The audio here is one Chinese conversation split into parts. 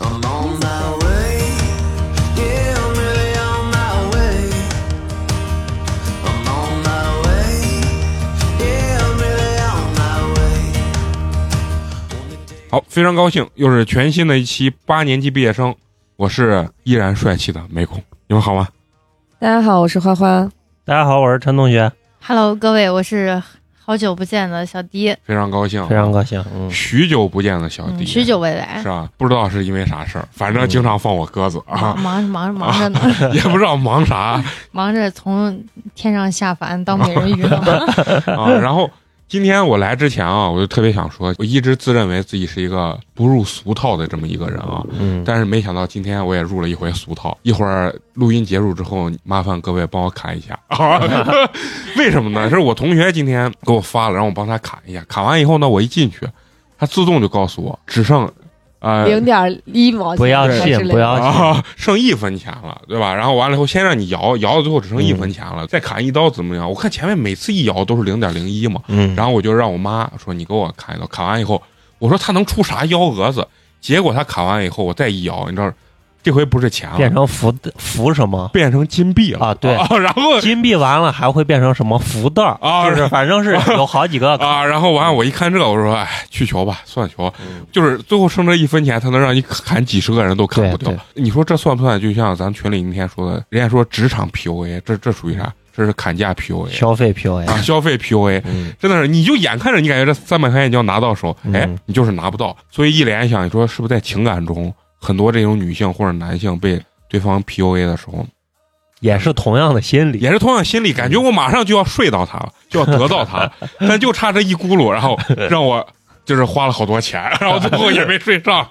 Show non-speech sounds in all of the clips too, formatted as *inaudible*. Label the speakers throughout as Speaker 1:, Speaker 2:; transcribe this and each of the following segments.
Speaker 1: I'm on my way. Yeah, I'm really on my way. I'm on my way. Yeah, I'm really on my way.
Speaker 2: 好，非常高兴，又是全新的一期八年级毕业生。我是依然帅气的美孔，你们好吗？
Speaker 3: 大家好，我是花花。
Speaker 4: 大家好，我是陈同学，
Speaker 5: Hello，各位，我是好久不见的小迪，
Speaker 2: 非常高兴，
Speaker 4: 非常高兴。嗯，
Speaker 2: 许久不见的小弟，
Speaker 5: 嗯，许久未来
Speaker 2: 是，吧？不知道是因为啥事儿，反
Speaker 4: 嗯
Speaker 2: 正经常放我鸽子
Speaker 4: *laughs*
Speaker 2: 啊， *laughs*
Speaker 5: 忙忙忙着呢，
Speaker 2: 也不知道忙啥啊
Speaker 5: 忙着从天上下凡当美人
Speaker 2: *laughs*
Speaker 5: 鱼呢。
Speaker 2: 啊。然后今天我来之前啊，我就特别想说，我一直自认为自己是一个不入俗套的这么一个人啊，
Speaker 4: 嗯，
Speaker 2: 但是没想到今天我也入了一回俗套。一会儿录音结束之后，麻烦各位帮我砍一下 *laughs* 啊！为什么呢？是我同学今天给我发了，让我帮他砍一下。砍完以后呢，我一进去，他自动就告诉我只剩呃
Speaker 3: 零点一毛钱，
Speaker 4: 不要信，不。要信。
Speaker 2: 啊，剩一分钱了，对吧？然后完了以后，先让你摇，摇到最后只剩一分钱了，再砍一刀怎么样？我看前面每次一摇都是零点零一嘛，
Speaker 4: 嗯，
Speaker 2: 然后我就让我妈说你给我砍一刀，砍完以后，我说他能出啥幺蛾子？结果他砍完以后，我再一摇，你知道，这回不是钱了，
Speaker 4: 变成福福什 *laughs* 么
Speaker 2: 变成金币了
Speaker 4: 啊对
Speaker 2: 然后
Speaker 4: 金币，完了还会变成什么福袋儿
Speaker 2: 啊
Speaker 4: 就是反正是有好几 *laughs* 个。
Speaker 2: 啊，然后完了我一看这，我说哎，去球吧，算球，
Speaker 4: 嗯
Speaker 2: 就是最后剩这一分钱，他能让你砍几十个人都砍不掉
Speaker 4: 对对。
Speaker 2: 你说这算不算？就像咱群里那天说的，人家说职场 PUA，这这属于啥？这是砍价 PUA
Speaker 4: 消费 PUA，
Speaker 2: 啊，消费 PUA，
Speaker 4: 嗯，
Speaker 2: 真的是，你就眼看着你感觉这三百块钱你就要拿到手，
Speaker 4: 嗯
Speaker 2: 哎，你就是拿不到。所以一联想，你说是不是在情感中，很多这种女性或者男性被对方 PUA 的时候，
Speaker 4: 也是同样的心理。
Speaker 2: 也是同样心理，感觉我马上就要睡到他了，就要得到他了，但就差这一咕噜，然后让我就是花了好多钱，然后最后也没睡上，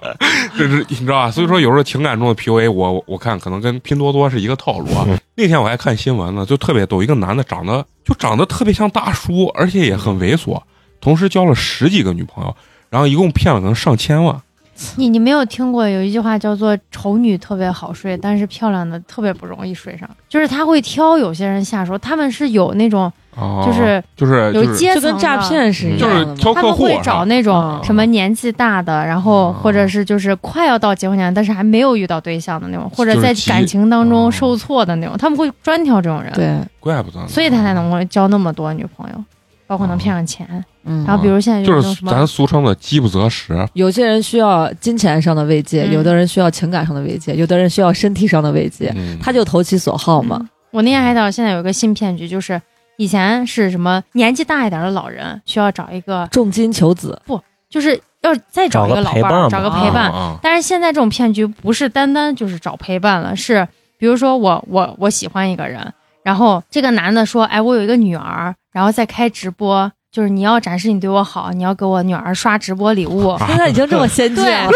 Speaker 2: 就是你知道吧？所以说有时候情感中的 PUA，我我看可能跟拼多多是一个套路啊
Speaker 4: 嗯。
Speaker 2: 那天我还看新闻呢，就特别逗，一个男的长得就长得特别像大叔，而且也很猥琐，同时交了十几个女朋友，然后一共骗了可能上千万。
Speaker 5: 你你没有听过有一句话叫做“丑女特别好睡，但是漂亮的特别不容易睡上”，就是他会挑有些人下手，他们是有那种
Speaker 2: 哦，
Speaker 5: 就是
Speaker 2: 就是
Speaker 5: 有
Speaker 2: 就是
Speaker 5: 阶
Speaker 3: 就
Speaker 5: 层
Speaker 3: 跟
Speaker 5: 的
Speaker 3: 诈。骗是一
Speaker 2: 就
Speaker 3: 样的
Speaker 2: 是
Speaker 3: 嘛，
Speaker 2: 挑
Speaker 5: 他
Speaker 2: 客
Speaker 5: 们
Speaker 2: 户啊
Speaker 5: 会
Speaker 2: 是吧
Speaker 5: 找那种
Speaker 3: 嗯
Speaker 5: 什么年纪大的，然后
Speaker 2: 嗯
Speaker 5: 或者是就是快要到结婚年龄，但是还没有遇到对象的那种，或者
Speaker 2: 就是
Speaker 5: 在
Speaker 2: 急
Speaker 5: 感情当
Speaker 2: 嗯
Speaker 5: 中受挫的那种，他们会专挑这种人。
Speaker 3: 对，嗯
Speaker 2: 怪不得呢，
Speaker 5: 所以他才能够交那么多女朋友，包
Speaker 4: 哦
Speaker 5: 括能骗上钱。
Speaker 3: 嗯
Speaker 5: 然，后比如现在
Speaker 2: 就
Speaker 5: 那种
Speaker 2: 是
Speaker 5: 什么
Speaker 2: 咱，俗称的饥不择食。
Speaker 3: 有些人需要金钱上的慰藉，
Speaker 5: 嗯
Speaker 3: 有的人需要情感上的慰藉，有的人需要身体上的慰藉，
Speaker 2: 嗯
Speaker 3: 他就投其所好嘛
Speaker 5: 嗯。我那天还到现在有一个新骗局，就是以前是什么年纪大一点的老人需要找一个，
Speaker 3: 重金求子，
Speaker 5: 就是要再找一
Speaker 4: 找个
Speaker 5: 老
Speaker 4: 陪
Speaker 5: 伴
Speaker 4: 伴嘛
Speaker 5: 儿，找个陪伴。
Speaker 2: 啊
Speaker 5: 但是现在这种骗局不是单单就是找陪伴了，是比如说我我我喜欢一个人，然后这个男的说，哎，我有一个女儿，然后再开直播，就是你要展示你对我好，你要给我女儿刷直播礼物，
Speaker 2: 啊
Speaker 3: 现在已经这么先进了，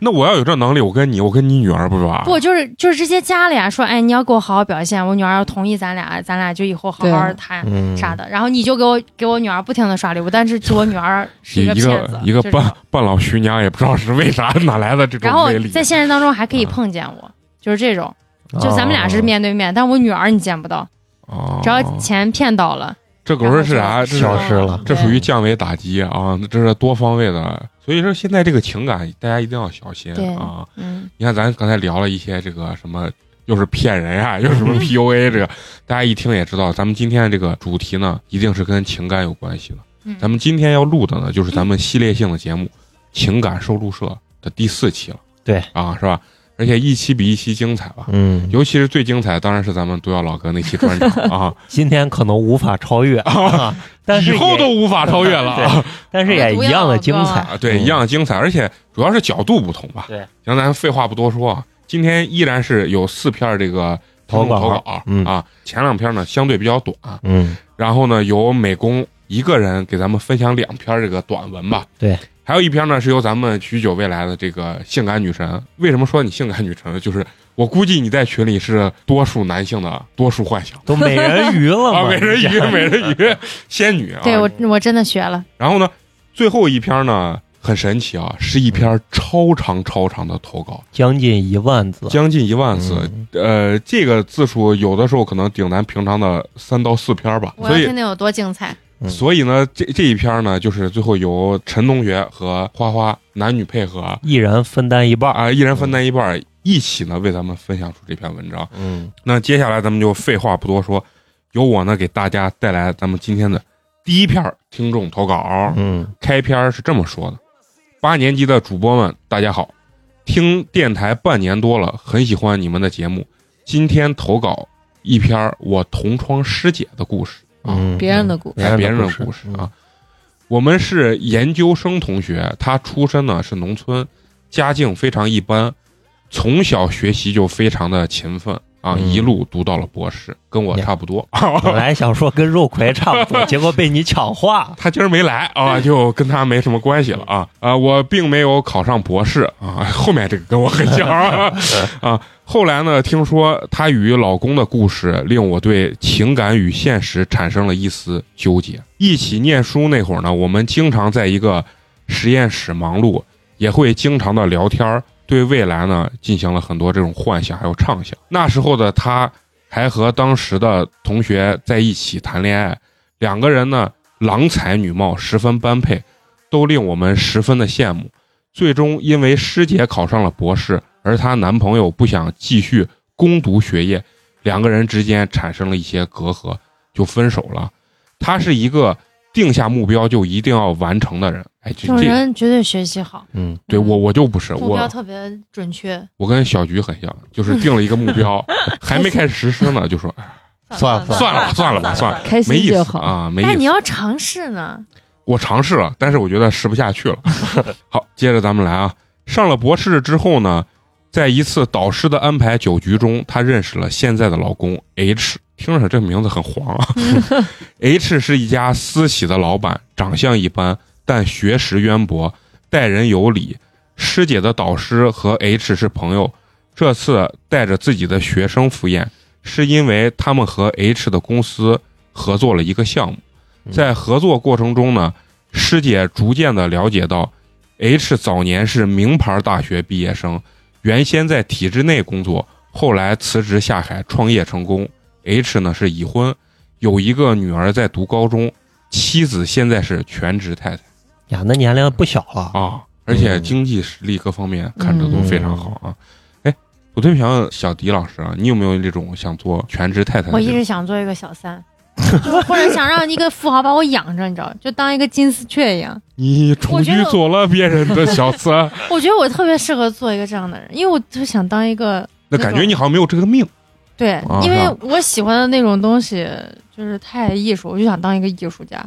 Speaker 2: 那我要有这能力，我跟你，我跟你女儿不吧？
Speaker 5: 不，就是就是这些家里啊，说，哎，你要给我好好表现，我女儿要同意咱俩，咱俩就以后好好
Speaker 3: 对
Speaker 5: 儿谈
Speaker 4: 嗯，
Speaker 5: 啥的。然后你就给我给我女儿不停的刷礼物，但是就我女儿是
Speaker 2: 一
Speaker 5: 个骗
Speaker 2: 个
Speaker 5: 子，
Speaker 2: 一个
Speaker 5: 就是
Speaker 2: 半半老徐娘，也不知道是为啥哪来的这
Speaker 5: 然
Speaker 2: 种
Speaker 5: 后
Speaker 2: 魅力。啊
Speaker 5: 在现实当中还可以
Speaker 2: 嗯
Speaker 5: 碰见我，就是这种，就咱们俩
Speaker 4: 哦
Speaker 5: 是面对面，但我女儿你见不到，
Speaker 2: 哦
Speaker 5: 只要钱骗到了，
Speaker 2: 这狗是啥？这是
Speaker 4: 消失了
Speaker 2: 这
Speaker 5: 对
Speaker 2: 属于降维打击啊！这是多方位的，所以说现在这个情感大家一定要小心
Speaker 5: 对
Speaker 2: 啊！
Speaker 5: 嗯，
Speaker 2: 你看咱刚才聊了一些这个什么。又是骗人啊呀、又是什
Speaker 4: 嗯
Speaker 2: 么 PUA 这个，大家一听也知道，咱们今天这个主题呢，一定是跟情感有关系的。
Speaker 5: 嗯
Speaker 2: 咱们今天要录的呢，就是
Speaker 4: 嗯
Speaker 2: 咱们系列性的节目《情感收录社》的第四期了。
Speaker 4: 对
Speaker 2: 啊，是吧？而且一期比一期精彩吧。
Speaker 4: 嗯，
Speaker 2: 尤其是最精彩，当然是咱们毒药老哥那期专场啊，
Speaker 4: 今天可能无法超越，啊 *laughs* 但是
Speaker 2: 以后
Speaker 4: 也
Speaker 2: 都无法超
Speaker 4: *laughs*
Speaker 2: 越了啊！
Speaker 4: 但是哎也一样的精彩
Speaker 2: 啊，对，一样精彩，而且主要是角度不同吧。
Speaker 4: 对，
Speaker 2: 行，咱废话不多说啊，今天依然是有四篇这个听众
Speaker 4: 投稿
Speaker 2: 投稿
Speaker 4: 嗯
Speaker 2: 啊，前两篇呢相对比较短，
Speaker 4: 嗯，
Speaker 2: 然后呢，由美工一个人给咱们分享两篇这个短文吧。
Speaker 4: 对，
Speaker 2: 还有一篇呢是由咱们许久未来的这个性感女神。为什么说你性感女神呢？就是我估计你在群里是多数男性的多数幻想
Speaker 4: *laughs* 都美人鱼了 *laughs*
Speaker 2: 啊，
Speaker 4: 嘛？
Speaker 2: 美人鱼，美人鱼，仙女啊。
Speaker 5: 对我我真的学了，
Speaker 2: 然后呢，最后一篇呢很神奇啊，是一篇超长超长的投稿，
Speaker 4: 将近一万字，
Speaker 2: 将近一万字。
Speaker 4: 嗯
Speaker 2: 呃，这个字数有的时候可能顶咱平常的三到四篇吧，
Speaker 5: 我要
Speaker 2: 所以
Speaker 5: 听听有多精彩。
Speaker 4: 嗯
Speaker 2: 所以呢，这这一篇呢，就是最后由陈同学和花花男女配合
Speaker 4: 一人分担一半儿。
Speaker 2: 啊，一人分担一半儿，一起呢为咱们分享出这篇文章。
Speaker 4: 嗯，
Speaker 2: 那接下来咱们就废话不多说，由我呢给大家带来咱们今天的第一篇儿听众投稿。
Speaker 4: 嗯，
Speaker 2: 开篇儿是这么说的：八年级的主播们，大家好，听电台半年多了，很喜欢你们的节目。今天投稿一篇儿我同窗师姐的故事啊，
Speaker 4: 嗯
Speaker 3: 别人的故
Speaker 2: 哎别人的
Speaker 4: 故
Speaker 2: 故
Speaker 4: 事嗯
Speaker 2: 事啊。我们是研究生同学，他出身呢是农村，家境非常一般，从小学习就非常的勤奋啊，
Speaker 4: 嗯
Speaker 2: 一路读到了博士，跟我
Speaker 4: 呀
Speaker 2: 差不多。
Speaker 4: 本来想说跟肉葵差不多，结果被你抢话。
Speaker 2: 他今儿没来啊，就跟他没什么关系了啊啊！我并没有考上博士啊，后面这个跟我很像啊啊。后来呢，听说她与老公的故事，令我对情感与现实产生了一丝纠结。一起念书那会儿呢，我们经常在一个实验室忙碌，也会经常的聊天儿，对未来呢进行了很多这种幻想还有畅想。那时候的她还和当时的同学在一起谈恋爱，两个人呢郎才女貌，十分般配，都令我们十分的羡慕。最终，因为师姐考上了博士，而她男朋友不想继续攻读学业，两个人之间产生了一些隔阂，就分手了。她是一个定下目标就一定要完成的人，哎，
Speaker 5: 这
Speaker 2: 这
Speaker 5: 种
Speaker 2: 这
Speaker 5: 人绝对学习好，
Speaker 4: 嗯，
Speaker 2: 对我我就不是
Speaker 5: 目标
Speaker 2: 我，
Speaker 5: 特别准确。
Speaker 2: 我跟小菊很像，就是定了一个目标，还没开始实施呢，就说哎
Speaker 4: 算了
Speaker 2: 算了吧，算了吧，算了，
Speaker 3: *laughs* 开
Speaker 2: 没
Speaker 3: 心
Speaker 2: 意
Speaker 3: 就
Speaker 2: 思
Speaker 3: 好。
Speaker 2: 啊，没意思
Speaker 5: 但是。你要尝试呢，
Speaker 2: 我尝试了，但是我觉得试不下去了。好，接着咱们来啊，上了博士之后呢，在一次导师的安排酒局中，她认识了现在的老公 H。听着这名字很黄啊。H 是一家私企的老板，长相一般，但学识渊博，待人有礼。师姐的导师和 H 是朋友，这次带着自己的学生赴宴，是因为他们和 H 的公司合作了一个项目。在合作过程中呢，师姐逐渐的了解到，H 早年是名牌大学毕业生，原先在体制内工作，后来辞职下海创业成功。H 呢是已婚，有一个女儿在读高中，妻子现在是全职太太
Speaker 4: 呀，那年龄不小了。
Speaker 2: 啊，而且经济实力各方面看着都非常好啊。哎，我特别想问小迪老师啊，你有没有这种想做全职太太的
Speaker 5: 我
Speaker 2: 哎这
Speaker 5: 一
Speaker 2: 种？
Speaker 5: 直想做一个小三，或者想让一个富豪把我养着，你知道，就当一个金丝雀一样。
Speaker 2: 你终
Speaker 5: 我觉
Speaker 2: 于
Speaker 5: 得
Speaker 2: 做了别人的小啊
Speaker 5: *laughs*
Speaker 2: 三，
Speaker 5: 我觉得我特别适合做一个这样的人，因为我就想当一个
Speaker 2: 那感觉你好像没有这个命。
Speaker 5: 对
Speaker 2: 啊，
Speaker 5: 因为
Speaker 2: 是吧
Speaker 5: 我喜欢的那种东西就是太艺术，我就想当一个艺术家，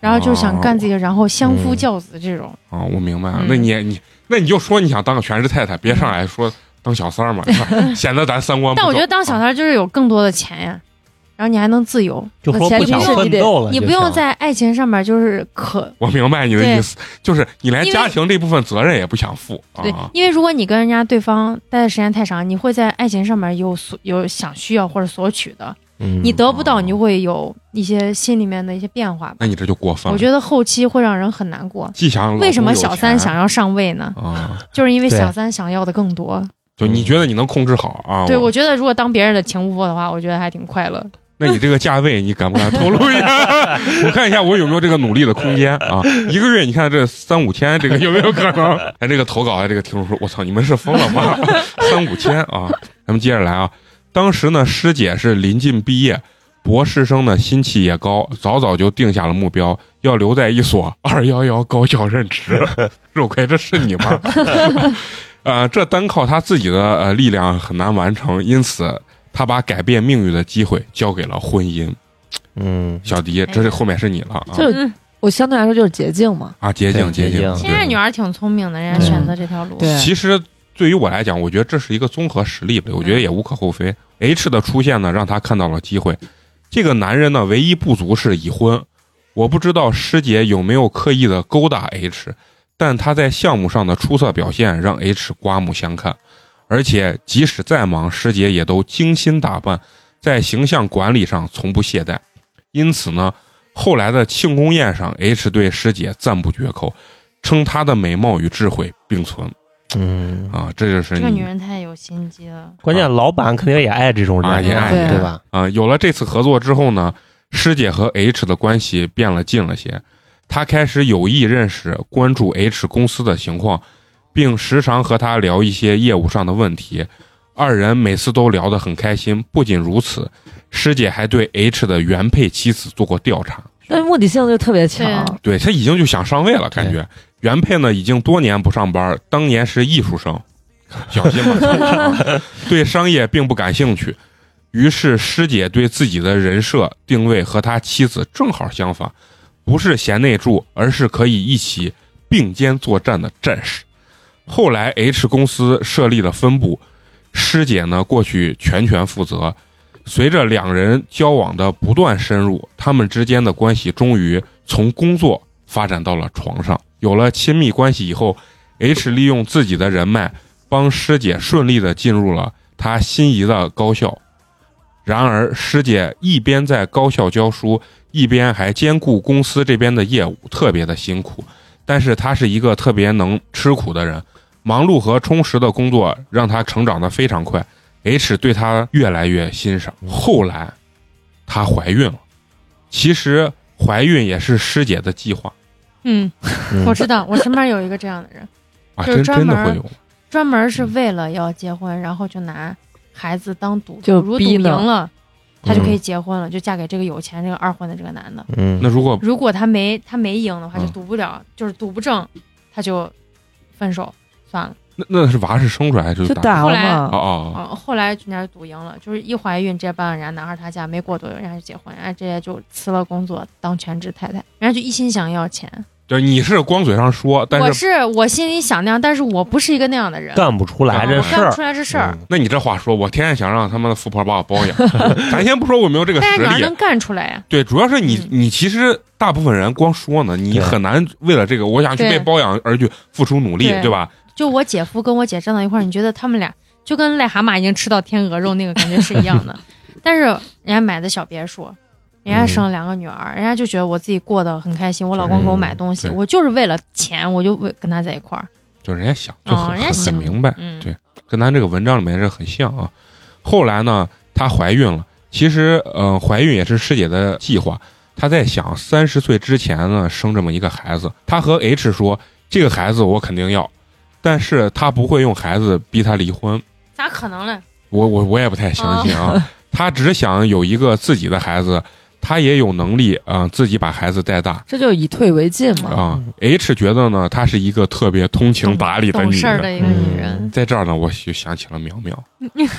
Speaker 5: 然后就想干这个，然后相夫教子这种。
Speaker 2: 啊，我明白了。
Speaker 5: 嗯
Speaker 2: 那你你那你就说你想当个全职太太，别上来说当小三儿嘛，是
Speaker 5: *laughs*
Speaker 2: 吧显得咱三观不
Speaker 5: 但
Speaker 2: 正。
Speaker 5: 我觉得当小
Speaker 2: 啊
Speaker 5: 三就是有更多的钱呀，然后你还能自由，
Speaker 4: 就说
Speaker 3: 前
Speaker 4: 不
Speaker 3: 提
Speaker 4: 想
Speaker 3: 是
Speaker 4: 奋
Speaker 3: 你得
Speaker 4: 斗了就行，
Speaker 5: 你不用在爱情上面就是可
Speaker 2: 我明白你的
Speaker 5: 对
Speaker 2: 意思，就是你连
Speaker 5: 因为
Speaker 2: 家庭这部分责任也不想负
Speaker 5: 对
Speaker 2: 啊，。
Speaker 5: 因为如果你跟人家对方待的时间太长，你会在爱情上面有所有想需要或者索取的，
Speaker 4: 嗯
Speaker 5: 你得不到，你就会有一些心里面的一些变化吧。
Speaker 2: 那你这就过分了。
Speaker 5: 我觉得后期会让人很难过。
Speaker 2: 既想
Speaker 5: 为什么小三想要上位呢？
Speaker 2: 啊？
Speaker 5: 就是因为
Speaker 4: 对
Speaker 5: 小三想要的更多。
Speaker 2: 就你觉得你能控制好啊？
Speaker 5: 对，我觉得如果当别人的情妇的话，我觉得还挺快乐。
Speaker 2: 那你这个价位，你敢不敢透露一下？ *laughs* 我看一下我有没有这个努力的空间啊！一个月，你看这三五千，这个有没有可能？ *laughs* 哎，这个投稿啊，这个听众说，我操，你们是疯了吗？三五千啊！咱们接着来啊。当时呢，师姐是临近毕业，博士生呢心气也高，早早就定下了目标，要留在一所二幺幺高校任职。 *laughs* 肉葵，这是你吗？ *laughs* 呃，这单靠他自己的呃力量很难完成，因此他把改变命运的机会交给了婚姻。
Speaker 4: 嗯
Speaker 2: 小迪，这是后面是你了啊
Speaker 3: 就！
Speaker 5: 嗯
Speaker 3: 是我相对来说就是捷径嘛，
Speaker 2: 啊，捷径，
Speaker 4: 对
Speaker 2: 捷径
Speaker 4: 捷。
Speaker 5: 现在女儿挺聪明的，人家
Speaker 3: 对
Speaker 5: 选择这条路。
Speaker 3: 对
Speaker 2: 其实对于我来讲，我觉得这是一个综合实力吧，我觉得也无可厚非。H 的出现呢，让他看到了机会。这个男人呢，唯一不足是已婚。我不知道师姐有没有刻意的勾搭 H，但他在项目上的出色表现让 H 刮目相看，而且即使再忙，师姐也都精心打扮，在形象管理上从不懈怠。因此呢，后来的庆功宴上，H 对师姐赞不绝口，称她的美貌与智慧并存
Speaker 6: 嗯，
Speaker 2: 啊，这就是
Speaker 5: 这个
Speaker 2: 你
Speaker 5: 女人太有心机了，
Speaker 6: 关键老板肯定也爱这种人，
Speaker 2: 啊也爱
Speaker 6: 对
Speaker 3: 对
Speaker 6: 吧？
Speaker 2: 啊，有了这次合作之后呢，师姐和 H 的关系变了近了些。她开始有意认识、关注 H 公司的情况，并时常和他聊一些业务上的问题。二人每次都聊得很开心。不仅如此，师姐还对 H 的原配妻子做过调查。
Speaker 3: 但是目的性就特别
Speaker 5: 对啊
Speaker 3: 强，
Speaker 2: 对他已经就想上位了，感觉原配呢已经多年不上班，当年是艺术生，小心吧，对商业并不感兴趣。于是师姐对自己的人设定位和他妻子正好相反，不是贤内助，而是可以一起并肩作战的战士。后来 H 公司设立了分部，师姐呢过去全权负责。随着两人交往的不断深入，他们之间的关系终于从工作发展到了床上。有了亲密关系以后，H 利用自己的人脉，帮师姐顺利的进入了她心仪的高校。然而，师姐一边在高校教书，一边还兼顾公司这边的业务，特别的辛苦。但是她是一个特别能吃苦的人，忙碌和充实的工作让她成长的非常快。H 对她越来越欣赏。后来，她怀孕了。其实怀孕也是师姐的计划
Speaker 5: 嗯，
Speaker 6: 嗯
Speaker 5: 我知道，我身边有一个这样的人，
Speaker 2: 啊，
Speaker 5: 就是
Speaker 2: 真
Speaker 5: 专
Speaker 2: 真的
Speaker 5: 门
Speaker 2: 会有。
Speaker 5: 专门是为了要结婚，然后就拿孩子当赌，
Speaker 3: 就
Speaker 5: 如果赌
Speaker 3: 逼
Speaker 5: 赢
Speaker 3: 呢
Speaker 5: 了，她就可以结婚了，就嫁给这个有钱、这个二婚的这个男的。
Speaker 6: 嗯，
Speaker 2: 那如果
Speaker 5: 如果她没她没赢的话，就
Speaker 2: 嗯
Speaker 5: 赌不了，就是赌不正，她就分手算了。
Speaker 2: 那那是娃是生出来就
Speaker 3: 就
Speaker 2: 打
Speaker 3: 打
Speaker 5: 后
Speaker 3: 了
Speaker 5: 来
Speaker 2: 哦
Speaker 3: 嘛。
Speaker 2: 哦，
Speaker 5: 啊，后来人家赌赢了，就是一怀孕，这帮人家男孩他家没过多久，人家就结婚，人家直接就辞了工作当全职太太，人家就一心想要钱。
Speaker 2: 就是你是光嘴上说，但
Speaker 5: 我
Speaker 2: 是
Speaker 5: 是我心里想那样，但是我不是一个那样的人，
Speaker 6: 干不出来
Speaker 5: 啊
Speaker 6: 这
Speaker 5: 我
Speaker 6: 事
Speaker 5: 干不
Speaker 6: 儿
Speaker 5: 出，来这事儿。
Speaker 6: 嗯
Speaker 2: 那你这话说，我天天想让他们的富婆把我包
Speaker 5: *laughs*
Speaker 2: 养，咱先不说我没有这个
Speaker 5: 但
Speaker 2: 实
Speaker 5: 是哪能
Speaker 2: 力，啊
Speaker 5: 干出来呀、
Speaker 2: 对，主要是你
Speaker 5: 嗯
Speaker 2: 你其实大部分人光说呢，你
Speaker 6: 对
Speaker 2: 很难为了这个我想去
Speaker 5: 对
Speaker 2: 被包养而去付出努力，
Speaker 5: 对
Speaker 2: 对吧？
Speaker 5: 就我姐夫跟我姐站到一块儿，你觉得他们俩就跟癞蛤蟆已经吃到天鹅肉那个感觉是一样
Speaker 2: *laughs*
Speaker 5: 的。但是人家买的小别墅，人家生了两个女儿，人家就觉得我自己过得很开心，我老公给我买东西，
Speaker 2: 对
Speaker 5: 我就是为了钱，我就为跟他在一块儿。
Speaker 2: 就人家想就
Speaker 5: 哦
Speaker 2: 很
Speaker 5: 人家
Speaker 2: 很很
Speaker 5: 想
Speaker 2: 明白，
Speaker 5: 嗯，
Speaker 2: 对跟咱这个文章里面是很像啊。后来呢，她怀孕了。其实，呃，怀孕也是师姐的计划。她在想，三十岁之前呢，生这么一个孩子。她和 H 说，这个孩子我肯定要，但是她不会用孩子逼她离婚。
Speaker 5: 咋可能嘞？
Speaker 2: 我我我也不太相信
Speaker 5: 哦
Speaker 2: 啊。她只想有一个自己的孩子，她也有能力啊、呃自己把孩子带大。
Speaker 3: 这就是以退为进嘛，
Speaker 2: 啊、h
Speaker 5: 哦
Speaker 2: 觉得呢，她是一个特别通情达理的
Speaker 5: 懂
Speaker 2: 女
Speaker 5: 事儿
Speaker 2: 人，
Speaker 5: 的一个女人，
Speaker 2: 在这儿呢，我就想起了苗苗，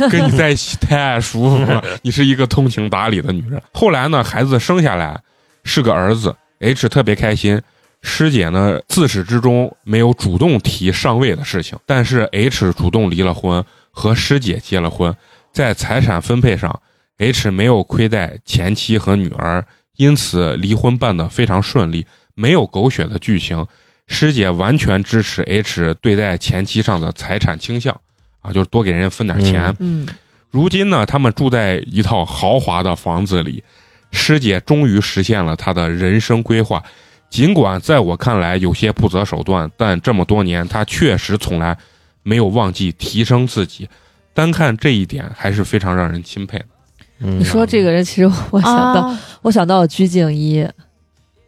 Speaker 2: 跟你在一起太舒服了。你是一个通情达理的女人。后来呢，孩子生下来是个儿子，H 特别开心。师姐呢，自始至终没有主动提上位的事情，但是 H 主动离了婚，和师姐结了婚，在财产分配上，H 没有亏待前妻和女儿，因此离婚办得非常顺利，没有狗血的剧情。师姐完全支持 H 对待前妻上的财产倾向啊，就是多给人家分点钱。
Speaker 6: 嗯
Speaker 3: 嗯，
Speaker 2: 如今呢，他们住在一套豪华的房子里，师姐终于实现了她的人生规划。尽管在我看来有些不择手段，但这么多年，她确实从来没有忘记提升自己。单看这一点，还是非常让人钦佩的。
Speaker 6: 你
Speaker 4: 嗯
Speaker 3: 你说这个人，其实
Speaker 2: 嗯
Speaker 3: 我想到，
Speaker 5: 啊，
Speaker 3: 我想到了鞠婧祎，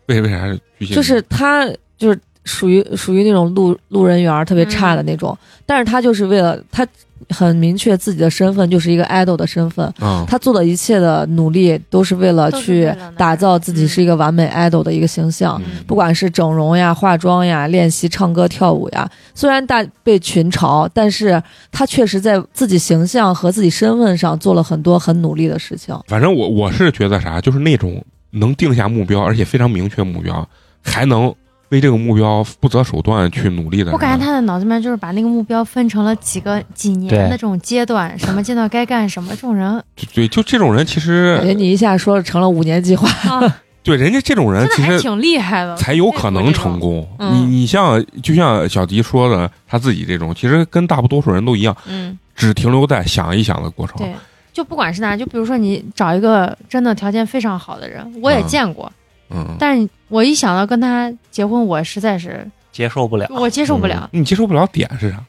Speaker 2: 为为啥是巨蟹？
Speaker 3: 就是他就是属于属于那种路路人缘儿特别差的那种，但是他就是为了他很明确自己的身份就是一个 idol 的身份，
Speaker 2: 啊、
Speaker 3: 他做的一切的努力都是为了
Speaker 5: 都是为
Speaker 3: 去
Speaker 5: 了那
Speaker 3: 打
Speaker 5: 个
Speaker 3: 造自己
Speaker 5: 嗯
Speaker 3: 是一个完美 idol 的一个形象。
Speaker 2: 嗯
Speaker 3: 不管是整容呀、化妆呀、练习唱歌跳舞呀，虽然大被群嘲，但是他确实在自己形象和自己身份上做了很多很努力的事情。
Speaker 2: 反正我我是觉得啥，就是那种能定下目标，而且非常明确目标，还能为这个目标不择手段去努力的人。啊
Speaker 5: 我感觉他的脑子里面就是把那个目标分成了几个几年
Speaker 6: 对
Speaker 5: 的这种阶段，什么阶段该干什么，这种人
Speaker 2: 对，就这种人其
Speaker 3: 感觉
Speaker 2: 实
Speaker 3: 你一下说成了五年计划，
Speaker 5: 啊，
Speaker 2: 对，人家这种人
Speaker 5: 真
Speaker 2: 嗯其
Speaker 5: 的还
Speaker 2: 实
Speaker 5: 挺厉害的，
Speaker 2: 才有可能成功。
Speaker 3: 嗯
Speaker 2: 你你像就像小迪说的，他自己这种，其实跟大多数人都一样，
Speaker 5: 嗯，
Speaker 2: 只停留在想一想的过程。
Speaker 5: 对，就不管是哪，就比如说你找一个真的条件非常好的人，我也
Speaker 2: 嗯
Speaker 5: 见过，
Speaker 2: 嗯，
Speaker 5: 但是我一想到跟他结婚，我实在是
Speaker 4: 接受
Speaker 2: 哎
Speaker 4: 不了。
Speaker 5: 我接受不了
Speaker 2: 你接受不了点是啥？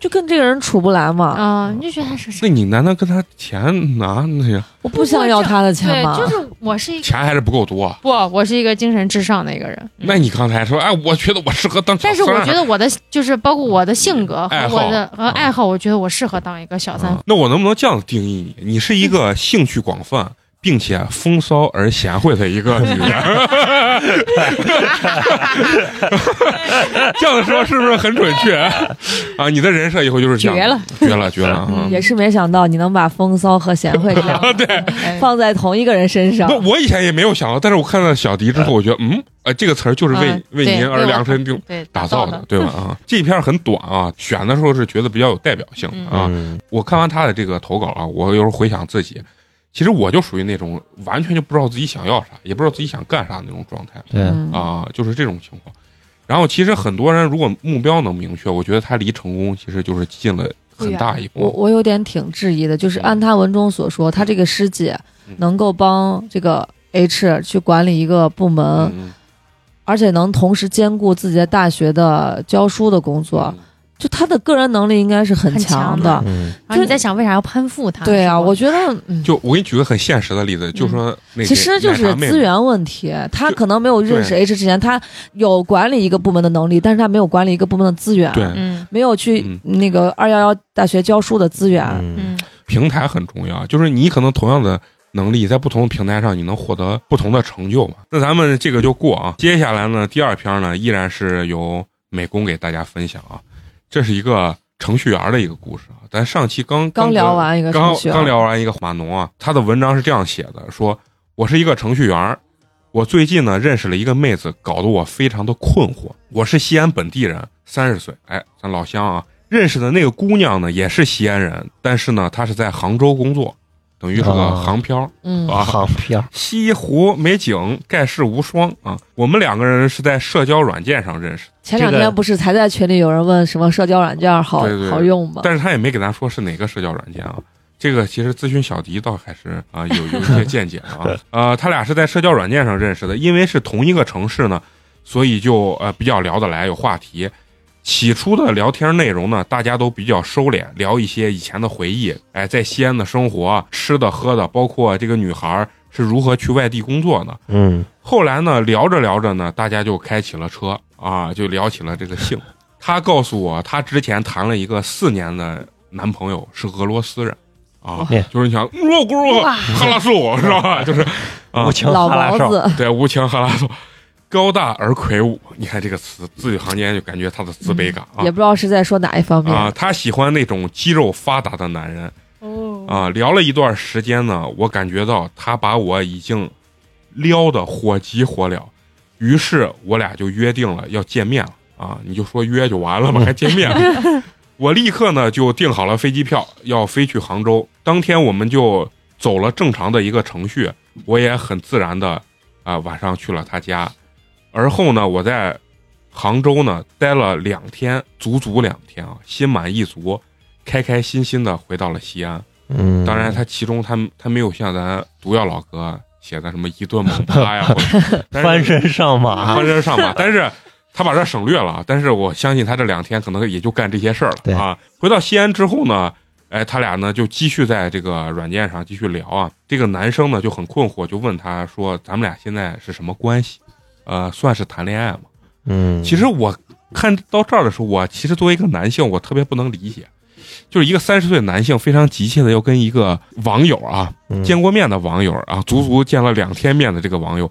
Speaker 3: 就跟这个人处不来嘛，
Speaker 5: 啊，你就觉得他是
Speaker 2: 嗯那你难道跟他钱拿那些
Speaker 3: 我不想要他的钱
Speaker 5: 对，
Speaker 3: 嘛，
Speaker 2: *laughs*
Speaker 5: 就是我是一个
Speaker 2: 钱还是不够多？啊
Speaker 5: 不，我是一个精神至上的一个人，
Speaker 2: 那你刚才说，哎，我觉得我适合当小
Speaker 5: 但是
Speaker 2: 三
Speaker 5: 我
Speaker 2: 儿
Speaker 5: 觉得我的就是包括我的性格和
Speaker 2: 爱好
Speaker 5: 我的和
Speaker 2: 嗯
Speaker 5: 爱好，我觉得我适合当一个小三
Speaker 2: 嗯。那我能不能这样定义你？你是一个兴趣广泛。并且风骚而贤惠的一个女人， *laughs* 这样说是不是很准确啊？你的人设以后就是这样，
Speaker 5: 绝了，
Speaker 2: 绝了，绝了啊！
Speaker 3: 也是没想到你能把风骚和贤
Speaker 5: *laughs*
Speaker 3: 惠这两
Speaker 2: *laughs*
Speaker 3: 个
Speaker 5: 哎
Speaker 3: 放在同一个人身上
Speaker 2: 不，，我以前也没有想到，但是我看到小迪之后，我觉得，嗯，呃，这个词儿就是为、
Speaker 5: 嗯
Speaker 2: 为
Speaker 5: 对
Speaker 2: 您而
Speaker 5: 为我
Speaker 2: 量身定
Speaker 5: 对，
Speaker 2: 打
Speaker 5: 造
Speaker 2: 造的，，对吧？啊，这一篇很短啊，选的时候是觉得比较有代表性
Speaker 5: 嗯
Speaker 2: 啊。
Speaker 6: 嗯
Speaker 2: 我看完他的这个投稿啊，我有时候回想自己，其实我就属于那种完全就不知道自己想要啥，也不知道自己想干啥那种状态
Speaker 6: 对，
Speaker 3: 嗯
Speaker 2: 啊，就是这种情况。然后其实很多人如果目标能明确，我觉得他离成功其实就是近了很大一
Speaker 3: 我
Speaker 2: 步。
Speaker 3: 我有点挺质疑的，就是
Speaker 2: 嗯
Speaker 3: 按他文中所说，他这个师姐
Speaker 2: 嗯
Speaker 3: 能够帮这个 H 去管理一个部门，
Speaker 2: 嗯，
Speaker 3: 而且能同时兼顾自己在大学的教书的工作，
Speaker 2: 嗯
Speaker 3: 就他的个人能力应该是很
Speaker 5: 很
Speaker 3: 强
Speaker 5: 强
Speaker 3: 的。
Speaker 6: 嗯
Speaker 5: 然后你在想为啥要攀附他？
Speaker 3: 对啊，
Speaker 5: 是吧
Speaker 3: 我觉得，嗯，
Speaker 2: 就我给你举个很现实的例子，就说那个
Speaker 3: 其实就
Speaker 2: 奶
Speaker 3: 是
Speaker 2: 茶妹妹
Speaker 3: 资源问题。他
Speaker 2: 就
Speaker 3: 可能没有认识 H 之前，他有管理一个部门的能力，但是他没有管理一个部门的资源，
Speaker 2: 对、
Speaker 5: 嗯
Speaker 3: 没有去
Speaker 2: 嗯
Speaker 3: 那个二幺幺大学教书的资源。
Speaker 6: 嗯，
Speaker 5: 嗯
Speaker 2: 平台很重要，就是你可能同样的能力，在不同的平台上，你能获得不同的成就嘛。那咱们这个就过啊，接下来呢，第二篇呢，依然是由美工给大家分享啊，这是一个程序员的一个故事啊。咱上期刚
Speaker 3: 刚聊完一个
Speaker 2: 刚
Speaker 3: 程序员啊
Speaker 2: 刚聊完一个码农啊，他的文章是这样写的：说我是一个程序员儿，我最近呢认识了一个妹子，搞得我非常的困惑。我是西安本地人，三十岁，哎，咱老乡啊。认识的那个姑娘呢，也是西安人，但是呢，她是在杭州工作，等于是个
Speaker 6: 啊
Speaker 2: 杭漂儿、
Speaker 3: 嗯，
Speaker 2: 啊。
Speaker 6: 航漂，
Speaker 2: 西湖美景盖世无双啊！我们两个人是在社交软件上认识的，
Speaker 3: 前两
Speaker 6: 这
Speaker 3: 天
Speaker 6: 个
Speaker 3: 不是才在群里有人问什么社交软件好
Speaker 2: 对对
Speaker 3: 好用吗？
Speaker 2: 但是他也没给咱说是哪个社交软件啊。这个其实咨询小迪倒还是啊有有一些见解的啊。呃，他俩是在社交软件上认识的，因为是同一个城市呢，所以就呃比较聊得来，有话题。起初的聊天内容呢，大家都比较收敛，聊一些以前的回忆，哎，在西安的生活、啊吃的、喝的，包括这个女孩是如何去外地工作的。
Speaker 6: 嗯
Speaker 2: 后来呢，聊着聊着呢，大家就开起了车啊，就聊起了这个性。她告诉我，她之前谈了一个四年的男朋友是俄罗斯人啊
Speaker 6: 哇，
Speaker 2: 就是你想，我咕哈拉素是吧？就是啊
Speaker 4: 我情
Speaker 3: 老
Speaker 4: 哈拉
Speaker 3: 毛
Speaker 4: 少，
Speaker 3: 子，
Speaker 2: 对无情哈拉素，高大而魁梧。你看这个词字里行间就感觉他的自卑感啊
Speaker 3: 也不知道是在说哪一方面。
Speaker 2: 啊，他喜欢那种肌肉发达的男人。
Speaker 5: 哦，
Speaker 2: 啊，聊了一段时间呢，我感觉到他把我已经撩得火急火燎，于是我俩就约定了要见面了啊，你就说约就完了吧，还见面了我立刻呢就订好了飞机票，要飞去杭州。当天我们就走了正常的一个程序，我也很自然的啊、晚上去了他家，而后呢我在杭州呢待了两天，足足两天啊，心满意足，开开心心的回到了西安。
Speaker 6: 嗯，
Speaker 2: 当然，他其中他他没有像咱毒药老哥写的什么一顿猛趴呀，或者
Speaker 6: 翻身上马，
Speaker 2: 翻身上马，但是他把这省略了啊。但是我相信他这两天可能也就干这些事儿
Speaker 6: 对
Speaker 2: 了啊。回到西安之后呢，哎，他俩呢就继续在这个软件上继续聊啊。这个男生呢就很困惑，就问他说：“咱们俩现在是什么关系？呃，算是谈恋爱吗？”
Speaker 6: 嗯，
Speaker 2: 其实我看到这儿的时候，我其实作为一个男性，我特别不能理解，就是一个三十岁的男性非常急切的要跟一个网友啊，
Speaker 6: 嗯
Speaker 2: 见过面的网友啊，足足见了两天面的这个网友，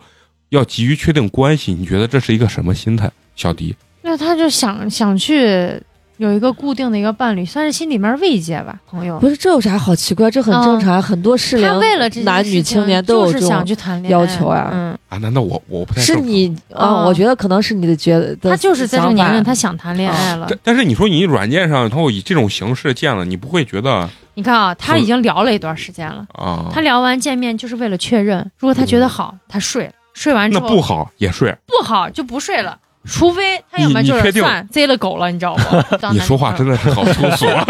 Speaker 2: 要急于确定关系，你觉得这是一个什么心态？小迪，
Speaker 5: 那他就想想去有一个固定的一个伴侣，算是心里面慰藉吧，朋友。
Speaker 3: 不是这有啥好奇怪？这很正常，很多适
Speaker 5: 他
Speaker 3: 龄
Speaker 5: 为了这件
Speaker 3: 男
Speaker 5: 事
Speaker 3: 女
Speaker 5: 情
Speaker 3: 青年都有
Speaker 5: 就
Speaker 3: 这
Speaker 5: 是想
Speaker 3: 种。
Speaker 5: 去谈恋爱
Speaker 3: 要求啊
Speaker 5: 嗯，
Speaker 2: 啊，难道我我不太
Speaker 3: 是
Speaker 2: 正常
Speaker 3: 你啊、
Speaker 5: 嗯
Speaker 3: 我觉得可能是你的觉得，
Speaker 5: 他就是在这个年龄，
Speaker 3: 想法啊
Speaker 5: 他想谈恋爱了。
Speaker 2: 但但是你说你软件上，然后以这种形式见了，你不会觉得
Speaker 5: 你看啊，他已经聊了一段时间了，
Speaker 2: 啊？
Speaker 5: 他聊完见面就是为了确认，如果他觉得好，他睡了。睡完之
Speaker 2: 嗯那
Speaker 5: 后
Speaker 2: 不好也睡。
Speaker 5: 不好就不睡了，除非他要
Speaker 2: 你
Speaker 5: 么
Speaker 2: 你
Speaker 5: 就
Speaker 2: 确
Speaker 5: 是
Speaker 2: 定
Speaker 5: 算贼了狗了，你知道吗？
Speaker 2: *laughs*
Speaker 5: 当
Speaker 2: 你
Speaker 5: 男
Speaker 2: 说话
Speaker 5: 朋
Speaker 2: 真
Speaker 5: 友
Speaker 2: 的是好
Speaker 5: *laughs*
Speaker 2: 粗俗，啊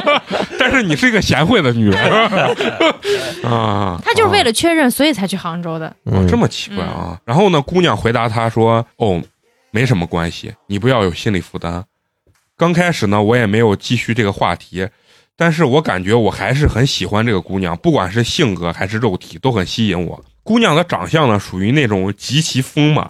Speaker 2: *laughs* 但是你是一个贤惠的女人 *laughs* 啊。
Speaker 5: 他就是为
Speaker 2: 了、
Speaker 5: 了确认，所以才去杭州的。
Speaker 6: 嗯
Speaker 2: 这么奇怪啊。然后呢，姑娘回答他说：“哦，没什么关系，你不要有心理负担。”刚开始呢，我也没有继续这个话题，但是我感觉我还是很喜欢这个姑娘，不管是性格还是肉体都很吸引我。姑娘的长相呢，属于那种极其丰满、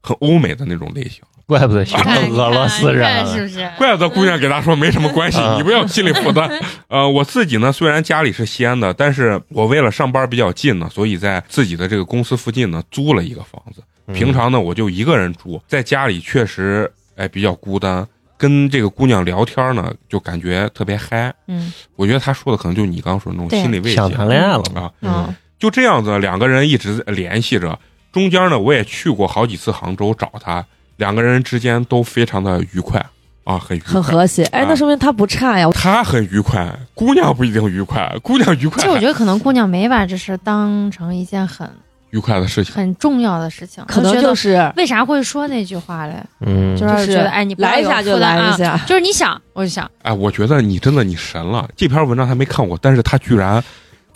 Speaker 2: 很欧美的那种类型。
Speaker 6: 怪不得学
Speaker 5: 你看
Speaker 6: *laughs* 俄罗斯
Speaker 5: 你
Speaker 6: 人
Speaker 5: 看
Speaker 6: 啊
Speaker 5: 你看是不是？
Speaker 2: 怪不得姑娘给他说没什么关系，
Speaker 6: 嗯
Speaker 2: 你不要心理负担。呃，我自己呢，虽然家里是西安的，但是我为了上班比较近呢，所以在自己的这个公司附近呢租了一个房子。平常呢，我就一个人住，在家里确实哎比较孤单，跟这个姑娘聊天呢，就感觉特别嗨。
Speaker 5: 嗯
Speaker 2: 我觉得她说的可能就是你刚刚说的那种
Speaker 5: 对
Speaker 2: 心理慰藉
Speaker 6: 想谈恋爱了嘛
Speaker 2: 啊。
Speaker 5: 嗯
Speaker 2: 就这样子，两个人一直联系着。中间呢，我也去过好几次杭州找她，两个人之间都非常的愉快啊，很愉快，
Speaker 3: 很和谐。哎，
Speaker 2: 啊
Speaker 3: 那说明他不差呀。
Speaker 2: 他很愉快，姑娘不一定愉快，姑娘愉快，
Speaker 5: 其实我觉得可能姑娘没把这事当成一件很
Speaker 2: 愉快的事情。
Speaker 5: 很重要的事情，
Speaker 3: 可能
Speaker 5: 觉得
Speaker 3: 就是
Speaker 5: 为啥会说那句话嘞？
Speaker 6: 嗯，
Speaker 5: 就
Speaker 3: 就是
Speaker 5: 是觉得哎，你不要
Speaker 3: 来一下
Speaker 5: 有
Speaker 3: 就
Speaker 5: 负担
Speaker 3: 来
Speaker 5: 啊
Speaker 3: 一，下，
Speaker 5: 就是你想，我就想，
Speaker 2: 哎，我觉得你真的你神了。这篇文章还没看过，但是他居然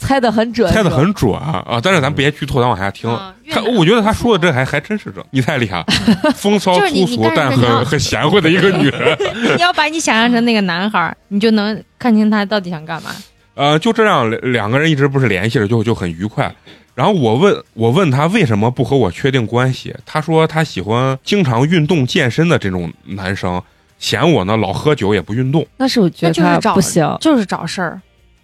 Speaker 3: 猜的很准，
Speaker 2: 猜的很准啊！但是咱别剧透，咱往下听。
Speaker 5: 嗯越
Speaker 2: 他，
Speaker 5: 南
Speaker 2: 我觉得他说的这还还真是这，你太厉
Speaker 5: *laughs*
Speaker 2: 害了，啊风骚
Speaker 5: 就是你
Speaker 2: 粗
Speaker 5: 你
Speaker 2: 俗
Speaker 5: 但
Speaker 2: 但
Speaker 5: 是你要
Speaker 2: 很很贤惠的一个女人。
Speaker 5: 你要把你想象成那个男孩儿，你就能看清他到底想干嘛。
Speaker 2: 呃，就这样，两两个人一直不是联系着，就就很愉快。然后我问，我问他为什么不和我确定关系，他说他喜欢经常运动健身的这种男生，嫌我呢老喝酒也不运动。
Speaker 3: 那是我觉得
Speaker 5: 那就是
Speaker 3: 他
Speaker 5: 找
Speaker 3: 不行。
Speaker 5: 就是找事儿，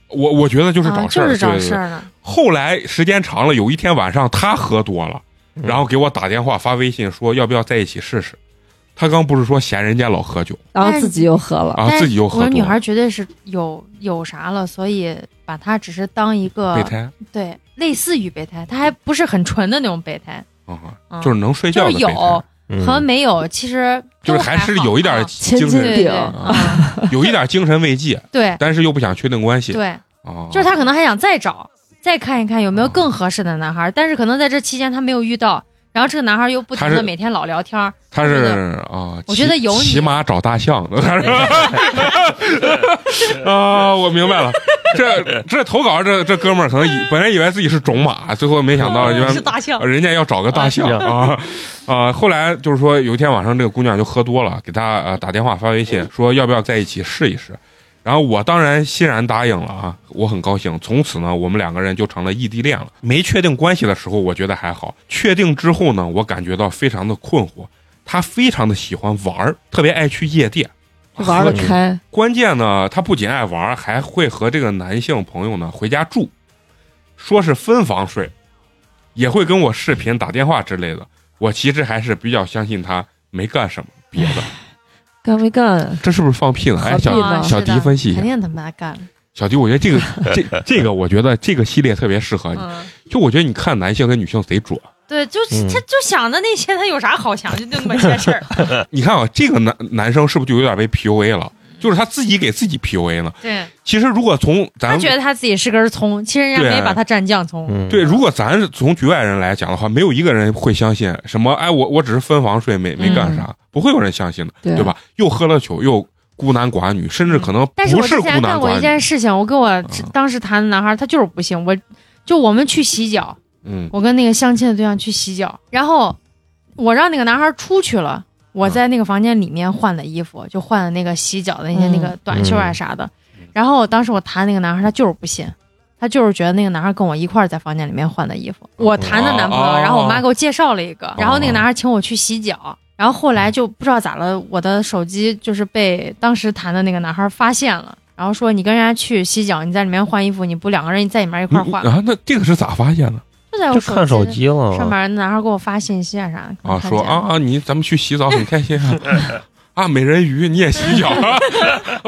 Speaker 2: 我我觉得就是
Speaker 5: 啊
Speaker 2: 找事
Speaker 5: 就
Speaker 2: 儿，
Speaker 5: 是找
Speaker 2: 对对
Speaker 5: 事
Speaker 2: 对
Speaker 5: 儿呢。
Speaker 2: 后来时间长了，有一天晚上他喝多了，
Speaker 6: 嗯
Speaker 2: 然后给我打电话发微信说要不要在一起试试。他刚不是说嫌人家老喝酒
Speaker 3: 然后
Speaker 5: 但
Speaker 3: 自己又喝了，
Speaker 2: 啊，
Speaker 5: 但
Speaker 2: 自己又
Speaker 5: 我
Speaker 2: 喝
Speaker 5: 说
Speaker 2: 多
Speaker 5: 女孩
Speaker 2: 了，
Speaker 5: 绝对是有有啥了，所以把她只是当一个
Speaker 2: 备胎
Speaker 5: 对类似于备胎，她还不是很纯的那种备胎，
Speaker 2: 啊，
Speaker 5: 嗯
Speaker 2: 就是能睡觉
Speaker 5: 就
Speaker 2: 的
Speaker 5: 是
Speaker 2: 备
Speaker 5: 有
Speaker 2: 胎，嗯
Speaker 5: 和没有其实
Speaker 2: 就
Speaker 5: 都
Speaker 2: 是还是
Speaker 5: 好
Speaker 2: 有一
Speaker 5: 啊
Speaker 2: 点
Speaker 3: 千
Speaker 2: 精
Speaker 3: 金
Speaker 2: 神，啊
Speaker 5: 对对
Speaker 3: 顶
Speaker 5: 嗯
Speaker 2: *laughs* 有一点精神慰藉，
Speaker 5: 对
Speaker 2: 但是又不想确定关系
Speaker 5: 对，
Speaker 2: 啊，
Speaker 5: 就是她可能还想再找再看一看有没有更合适的男孩，但是可能在这期间她没有遇到，然后这个男孩又不停
Speaker 2: 他是
Speaker 5: 的每天老聊天儿，
Speaker 2: 他
Speaker 5: 我觉得
Speaker 2: 是啊，
Speaker 5: 我觉得
Speaker 2: 骑
Speaker 5: 有你
Speaker 2: 骑马找大象的，他是 *laughs* 啊，我明白了。这这投稿这这哥们儿可能以本来以为自己是种马，最后没想到原来
Speaker 5: 哦是大象，
Speaker 2: 啊人家要找个大象
Speaker 6: 啊
Speaker 2: 啊啊！后来就是说，有一天晚上，这个姑娘就喝多了，给她呃打电话发微信说要不要在一起试一试。然后我当然欣然答应了啊，我很高兴。从此呢，我们两个人就成了异地恋了。没确定关系的时候，我觉得还好；确定之后呢，我感觉到非常的困惑。她非常的喜欢玩儿，特别爱去夜店。
Speaker 3: 玩得开，
Speaker 2: 关键呢，她不仅爱玩儿，还会和这个男性朋友呢回家住，说是分房睡，也会跟我视频、打电话之类的。我其实还是比较相信她没干什么别的，
Speaker 3: 干没
Speaker 2: *laughs*
Speaker 3: 干？啊
Speaker 2: 这是不是放屁呢？哎，
Speaker 3: 何必
Speaker 2: 小
Speaker 3: 呢
Speaker 5: 啊
Speaker 2: 小
Speaker 5: 是的
Speaker 2: 迪分析一下
Speaker 5: 肯定他妈干了，
Speaker 2: 小迪，我觉得这个
Speaker 5: *laughs*
Speaker 2: 这这个，我觉得这个系列特别适合你。
Speaker 5: 嗯。
Speaker 2: 就我觉得你看男性跟女性贼准。
Speaker 5: 对，就是、
Speaker 6: 嗯
Speaker 5: 他就想的那些，他有啥好想？就那么些事
Speaker 2: *laughs*
Speaker 5: 儿。
Speaker 2: 你看啊，这个男男生是不是就有点被 PUA 了？就是他自己给自己 PUA 呢。
Speaker 5: 对
Speaker 2: 其实如果从咱
Speaker 5: 他
Speaker 2: 们
Speaker 5: 觉得他自己是根葱，其实人家
Speaker 2: 对
Speaker 5: 没把他蘸酱葱。
Speaker 6: 嗯，
Speaker 2: 对，啊如果咱是从局外人来讲的话，没有一个人会相信什么。哎，我我只是分房睡，没没
Speaker 5: 嗯
Speaker 2: 干啥，不会有人相信的，
Speaker 3: 对
Speaker 2: 对吧？又喝了酒，又孤男寡女，甚至可能
Speaker 5: 嗯但是
Speaker 2: 不
Speaker 5: 我之
Speaker 2: 孤
Speaker 5: 前
Speaker 2: 男
Speaker 5: 干过
Speaker 2: 寡
Speaker 5: 一
Speaker 2: 女。
Speaker 5: 件事情，我跟我
Speaker 2: 嗯
Speaker 5: 当时谈的男孩，他就是不行。我就我们去洗脚，
Speaker 2: 嗯，
Speaker 5: 我跟那个相亲的对象去洗脚，然后我让那个男孩出去
Speaker 2: 啊
Speaker 5: 了，我在那个房间里面换了衣服，就换了那个洗脚的那些
Speaker 3: 嗯
Speaker 5: 那个短袖啊啥的。
Speaker 2: 嗯
Speaker 5: 然后当时我谈那个男孩，他就是不信，他就是觉得那个男孩跟我一块儿在房间里面换的衣服。我谈的男朋
Speaker 2: 哦
Speaker 5: 友，然后我妈给我介绍了一个，然后那个男孩请我去洗脚。然后后来就不知道咋了，我的手机就是被当时谈的那个男孩发现了，然后说你跟人家去洗脚，你在里面换衣服，你不两个人在里面一块儿
Speaker 2: 嗯
Speaker 5: 换，
Speaker 2: 啊，那这个是咋发现的？
Speaker 5: 就在我
Speaker 6: 就看手机了
Speaker 5: 上面男孩给我发信息啊啥的可
Speaker 2: 哦啊，
Speaker 5: 能看
Speaker 2: 说
Speaker 5: 见
Speaker 2: 啊啊，你咱们去洗澡很开心啊，啊，美人鱼你也洗脚啊， *laughs*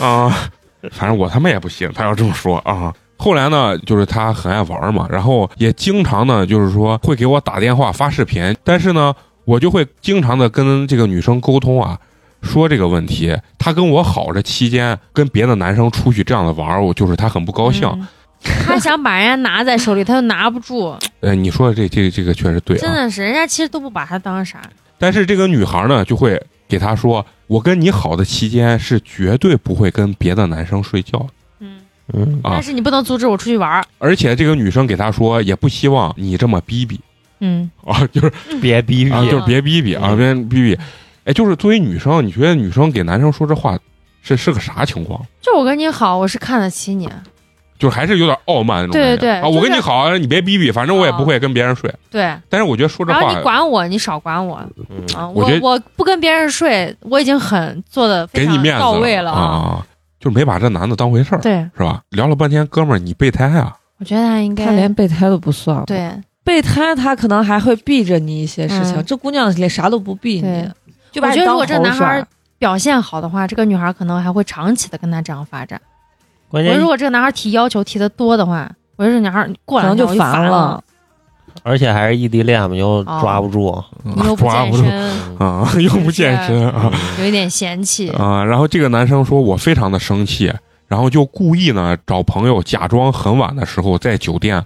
Speaker 2: 啊，反正我他妈也不信，他要这么说啊。后来呢，就是他很爱玩嘛，然后也经常呢，就是说会给我打电话发视频，但是呢，我就会经常的跟这个女生沟通啊，说这个问题。他跟我好这期间跟别的男生出去这样的玩儿，我就是他很不高兴。
Speaker 5: 嗯他想把人家拿在手里，他又拿不住，
Speaker 2: 呃，你说的这这这个确实 *laughs* 对
Speaker 5: 真
Speaker 2: 啊。
Speaker 5: 的是人家其实都不把他当啥。
Speaker 2: 但是这个女孩呢，就会给他说：“我跟你好的期间是绝对不会跟别的男生睡觉的。
Speaker 5: 嗯，
Speaker 6: 嗯，
Speaker 2: 啊
Speaker 5: 但是你不能阻止我出去玩儿。”
Speaker 2: 而且这个女生给他说，也不希望你这么逼 *laughs* 逼
Speaker 5: 嗯，
Speaker 2: 啊，就是
Speaker 6: 别逼逼
Speaker 2: 啊，就是别逼逼啊，别逼逼。哎，就是作为女生，你觉得女生给男生说这话是是个啥情况？
Speaker 5: 就我跟你好，我是看得起你。
Speaker 2: 就是还是有点傲慢那种感觉
Speaker 5: 对对
Speaker 2: 啊！
Speaker 5: 就是
Speaker 2: 我跟你好，你别逼逼，反正我也不会跟别人睡。
Speaker 5: 对，
Speaker 2: 但是我觉得说这
Speaker 5: 然后
Speaker 2: 话呃
Speaker 5: 你管我，你少管我
Speaker 6: 嗯
Speaker 5: 啊！
Speaker 2: 我觉
Speaker 5: 我
Speaker 2: 得
Speaker 5: 我不跟别人睡，我已经很做的
Speaker 2: 给你面子
Speaker 5: 到位
Speaker 2: 了
Speaker 5: 了
Speaker 2: 啊啊，啊就是没把这男的当回事儿，
Speaker 5: 对，
Speaker 2: 是吧？聊了半天，哥们儿，你备胎啊？
Speaker 5: 我觉得他应
Speaker 3: 他
Speaker 5: 该
Speaker 3: 连备胎都不算了，，
Speaker 5: 对
Speaker 3: 备胎他可能还会避着你一些事情，
Speaker 5: 嗯
Speaker 3: 这姑娘连啥都不避
Speaker 5: 对
Speaker 3: 你，就把
Speaker 5: 我
Speaker 3: 你
Speaker 5: 觉得
Speaker 3: 当
Speaker 5: 如果这
Speaker 3: 猴
Speaker 5: 男
Speaker 3: 耍
Speaker 5: 孩表现好的话，这个女孩可能还会长期的跟他这样发展。
Speaker 6: 关
Speaker 5: 我觉
Speaker 6: 键
Speaker 5: 得如果这个男孩提要求提的多的话，我觉得这女孩过
Speaker 3: 可
Speaker 5: 两
Speaker 3: 能
Speaker 5: 天
Speaker 3: 就
Speaker 5: 我就
Speaker 3: 烦
Speaker 5: 了
Speaker 3: 了。。
Speaker 6: 而且还是异地恋嘛，又
Speaker 5: 哦
Speaker 6: 抓不住，
Speaker 3: 嗯
Speaker 5: 你又不
Speaker 2: 抓
Speaker 5: 健
Speaker 2: 不住
Speaker 5: 身， *laughs*
Speaker 2: 啊，又不健身啊
Speaker 5: 有一点嫌弃。
Speaker 2: 啊！然后这个男生说我非常的生气，然后就故意呢找朋友假装很晚的时候在酒店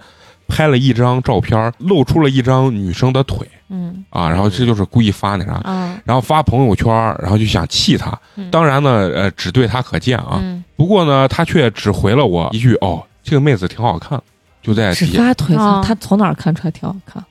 Speaker 2: 拍了一张照片，露出了一张女生的腿
Speaker 5: 嗯
Speaker 2: 啊，然后这就是故意发那啥，
Speaker 5: 啊，
Speaker 2: 然后发朋友圈，然后就想气他。
Speaker 5: 嗯
Speaker 2: 当然呢，呃，只对他可见啊。
Speaker 5: 嗯
Speaker 2: 不过呢，他却只回了我一句：“哦，这个妹子挺好看。”就在
Speaker 3: 只
Speaker 2: 底下
Speaker 3: 发腿
Speaker 5: 啊
Speaker 3: 他他从哪儿看出来挺好看？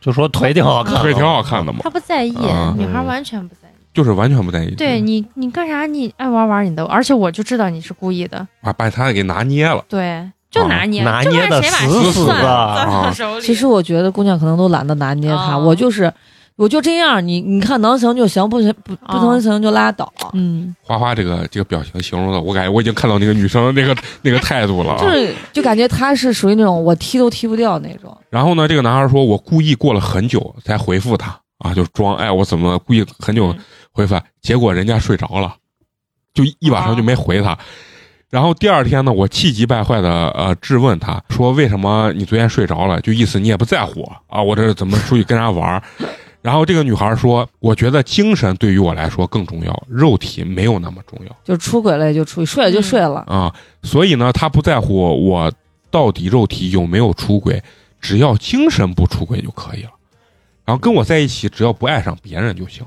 Speaker 6: 就说腿挺好看，
Speaker 2: 腿挺好看的嘛，
Speaker 5: 他不在意
Speaker 2: 啊，
Speaker 5: 女孩完全不在意。
Speaker 2: 就是完全不在意。
Speaker 5: 对你，你干啥？你爱玩玩你的，而且我就知道你是故意的。
Speaker 2: 把把他给拿捏了。
Speaker 5: 对，
Speaker 2: 哦
Speaker 5: 就拿捏，
Speaker 6: 拿
Speaker 5: 就
Speaker 6: 捏
Speaker 5: 看
Speaker 6: 的
Speaker 5: 谁把
Speaker 6: 死
Speaker 5: 谁
Speaker 2: 死
Speaker 5: 算
Speaker 2: 的
Speaker 5: 攥到
Speaker 2: 啊
Speaker 5: 手里。
Speaker 3: 其实我觉得姑娘可能都懒得拿捏他，
Speaker 5: 哦
Speaker 3: 我就是我就这样，你你看能行就行，不行不不
Speaker 5: 哦
Speaker 3: 能行就拉倒。
Speaker 2: 啊
Speaker 5: 嗯，
Speaker 2: 花花这个这个表情形容的，我感觉我已经看到那个女生那个那个态度了、啊。
Speaker 3: 就是就感觉他是属于那种我踢都踢不掉那种，
Speaker 2: 然后呢，这个男孩说：“我故意过了很久才回复他啊，就装哎我怎么故意很久回复他，结果人家睡着了，就一晚上就没回他。然后第二天呢，我气急败坏的呃质问他说：“为什么你昨天睡着了？就意思你也不在乎我啊？我这是怎么出去跟人家玩儿？” *laughs* 然后这个女孩说：“我觉得精神对于我来说更重要，肉体没有那么重要
Speaker 3: 就出轨了也就出，睡了就睡了。
Speaker 2: 啊。所以呢，她不在乎我到底肉体有没有出轨，只要精神不出轨就可以了。然后跟我在一起，只要不爱上别人就行。”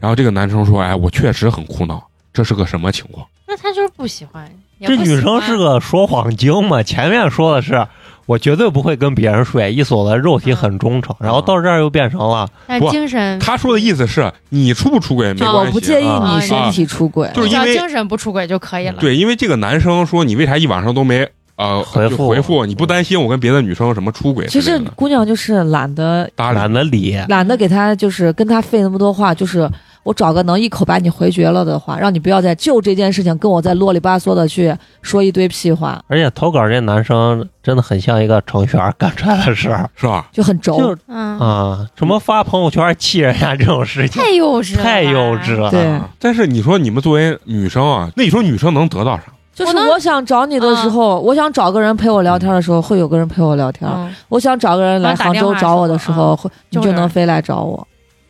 Speaker 2: 然后这个男生说：“哎，我确实很苦恼，这是个什么情况？”
Speaker 5: 那他就是不喜欢。也
Speaker 6: 这
Speaker 5: 不
Speaker 6: 女
Speaker 5: 喜
Speaker 6: 生
Speaker 5: 欢
Speaker 6: 是个说谎精嘛？前面说的是我绝对不会跟别人睡，一所的肉体很忠诚，
Speaker 2: 啊
Speaker 6: 然后到这儿又变成了
Speaker 5: 但
Speaker 2: 不
Speaker 5: 精神
Speaker 2: 他说的意思是你出不出轨没关
Speaker 3: 我
Speaker 2: 系，
Speaker 3: 嗯哦不介意
Speaker 5: 啊
Speaker 3: 你身体出轨，
Speaker 2: 就是
Speaker 5: 只
Speaker 2: 因
Speaker 5: 要
Speaker 2: 为
Speaker 5: 精神不出轨就可以了。
Speaker 2: 对，因为这个男生说你为啥一晚上都没呃
Speaker 6: 回复
Speaker 2: 就回复，你不担心我跟别的女生什么出轨之
Speaker 3: 其实
Speaker 2: 类的？
Speaker 3: 姑娘就是懒得
Speaker 2: 搭理
Speaker 6: 懒得理，
Speaker 3: 懒得给他就是跟他费那么多话，就是我找个能一口把你回绝了的话，让你不要再就这件事情跟我再啰里吧嗦的去说一堆屁话，
Speaker 6: 而且投稿这男生真的很像一个程序员干出来的事儿
Speaker 2: 是吧？
Speaker 3: 就很轴。
Speaker 6: 就
Speaker 5: 嗯，
Speaker 6: 啊，什么发朋友圈气人家这种事情
Speaker 5: 太幼稚了，
Speaker 6: 太幼稚。了。
Speaker 3: 对，
Speaker 2: 啊但是你说你们作为女生啊，那你说女生能得到啥？
Speaker 3: 就是我嗯想找你的时候，我想找个人陪我聊天的时候，会有个人陪我聊天；
Speaker 5: 嗯，
Speaker 3: 我想找个人来杭州找我的时候，会你就能飞来找我，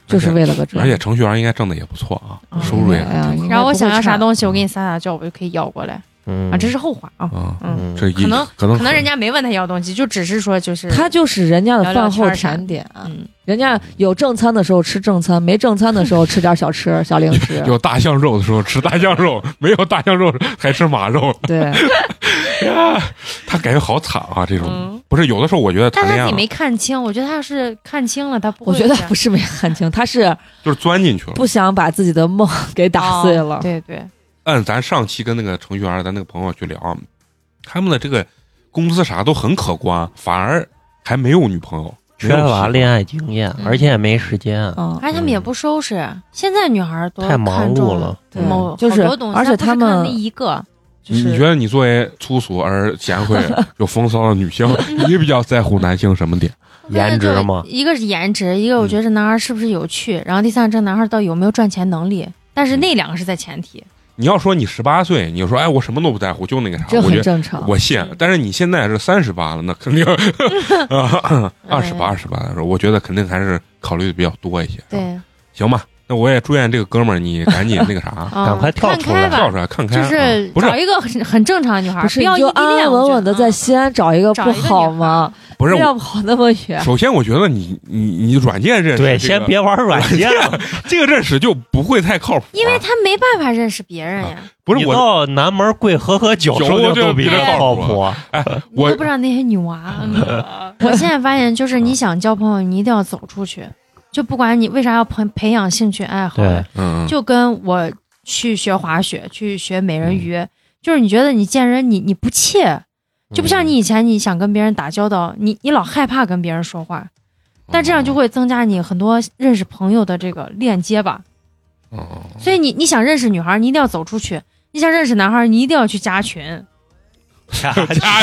Speaker 3: 就是为了个这。
Speaker 2: 而且程序员应该挣的也不错啊，
Speaker 5: 嗯
Speaker 2: 收入也
Speaker 3: 哎呀
Speaker 2: 很挺
Speaker 5: 然后我想要啥
Speaker 3: 西，
Speaker 5: 东西，我给你撒撒娇，我就可以要过来
Speaker 6: 嗯
Speaker 5: 啊，这是后话啊。
Speaker 2: 好啊。
Speaker 5: 嗯，
Speaker 2: 这一
Speaker 5: 可能
Speaker 2: 可能
Speaker 5: 可能人家没问他要东西，就只是说就是
Speaker 3: 他就是人家的饭后甜点，啊
Speaker 5: 嗯，
Speaker 3: 人家有正餐的时候吃正餐，没正餐的时候吃点小吃、 *laughs* 小零食。
Speaker 2: 有大象肉的时候吃大象肉，没有大象肉还吃马肉， *laughs*
Speaker 3: 对， *laughs*
Speaker 2: 他感觉好惨啊！这种
Speaker 5: 嗯
Speaker 2: 不是有的时候我觉得
Speaker 5: 但
Speaker 2: 谈
Speaker 5: 他
Speaker 2: 恋
Speaker 5: 自
Speaker 2: 爱
Speaker 5: 己
Speaker 2: 啊
Speaker 5: 没看清，我觉得他要是看清了，他不会
Speaker 3: 我
Speaker 5: 这
Speaker 3: 觉
Speaker 5: 样。
Speaker 3: 得不是没看清，他是
Speaker 2: 啊就是钻进去了。
Speaker 3: 不想把自己的梦给打碎
Speaker 5: 哦
Speaker 3: 了。
Speaker 5: 对对，
Speaker 2: 按咱上期跟那个程序员，咱那个朋友去聊啊，他们的这个工资啥都很可观，反而还没有女朋友，
Speaker 6: 缺乏恋
Speaker 2: 爱。
Speaker 6: 爱经验，
Speaker 5: 嗯
Speaker 6: 而且也没时间，啊
Speaker 3: 嗯，
Speaker 5: 而且他们也不收拾。啊现在女孩多
Speaker 6: 太忙
Speaker 5: 看
Speaker 6: 碌
Speaker 5: 重
Speaker 6: 了，
Speaker 3: 对
Speaker 5: 某好
Speaker 3: 就是
Speaker 5: 多东西，
Speaker 3: 而且
Speaker 5: 她
Speaker 3: 他
Speaker 5: 不是看
Speaker 3: 们
Speaker 5: 那一个，
Speaker 3: 就
Speaker 2: 你
Speaker 3: 是
Speaker 2: 你觉得你作为粗俗而贤
Speaker 5: *laughs*
Speaker 2: 惠、有风骚的女性，你比较在乎男性什么点？
Speaker 6: 颜值嘛
Speaker 5: 一个是颜值，一个我
Speaker 2: 嗯
Speaker 5: 觉得这男孩是不是有趣，然后第三个这男孩到底有没有赚钱能力。但是那两个是在前提，
Speaker 2: 你要说你十八岁，你就说哎，我什么都不在乎，就那个啥，
Speaker 3: 这
Speaker 2: 我觉
Speaker 3: 很
Speaker 2: 得
Speaker 3: 正
Speaker 5: 啊
Speaker 3: 常。
Speaker 2: 我信。但是你现在是三十八了，那肯
Speaker 5: *laughs*
Speaker 2: 定啊二十八、二十八的时候，我觉得肯定还是考虑的比较多一些。，
Speaker 5: 对，
Speaker 2: 行吧，那我也祝愿这个哥们儿
Speaker 5: *laughs*
Speaker 2: 你赶紧那个啥
Speaker 5: 啊
Speaker 6: 赶快跳出来
Speaker 5: 看开吧
Speaker 2: 跳出来看看，
Speaker 5: 就是
Speaker 2: 啊不
Speaker 5: 找
Speaker 2: 是
Speaker 5: 一个很很正常的女孩，
Speaker 3: 不是，
Speaker 5: 要
Speaker 3: 你
Speaker 5: 异
Speaker 3: 就
Speaker 5: 地恋。
Speaker 3: 安安
Speaker 5: 我
Speaker 3: 稳
Speaker 5: 觉得啊
Speaker 3: 稳的在西安找一个不嗯好吗？
Speaker 2: 不是
Speaker 3: 非
Speaker 2: 我。
Speaker 3: 要跑那么远，
Speaker 2: 首先，我觉得你你你软件
Speaker 5: 嗯
Speaker 2: 认识
Speaker 6: 对，
Speaker 2: *laughs* 这个
Speaker 6: 先别玩软件了，
Speaker 2: 这个认识就不会太靠谱啊，
Speaker 5: 因为他没办法认识别人呀，
Speaker 2: *laughs* 不
Speaker 6: 你
Speaker 2: 是我
Speaker 6: 到南门跪喝喝酒，
Speaker 2: 酒
Speaker 6: 说不定都比
Speaker 2: 就
Speaker 6: 这
Speaker 2: 比这靠
Speaker 6: 靠谱
Speaker 2: 谱。
Speaker 5: 你
Speaker 2: 我
Speaker 5: 都不知道那些女娃。
Speaker 2: *laughs*
Speaker 5: 我现在发现，就是你想交朋友，你一定要走出去，就不管你为啥要培培养兴趣爱好，
Speaker 6: 对，
Speaker 2: 嗯，嗯
Speaker 5: 就跟我去学滑雪，去学美人鱼，就是你觉得你见人你你不怯，就不像你以前你想跟别人打交道，你你老害怕跟别人说话，
Speaker 2: 嗯
Speaker 5: 但这样就会增加你很多认识朋友的这个链接吧。
Speaker 2: 嗯嗯嗯
Speaker 5: 所以你你想认识女孩，你一定要走出去；你想认识男孩，你一定要去加群，
Speaker 2: *laughs* 加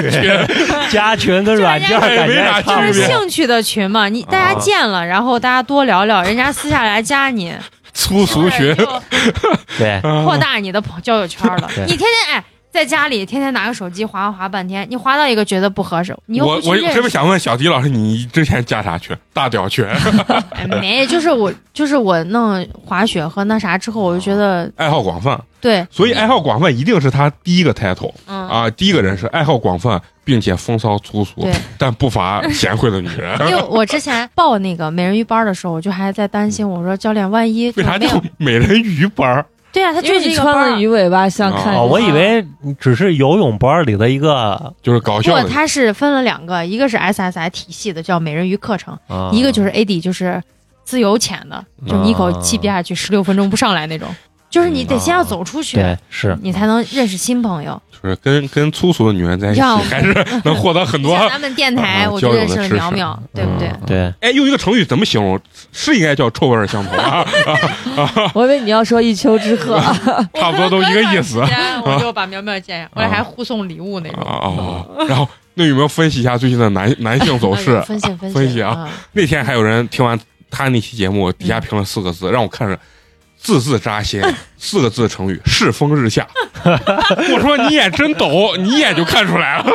Speaker 2: 群，
Speaker 5: *laughs*
Speaker 2: 哎
Speaker 6: 加群跟软件感觉也差
Speaker 5: 就
Speaker 6: 不多。
Speaker 5: 是兴趣的群嘛。你大家见
Speaker 2: 啊
Speaker 5: 了，然后大家多聊聊，人家私下来加
Speaker 2: *laughs*
Speaker 5: 你，
Speaker 2: 粗俗啊群，
Speaker 5: 就
Speaker 6: 对，
Speaker 5: 扩大你的朋交友圈了。
Speaker 6: 对
Speaker 5: 你天天哎。在家里天天拿个手机滑滑滑半天，你滑到一个觉得不合适，你又
Speaker 2: 我
Speaker 5: 不去
Speaker 2: 我
Speaker 5: 认
Speaker 2: 特别
Speaker 5: 识，
Speaker 2: 想问小迪老师，你之前加啥群？大屌群？ *laughs*
Speaker 5: 哎没，就是我就是我弄滑雪和那啥之后，我就觉得
Speaker 2: 爱好广泛，
Speaker 5: 对，
Speaker 2: 所以爱好广泛一定是他第一个 title
Speaker 5: 嗯，
Speaker 2: 啊，第一个人是爱好广泛，并且风骚粗俗
Speaker 5: 对，
Speaker 2: 但不乏贤惠的女
Speaker 5: *laughs*
Speaker 2: 人。
Speaker 5: 因为我之前报那个美人鱼班的时候，我就还在担心，我说教练万一
Speaker 2: *laughs* 为啥
Speaker 5: 没
Speaker 2: 叫
Speaker 5: 有？
Speaker 2: 美人鱼班儿？
Speaker 5: 对啊，他
Speaker 3: 因
Speaker 5: 就
Speaker 3: 为
Speaker 5: 是
Speaker 3: 你
Speaker 5: 一个
Speaker 3: 穿
Speaker 5: 班
Speaker 3: 了
Speaker 5: 儿
Speaker 3: 鱼尾巴像看
Speaker 6: 哦，
Speaker 3: 着。
Speaker 6: 我
Speaker 5: 啊
Speaker 6: 以为只是游泳班里的一个，
Speaker 2: 就是搞笑的，
Speaker 5: 不，它是分了两个，一个是 SSI 体系的叫美人鱼课程，
Speaker 6: 啊
Speaker 5: 一个就是 AD 就是自由潜的，就你一口气憋下去十六分钟不上来那种，就是你得先要走出去，
Speaker 6: 嗯对，是
Speaker 5: 你才能认识新朋友。
Speaker 2: 就是跟跟粗俗的女人在一起，
Speaker 5: 让我
Speaker 2: 还是能获得
Speaker 5: *laughs*
Speaker 2: 很多。
Speaker 5: 像咱们电台，
Speaker 2: 啊
Speaker 5: 我
Speaker 2: 交
Speaker 5: 就
Speaker 2: 友的
Speaker 5: 认识
Speaker 2: 知
Speaker 5: 了
Speaker 2: 识嗯
Speaker 5: 苗苗，对不对？
Speaker 6: 对，
Speaker 2: 哎，用一个成语怎么形容？是应该叫臭味儿相投
Speaker 5: *laughs*
Speaker 2: 啊，
Speaker 3: 我以为你要说一丘之貉，
Speaker 2: 差不多都一个意思
Speaker 5: 我朋友前段时间我就把苗苗
Speaker 2: *laughs*
Speaker 5: 见下，我俩还互送礼物那
Speaker 2: 啊
Speaker 5: 种。
Speaker 2: 啊！啊然后那有没有分析一下最近的男男性走势
Speaker 5: *laughs* 哎？分析分析
Speaker 2: 分析啊！那天还有人听完他那期节目，底下
Speaker 6: 嗯
Speaker 2: 评论四个字，让我看着字字扎
Speaker 6: *laughs*
Speaker 2: 心，四个字成语“世风日下” 。我说你也真懂，你一眼就看出来了。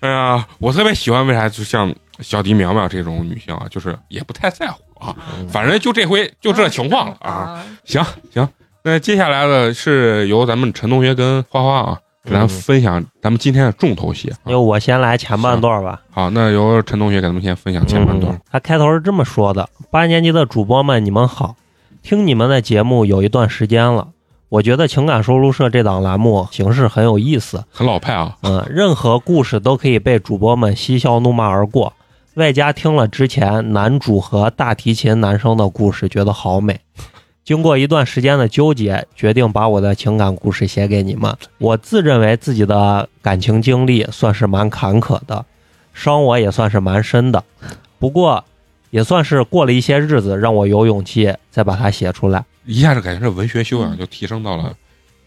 Speaker 2: *laughs* 哎呀，我特别喜欢，为啥就像小迪苗苗这种女性啊，就是也不太在乎啊，*laughs*
Speaker 6: 嗯
Speaker 2: 反正就这回就这情况了啊。行行，那接下来的是由咱们陈同学跟花花啊，给咱
Speaker 6: 嗯
Speaker 2: 分享咱们今天的重头戏啊。
Speaker 6: 要我先来前半段吧。
Speaker 2: 好，那由陈同学给咱们先分享前半段
Speaker 6: 嗯。他开头是这么说的：“八年级的主播们，你们好，听你们的节目有一段时间了，我觉得情感收录社这档栏目形式很有意思，
Speaker 2: 很老派啊，
Speaker 6: 嗯，任何故事都可以被主播们嬉笑怒骂而过。外加听了之前男主和大提琴男生的故事，觉得好美。经过一段时间的纠结，决定把我的情感故事写给你们。我自认为自己的感情经历算是蛮坎坷的，伤我也算是蛮深的。不过，也算是过了一些日子，让我有勇气再把它写出来。
Speaker 2: 一下子感觉这文学修
Speaker 3: 嗯
Speaker 2: 养就提升到了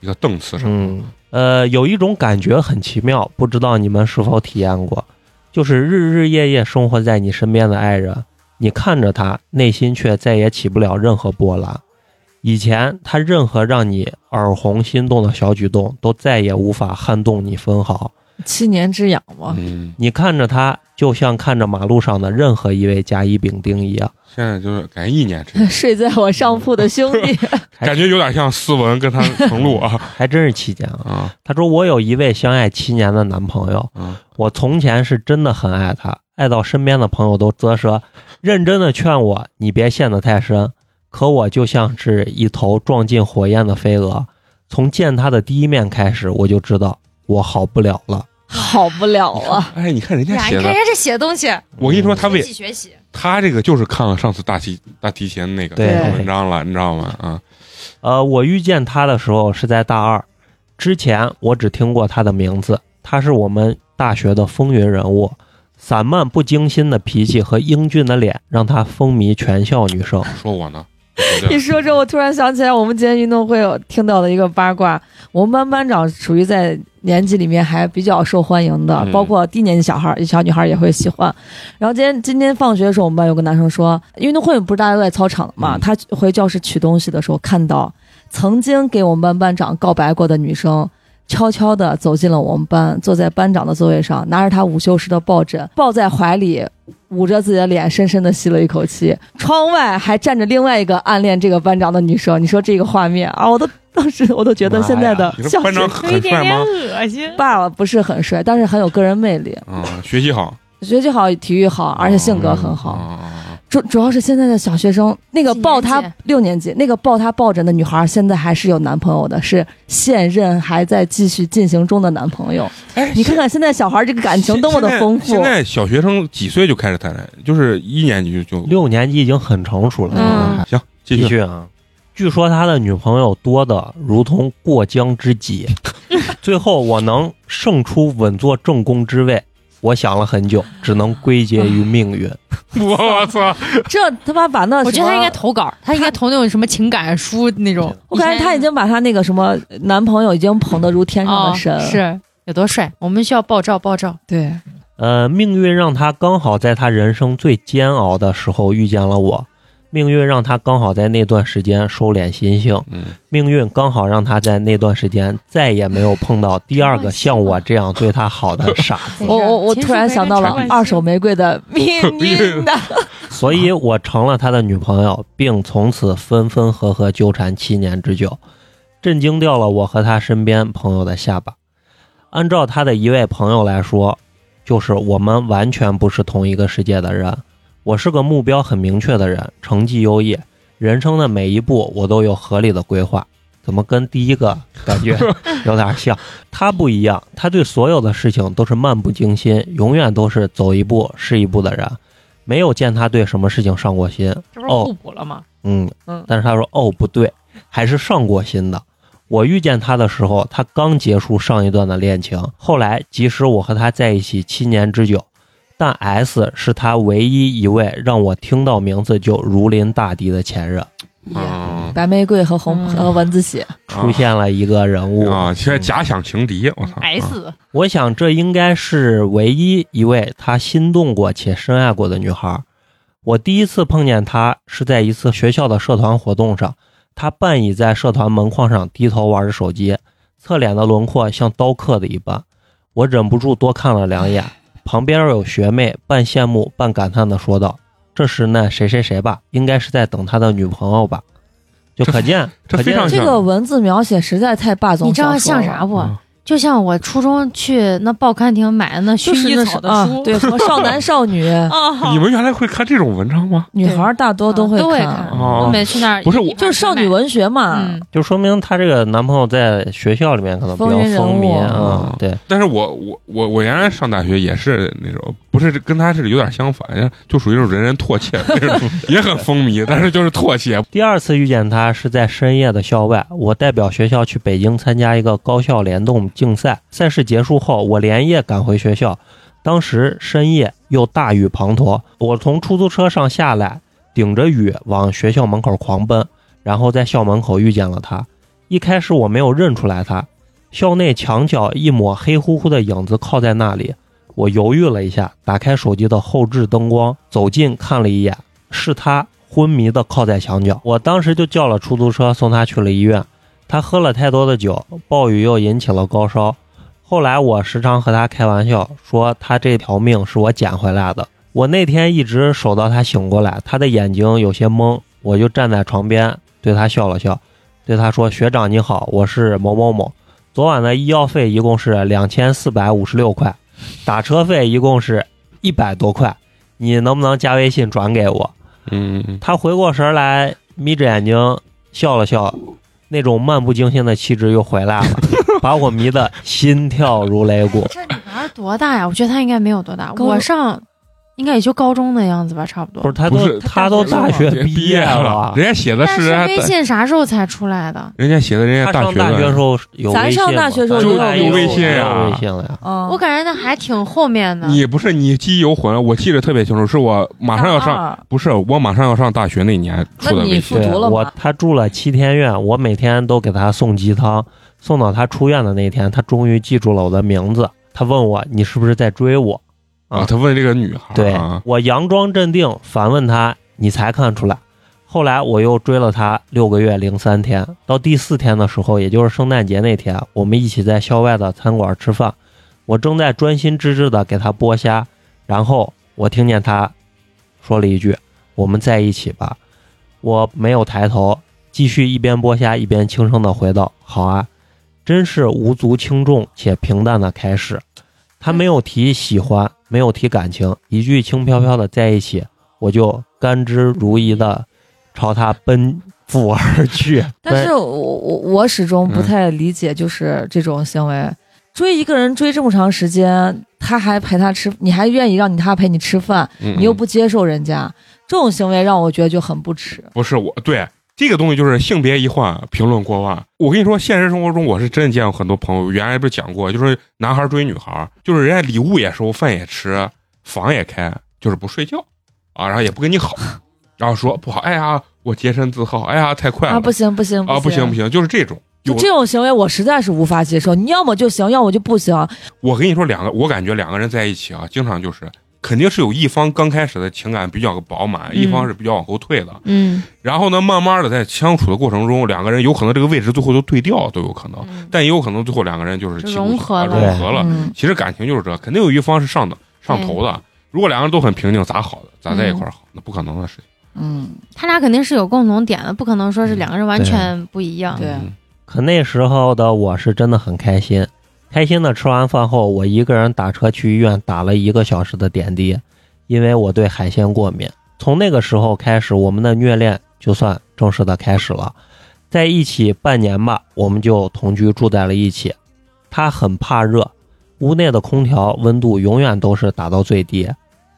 Speaker 2: 一个档次上。
Speaker 6: 嗯，呃，有一种感觉很奇妙，不知道你们是否体验过，就是日日夜夜生活在你身边的爱人，你看着他，内心却再也起不了任何波澜。以前他任何让你耳红心动的小举动，都再也无法撼动你分毫。
Speaker 3: *laughs* 七年之痒嘛。
Speaker 2: 嗯，
Speaker 6: 你看着他，就像看着马路上的任何一位甲乙丙丁一样。
Speaker 2: 现在就是感觉一年
Speaker 3: *laughs*
Speaker 2: 之，
Speaker 3: 睡在我上铺的兄 *laughs* 弟，
Speaker 2: 感觉有点像斯文跟他程璐
Speaker 3: *laughs*
Speaker 2: 啊
Speaker 6: 还真是期间啊。
Speaker 2: 啊
Speaker 6: 他说：“我有一位相爱七年的男朋友，
Speaker 2: 啊！
Speaker 6: 我从前是真的很爱他，爱到身边的朋友都啧舌，认真的劝我你别陷得太深。可我就像是一头撞进火焰的飞蛾，从见他的第一面开始，我就知道我好不了了。
Speaker 3: 好不了啊！
Speaker 2: 哎，你看人家
Speaker 5: 呀，你
Speaker 2: 写
Speaker 5: 看
Speaker 2: 的，
Speaker 5: 人家这写的东西，
Speaker 2: 我跟你说，他
Speaker 5: 学
Speaker 2: 为
Speaker 5: 习学习。
Speaker 2: 他这个就是看了上次大提大提琴那个
Speaker 6: 对
Speaker 2: 文章了，你知道吗？啊，
Speaker 6: 呃，我遇见他的时候是在大二，之前我只听过他的名字，他是我们大学的风云人物，散漫不经心的脾气和英俊的脸让他风靡全校女生。
Speaker 2: 说我呢，
Speaker 3: 一说这，我突然想起来我们今天运动会有听到的一个八卦，我们班班长属于在年级里面还比较受欢迎的
Speaker 2: 嗯，
Speaker 3: 包括低年级小孩儿、小女孩儿也会喜欢。然后今天今天放学的时候，我们班有个男生说，运动会不是大家都在操场嘛，
Speaker 2: 嗯
Speaker 3: 他回教室取东西的时候看到曾经给我们班班长告白过的女生。悄悄地走进了我们班，坐在班长的座位上，拿着他午休时的抱枕抱在怀里，捂着自己的脸，深深地吸了一口气。窗外还站着另外一个暗恋这个班长的女生，你说这个画面啊，我都当时我都觉得现在的
Speaker 2: 你
Speaker 3: 校
Speaker 2: 说班长
Speaker 3: 长
Speaker 5: 有一
Speaker 2: 很
Speaker 5: 点
Speaker 2: 帅
Speaker 5: 点
Speaker 2: 吗？
Speaker 5: 恶心。
Speaker 3: *laughs* 爸爸不是很帅，但是很有个人魅力，
Speaker 2: 嗯，学习好，
Speaker 3: 学习好，体育好，而且性格很好。
Speaker 2: 啊，
Speaker 3: 主主要是现在的小学生，那个
Speaker 5: 几年
Speaker 3: 抱他
Speaker 5: 级
Speaker 3: 六年级那个抱他抱枕的女孩，现在还是有男朋友的，是现任还在继续进行中的男朋友。
Speaker 2: 哎，
Speaker 3: 你看看现在小孩这个感情多么的丰富
Speaker 2: 现在。现在小学生几岁就开始谈恋爱？就是一年级就就
Speaker 6: 六年级已经很成熟了。
Speaker 5: 嗯
Speaker 2: 行，继
Speaker 6: 继
Speaker 2: 续。
Speaker 6: 续啊，据说他的女朋友多的如同过江之鲫。最后我能胜出，稳坐正宫之位。我想了很久，只能归结于命运。
Speaker 2: *laughs* 我
Speaker 3: *laughs*
Speaker 2: 操，
Speaker 3: 这他妈把那
Speaker 5: 我觉得
Speaker 2: 啊
Speaker 3: 什
Speaker 5: 他
Speaker 3: 么
Speaker 5: 应该投稿，他应该投那种什么情感书那种。
Speaker 3: 我感觉他已经把他那个什么男朋友已经捧得如天上
Speaker 5: 哦
Speaker 3: 的神，
Speaker 5: 是有多帅，我们需要爆照爆照。
Speaker 3: 对，
Speaker 6: 呃，命运让他刚好在他人生最煎熬的时候遇见了我，命运让他刚好在那段时间收敛心性，
Speaker 2: 嗯，
Speaker 6: 命运刚好让他在那段时间再也没有碰到第二个像我这样对他好的傻子，
Speaker 3: 我我我突然想到了二手玫瑰的命运的，
Speaker 6: 所以我成了他的女朋友，并从此分分合合纠缠七年之久，震惊掉了我和他身边朋友的下巴。按照他的一位朋友来说，就是我们完全不是同一个世界的人。我是个目标很明确的人，成绩优异，人生的每一步我都有合理的规划。怎么跟第一个感觉有点像？他不一样，他对所有的事情都是漫不经心，永远都是走一步是一步的人。没有见他对什么事情上过心，
Speaker 5: 这不是
Speaker 2: 哦
Speaker 5: 互补了吗？
Speaker 6: 嗯
Speaker 3: 嗯，
Speaker 6: 但是他说哦不对，还是上过心的。我遇见他的时候，他刚结束上一段的恋情。后来，即使我和他在一起七年之久，但 S 是他唯一一位让我听到名字就如临大敌的前任。
Speaker 2: 嗯
Speaker 3: *laughs* 白玫瑰和红
Speaker 5: 嗯
Speaker 3: 和蚊子血，
Speaker 6: 出现了一个人物
Speaker 2: 啊，现在假想情敌，我操
Speaker 3: 嗯
Speaker 5: S
Speaker 6: 我想这应该是唯一一位他心动过且深爱过的女孩。我第一次碰见她是在一次学校的社团活动上，她半倚在社团门框上低头玩着手机，侧脸的轮廓像刀刻的一般。我忍不住多看了两眼，旁边有学妹半羡慕半感叹的说道：“这时呢，谁谁谁吧，应该是在等他的女朋友吧。”就可见，
Speaker 2: 这
Speaker 6: 可
Speaker 2: 非
Speaker 6: 见
Speaker 2: 常
Speaker 3: 这个文字描写实在太霸总
Speaker 5: 你知道
Speaker 3: 小说了。
Speaker 5: 像啥不？
Speaker 2: 嗯
Speaker 5: 就像我初中去那报刊亭买的那薰
Speaker 3: 就是
Speaker 5: 衣
Speaker 3: 那
Speaker 5: 草的
Speaker 3: 啊
Speaker 5: 书，
Speaker 3: 对
Speaker 5: *laughs*
Speaker 3: 什么少男少女，
Speaker 5: 啊，
Speaker 2: 你们原来会看这种文章吗？
Speaker 3: 女孩儿大多都会
Speaker 5: 都会
Speaker 3: 看，
Speaker 2: 哦
Speaker 5: 我每次去那儿
Speaker 2: 不是我
Speaker 3: 就是少女，文学
Speaker 5: 一
Speaker 3: 嘛。
Speaker 5: 盘一盘买嗯，
Speaker 6: 就说明她这个男朋友在学校里面可能比较
Speaker 3: 风云人
Speaker 6: 风
Speaker 3: 物
Speaker 6: 靡啊
Speaker 2: 嗯，
Speaker 6: 对。
Speaker 2: 但是我我我我原来上大学也是那种，不是跟他是有点相反，就属于那种人人唾弃那种， *laughs* 也很风靡，但是就是唾弃。
Speaker 6: 第二次遇见他是在深夜的校外，我代表学校去北京参加一个高校联动竞赛。赛事结束后，我连夜赶回学校。当时深夜又大雨滂沱，我从出租车上下来，顶着雨往学校门口狂奔，然后在校门口遇见了他。一开始我没有认出来他，校内墙角一抹黑乎乎的影子靠在那里。我犹豫了一下，打开手机的后置灯光，走近看了一眼，是他昏迷的靠在墙角。我当时就叫了出租车送他去了医院。他喝了太多的酒，暴雨又引起了高烧。后来我时常和他开玩笑说，他这条命是我捡回来的。我那天一直守到他醒过来，他的眼睛有些懵，我就站在床边对他笑了笑，对他说：“学长你好，我是某某某。昨晚的医药费一共是两千四百五十六块，打车费一共是一百多块，你能不能加微信转给我？”
Speaker 2: *laughs* 嗯，
Speaker 6: 他回过神来，眯着眼睛笑了笑，那种漫不经心的气质又回来了，把我迷得心跳如擂鼓。
Speaker 5: 这女孩多大呀？我觉得她应该没有多大，
Speaker 3: 高
Speaker 5: 我上应该也就高中的样子吧，差不
Speaker 6: 不是，。
Speaker 5: 多
Speaker 6: 他
Speaker 2: 不
Speaker 6: 都
Speaker 2: 是
Speaker 6: 他都大学毕业
Speaker 2: 了，人家写的
Speaker 5: 但
Speaker 2: 是
Speaker 5: 是
Speaker 2: 人
Speaker 5: 微
Speaker 2: 家
Speaker 5: 信啥时候才出来的？
Speaker 2: 人家写的人
Speaker 6: 他
Speaker 2: 家
Speaker 6: 上
Speaker 2: 学
Speaker 6: 大学的
Speaker 2: 的
Speaker 6: 时候有
Speaker 3: 咱
Speaker 6: 微信
Speaker 3: 上
Speaker 6: 吗
Speaker 3: 大学时候
Speaker 6: 咱
Speaker 2: 就
Speaker 6: 上大学
Speaker 2: 有微
Speaker 6: 时候
Speaker 2: 信
Speaker 6: 有
Speaker 2: 啊
Speaker 6: 微信了呀。
Speaker 3: 嗯，
Speaker 5: 我感觉那还挺后面的。
Speaker 2: 你不是你记忆犹魂，我记得特别清楚，是我马上要
Speaker 3: 大
Speaker 2: 上，
Speaker 3: 二
Speaker 2: 不是我马上要上大学那年出
Speaker 3: 啊那
Speaker 2: 的
Speaker 3: 你
Speaker 2: 微
Speaker 3: 复
Speaker 2: 信。
Speaker 6: 对
Speaker 3: 读了
Speaker 6: 我
Speaker 3: 吗？
Speaker 6: 他住了七天院，我每天都给他送鸡汤，送到他出院的那天，他终于记住了我的名字。他问我你是不是在追我？
Speaker 2: 啊，他问这个女孩儿
Speaker 6: 对
Speaker 2: 啊，
Speaker 6: 我佯装镇定，反问他：“你才看出来？”后来我又追了他六个月零三天，到第四天的时候，也就是圣诞节那天，我们一起在校外的餐馆吃饭，我正在专心致志的给他剥虾，然后我听见他说了一句：“我们在一起吧。”我没有抬头，继续一边剥虾一边轻声的回道：“好啊。”真是无足轻重且平淡的开始，他没有提喜欢，没有提感情，一句轻飘飘的在一起，我就甘之如饴的朝他奔赴而去。
Speaker 3: 但是我我我始
Speaker 2: 嗯
Speaker 3: 终不太理解，就是这种行为，追一个人追这么长时间，他还陪他吃，你还愿意让你他陪你吃饭，
Speaker 2: 你
Speaker 3: 你又不接受人家，这种行为让我觉得就很不耻。
Speaker 2: 不是我对这个东西就是性别一换，评论过万。我跟你说，现实生活中我是真的见过很多朋友，原来不是讲过，就是男孩追女孩，就是人家礼物也收，饭也吃，房也开，就是不睡觉啊，然后也不跟你好，然后说不好，哎呀，我洁身自好，哎呀，太快了
Speaker 3: 啊，不行不行
Speaker 2: 啊不行不行，就是这种。
Speaker 3: 就
Speaker 2: 有
Speaker 3: 这种行为我实在是无法接受。你要么就行，要么就不行。
Speaker 2: 我跟你说，两个我感觉两个人在一起啊，经常就是肯定是有一方刚开始的情感比较饱
Speaker 3: 嗯
Speaker 2: 满，一方是比较往后退的，
Speaker 5: 嗯，
Speaker 2: 然后呢，慢慢的在相处的过程中，两个人有可能这个位置最后都对调都有可能，
Speaker 5: 嗯
Speaker 2: 哦但也有可能最后两个人就是
Speaker 5: 就
Speaker 2: 旗鼓
Speaker 5: 融合
Speaker 2: 啊
Speaker 5: 了
Speaker 2: 融合了。
Speaker 3: 嗯，
Speaker 2: 其实感情就是这，肯定有一方是上的上头的。如果两个人都很平静，咋好的？咋在一块儿好？那不可能的事情。
Speaker 3: 嗯，
Speaker 5: 他俩肯定是有共同点的，不可能说是两个人完
Speaker 6: 对
Speaker 5: 全不一样。
Speaker 3: 对
Speaker 2: 嗯
Speaker 6: 可那时候的我是真的很开心，开心的吃完饭后，我一个人打车去医院打了一个小时的点滴，因为我对海鲜过敏。从那个时候开始，我们的虐恋就算正式的开始了。在一起半年吧，我们就同居住在了一起。他很怕热，屋内的空调温度永远都是打到最低。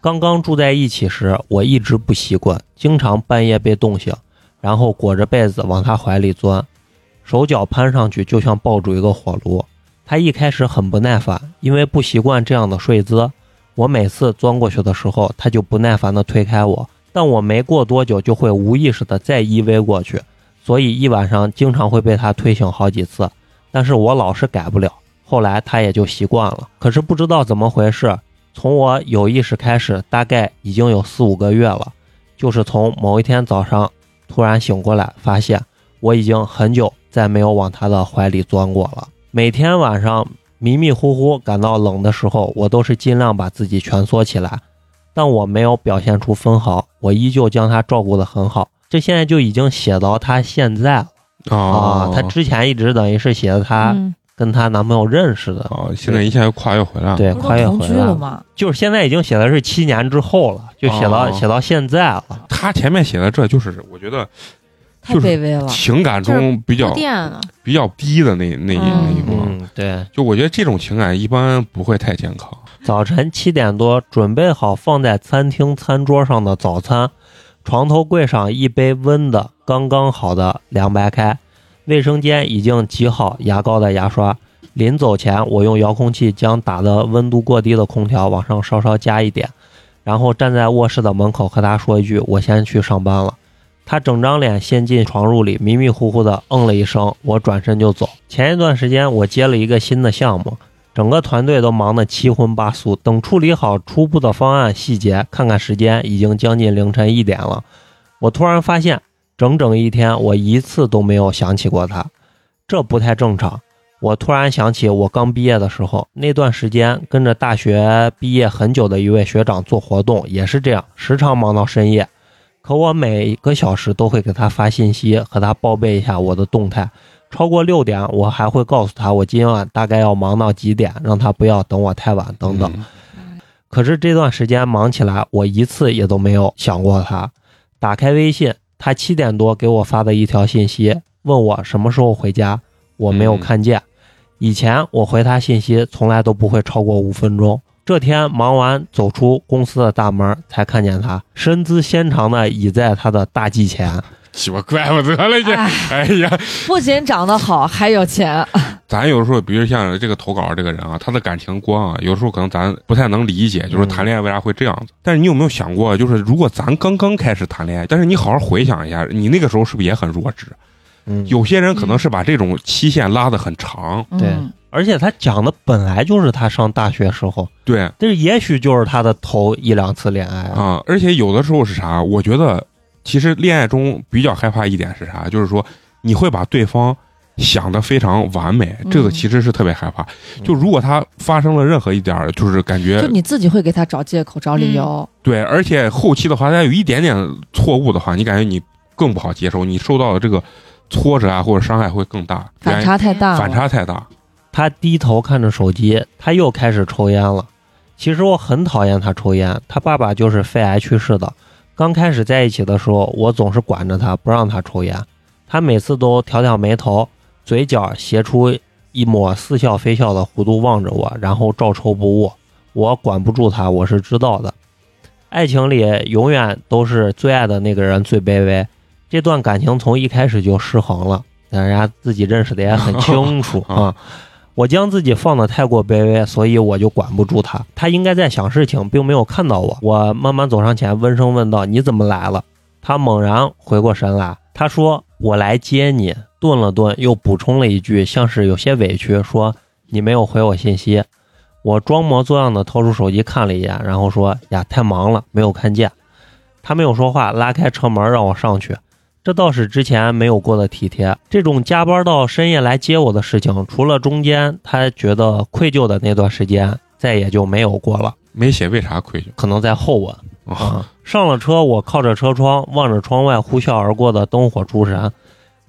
Speaker 6: 刚刚住在一起时，我一直不习惯，经常半夜被冻醒，然后裹着被子往他怀里钻。手脚攀上去就像抱住一个火炉。他一开始很不耐烦，因为不习惯这样的睡姿。我每次钻过去的时候，他就不耐烦地推开我，但我没过多久就会无意识地再依偎过去，所以一晚上经常会被他推醒好几次。但是我老是改不了，后来他也就习惯了。可是不知道怎么回事，从我有意识开始，大概已经有四五个月了，就是从某一天早上突然醒过来，发现我已经很久再没有往他的怀里钻过了。每天晚上迷迷糊糊感到冷的时候，我都是尽量把自己蜷缩起来，但我没有表现出分毫，我依旧将他照顾得很好。这现在就已经写到他现在了
Speaker 3: 哦
Speaker 6: 啊，
Speaker 2: 哦
Speaker 6: 他之前一直等于是写的他
Speaker 5: 嗯，
Speaker 6: 跟她男朋友认识的，
Speaker 2: 啊，现在一下又跨越回来了。
Speaker 6: 对，
Speaker 3: 不是
Speaker 6: 跨越
Speaker 3: 都同
Speaker 6: 回
Speaker 3: 居
Speaker 6: 来
Speaker 3: 了
Speaker 6: 了，
Speaker 3: 吗？
Speaker 6: 就是现在已经写的是七年之后了，就写到
Speaker 2: 哦
Speaker 6: 写到现在了。
Speaker 2: 他前面写的这就是，我觉得
Speaker 3: 太
Speaker 2: 就是 *laughs*
Speaker 3: 卑微了。
Speaker 2: 情感
Speaker 5: 就是
Speaker 2: 中比较
Speaker 5: 铺垫了，
Speaker 2: 比较低的那那一
Speaker 5: 嗯
Speaker 2: 那一方，
Speaker 6: 嗯，对，
Speaker 2: 就我觉得这种情感一般不会太健康。
Speaker 6: 早晨七点多，准备好放在餐厅餐桌上的早餐，床头柜上一杯温的刚刚好的凉白开，卫生间已经挤好牙膏的牙刷。临走前，我用遥控器将打的温度过低的空调往上稍稍加一点，然后站在卧室的门口和他说一句：“我先去上班了。”他整张脸陷进床褥里，迷迷糊糊的嗯了一声，我转身就走。前一段时间，我接了一个新的项目，整个团队都忙得七荤八素。等处理好初步的方案细节，看看时间，已经将近凌晨一点了。我突然发现，整整一天我一次都没有想起过他，这不太正常。我突然想起我刚毕业的时候，那段时间跟着大学毕业很久的一位学长做活动，也是这样，时常忙到深夜。可我每个小时都会给他发信息，和他报备一下我的动态。超过六点，我还会告诉他我今晚大概要忙到几点，让他不要等我太晚等等。
Speaker 2: 嗯
Speaker 6: 可是这段时间忙起来，我一次也都没有想过他。打开微信，他七点多给我发的一条信息，问我什么时候回家，我没有看见。以前我回他信息从来都不会超过五分钟。这天忙完走出公司的大门，才看见他身姿纤长的倚在他的大蓟前。
Speaker 2: 奇怪，怪不得
Speaker 5: *laughs*
Speaker 2: 了这，哎呀，
Speaker 3: 不仅长得好，还有钱。
Speaker 2: 咱有时候，比如像这个投稿这个人啊，他的感情观啊，有时候可能咱不太能理解，就是谈恋爱为啥会这样子。但是你有没有想过，就是如果咱刚刚开始谈恋爱，但是你好好回想一下，你那个时候是不是也很弱智？
Speaker 6: 嗯，
Speaker 2: 有些人可能是把这种期限拉得很长，
Speaker 6: *laughs* 对
Speaker 3: 嗯
Speaker 6: 而且他讲的本来就是他上大学时候，
Speaker 2: 对
Speaker 6: 这也许就是他的头一两次恋爱啊。
Speaker 2: 啊、而且有的时候是啥？我觉得其实恋爱中比较害怕一点是啥？就是说你会把对方想的非常完美，这个
Speaker 3: 嗯
Speaker 2: 其实是特别害怕。
Speaker 6: 嗯
Speaker 2: 就如果他发生了任何一点儿，就是感觉
Speaker 3: 就你自己会给他找借口、找理由。
Speaker 6: 嗯
Speaker 2: 对，而且后期的话，他有一点点错误的话，你感觉你更不好接受，你受到的这个挫折啊或者伤害会更大，
Speaker 3: 反差太大了，
Speaker 2: 反差太大。
Speaker 6: 他低头看着手机，他又开始抽烟了。其实我很讨厌他抽烟，他爸爸就是肺癌去世的。刚开始在一起的时候，我总是管着他，不让他抽烟。他每次都挑挑眉头，嘴角斜出一抹似笑非笑的弧度望着我，然后照抽不误。我管不住他，我是知道的。爱情里永远都是最爱的那个人最卑微，这段感情从一开始就失衡了，但人家自己认识的也很清楚啊。我将自己放得太过卑微，所以我就管不住他。他应该在想事情，并没有看到我。我慢慢走上前，温声问道：“你怎么来了？”他猛然回过神来，他说：“我来接你。”顿了顿，又补充了一句，像是有些委屈，说：“你没有回我信息。”我装模作样的掏出手机看了一眼，然后说：“呀，太忙了，没有看见。”他没有说话，拉开车门让我上去。这倒是之前没有过的体贴。这种加班到深夜来接我的事情，除了中间他觉得愧疚的那段时间，再也就没有过了。
Speaker 2: 没写为啥愧疚
Speaker 6: 可能在后文
Speaker 2: 啊？
Speaker 6: 啊。上了车，我靠着车窗，望着窗外呼啸而过的灯火诸神，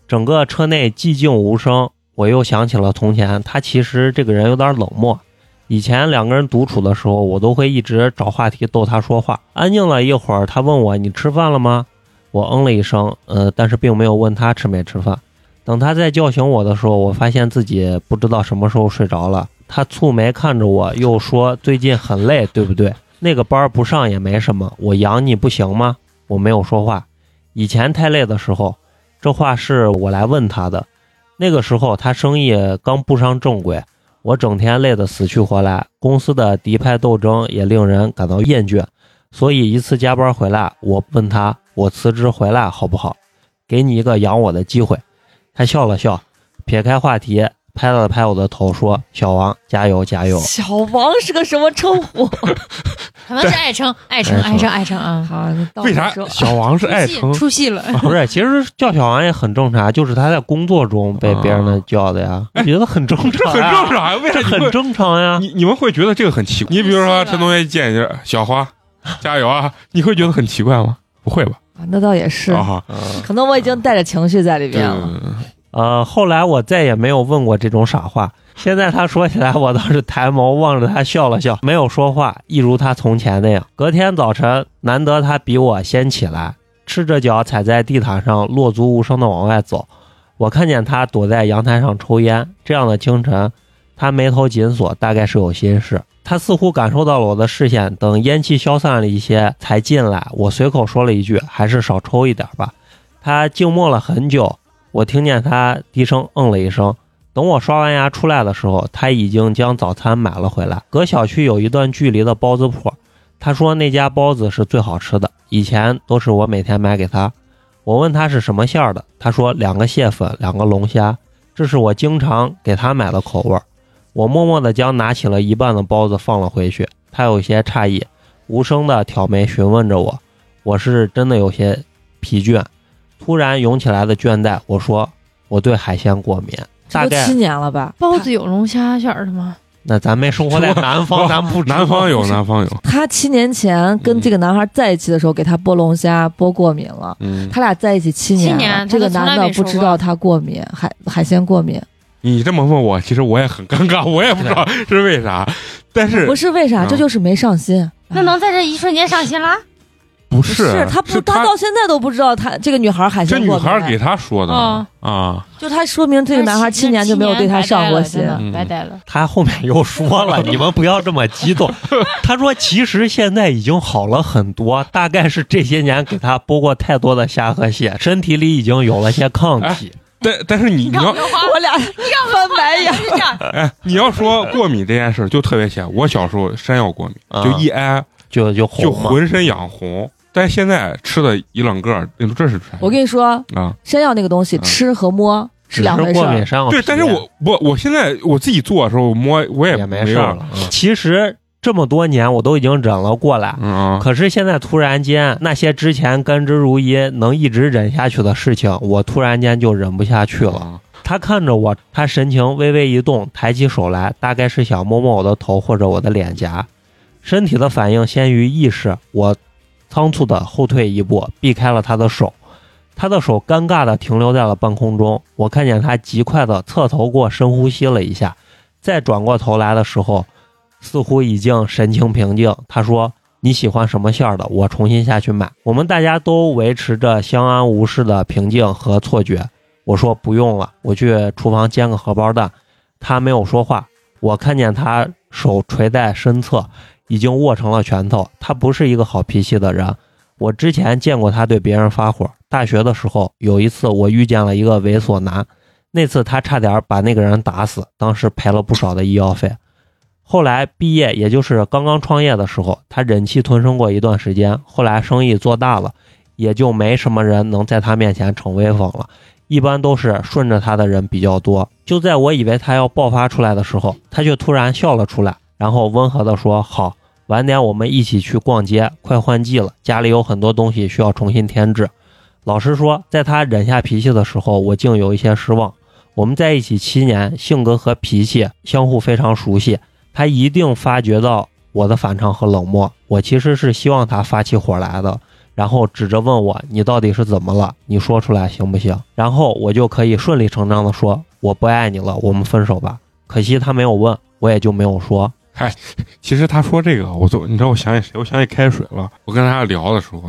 Speaker 6: 整个车内寂静无声。我又想起了从前，他其实这个人有点冷漠。以前两个人独处的时候，我都会一直找话题逗他说话。安静了一会儿，他问我：“你吃饭了吗？”我嗯了一声，呃，但是并没有问他吃没吃饭。等他再叫醒我的时候，我发现自己不知道什么时候睡着了。他蹙眉看着我，又说：“最近很累，对不对？那个班儿不上也没什么，我养你不行吗？”我没有说话。以前太累的时候，这话是我来问他的。那个时候他生意刚步上正轨，我整天累得死去活来，公司的敌派斗争也令人感到厌倦。所以一次加班回来，我问他：“我辞职回来好不好？给你一个养我的机会。”他笑了笑，撇开话题，拍了拍我的头，说：“小王，加油，加油！”
Speaker 3: 小王是个什么
Speaker 6: *laughs*
Speaker 3: 称呼？
Speaker 5: 可能是爱称，爱称，
Speaker 6: 爱
Speaker 5: 爱
Speaker 6: 称
Speaker 5: 称，爱称
Speaker 6: 嗯
Speaker 5: 啊。
Speaker 3: 好，你到
Speaker 2: 为啥
Speaker 3: 我
Speaker 2: *laughs*
Speaker 3: 说
Speaker 2: 小王是爱
Speaker 5: 出
Speaker 2: 称
Speaker 5: 戏？出戏了，
Speaker 6: 不是，其实叫小王也很正常，啊就是他在工作中被别人的叫的呀，啊哎我觉得 *laughs* *laughs* 很正
Speaker 2: 这
Speaker 6: 常
Speaker 2: 很
Speaker 6: 呀，
Speaker 2: 正常啊，为啥
Speaker 6: 这
Speaker 2: 你
Speaker 6: 很
Speaker 2: 会
Speaker 6: 正常呀。
Speaker 2: 你你们会觉得这个很奇怪？你比如说
Speaker 6: 啊
Speaker 2: 陈同学见你这小花，加油啊，你会觉得很奇怪吗？不会吧？
Speaker 3: 啊那倒也是，
Speaker 2: 啊，
Speaker 6: 嗯
Speaker 3: 可能我已经带着情绪在里
Speaker 2: 对
Speaker 3: 边了。
Speaker 6: 呃，后来我再也没有问过这种傻话。现在他说起来，我倒是抬眸望着他笑了笑，没有说话，一如他从前那样。隔天早晨，难得他比我先起来，赤着脚踩在地毯上，落足无声的往外走。我看见他躲在阳台上抽烟。这样的清晨，他眉头紧锁，大概是有心事。他似乎感受到了我的视线，等烟气消散了一些才进来。我随口说了一句：“还是少抽一点吧。”他静默了很久，我听见他低声嗯了一声。等我刷完牙出来的时候，他已经将早餐买了回来。隔小区有一段距离的包子铺，他说那家包子是最好吃的，以前都是我每天买给他。我问他是什么馅儿的，他说两个蟹粉，两个龙虾，这是我经常给他买的口味儿。我默默地将拿起了一半的包子放了回去，他有些诧异，无声地挑眉询问着我。我是真的有些 *laughs* 疲倦，突然涌起来的倦怠。我说我对海鲜过敏，
Speaker 3: 这
Speaker 6: 大
Speaker 3: 都
Speaker 6: 概
Speaker 3: 七年了吧？
Speaker 5: 包子有龙虾馅儿的吗？
Speaker 6: 那咱没生活在南方，咱不知道
Speaker 2: 南方有，南方有，
Speaker 3: 他七年前跟这个男孩在一起的时候，给他剥龙虾剥过敏了。
Speaker 2: 嗯，
Speaker 3: 他俩在一起七年了，
Speaker 5: 七年
Speaker 3: 这个
Speaker 5: 他从来
Speaker 3: 男的
Speaker 5: 没
Speaker 3: 不
Speaker 5: 说
Speaker 3: 知
Speaker 5: 过
Speaker 3: 道他过敏，海海鲜过敏，
Speaker 2: 你这么问我，其实我也很尴尬，我也不知道是为啥，但是
Speaker 3: 不是为啥？
Speaker 2: 嗯
Speaker 3: 这就是没上心。
Speaker 5: 那能在这一瞬间上心啦？
Speaker 2: 不
Speaker 3: 不
Speaker 2: 是啊
Speaker 3: 他不
Speaker 2: 是
Speaker 3: 他到现在都不知道他这个女孩海
Speaker 2: 这
Speaker 3: 鲜
Speaker 2: 女
Speaker 3: 哎过敏
Speaker 2: 孩，给他说的
Speaker 5: 哦
Speaker 2: 啊，
Speaker 3: 就他说明这个男孩七年就没有对他上过心
Speaker 5: 白。呆
Speaker 2: 嗯
Speaker 5: 了真的白呆了。
Speaker 6: 他后面又
Speaker 2: *laughs*
Speaker 6: 说了，你们不要这么激动。 *laughs* 他说其实现在已经好了很多，大概是这些年给他剥过太多的虾和蟹，身体里已经有了些抗
Speaker 2: 哎
Speaker 6: 体。
Speaker 2: 但但是 *laughs* 你你要
Speaker 3: 我俩翻白眼，
Speaker 5: 是这样，
Speaker 2: 哎你要说过敏这件事儿就特别显，我小时候山药过敏，
Speaker 6: 啊
Speaker 2: 就一挨
Speaker 6: 就就
Speaker 2: 就
Speaker 6: 红了。
Speaker 2: 浑身痒红，但是现在吃的一冷个儿，那真是
Speaker 3: 我跟你说，
Speaker 2: 啊，
Speaker 3: 山药那个东西
Speaker 2: 嗯
Speaker 3: 吃和摸是两回
Speaker 6: 只
Speaker 3: 事
Speaker 6: 过
Speaker 3: 儿
Speaker 6: 敏。上
Speaker 2: 对，但是我我我现在我自己做的时候摸我也
Speaker 6: 也没
Speaker 2: 有
Speaker 6: 事儿了。嗯其实这么多年我都已经忍了过来，
Speaker 2: 嗯啊，
Speaker 6: 可是现在突然间，那些之前甘之如饴能一直忍下去的事情，我突然间就忍不下去了。
Speaker 2: 啊
Speaker 6: 他看着我，他神情微微一动，抬起手来，大概是想摸摸我的头或者我的脸颊。身体的反应先于意识，我仓促的后退一步，避开了他的手。他的手尴尬的停留在了半空中，我看见他极快的侧头过，深呼吸了一下，再转过头来的时候，似乎已经神情平静。他说：“你喜欢什么馅儿的？我重新下去买。”我们大家都维持着相安无事的平静和错觉。我说不用了，我去厨房煎个荷包蛋。他没有说话，我看见他手垂在身侧，已经握成了拳头。他不是一个好脾气的人。我之前见过他对别人发火。大学的时候有一次，我遇见了一个猥琐男，那次他差点把那个人打死，当时赔了不少的医药费。后来毕业，也就是刚刚创业的时候，他忍气吞声过一段时间。后来生意做大了，也就没什么人能在他面前逞威风了。一般都是顺着他的人比较多。就在我以为他要爆发出来的时候，他却突然笑了出来，然后温和地说：“好，晚点我们一起去逛街，快换季了，家里有很多东西需要重新添置。”老实说，在他忍下脾气的时候，我竟有一些失望。我们在一起七年，性格和脾气相互非常熟悉，他一定发觉到我的反常和冷漠。我其实是希望他发起火来的，然后指着问我：“你到底是怎么了？你说出来行不行？”然后我就可以顺理成章地说：“我不爱你了，我们分手吧。”可惜他没有问，我也就没有说。
Speaker 2: 其实他说这个，我就你知道我想起谁？我想起开水了。我跟他聊的时候，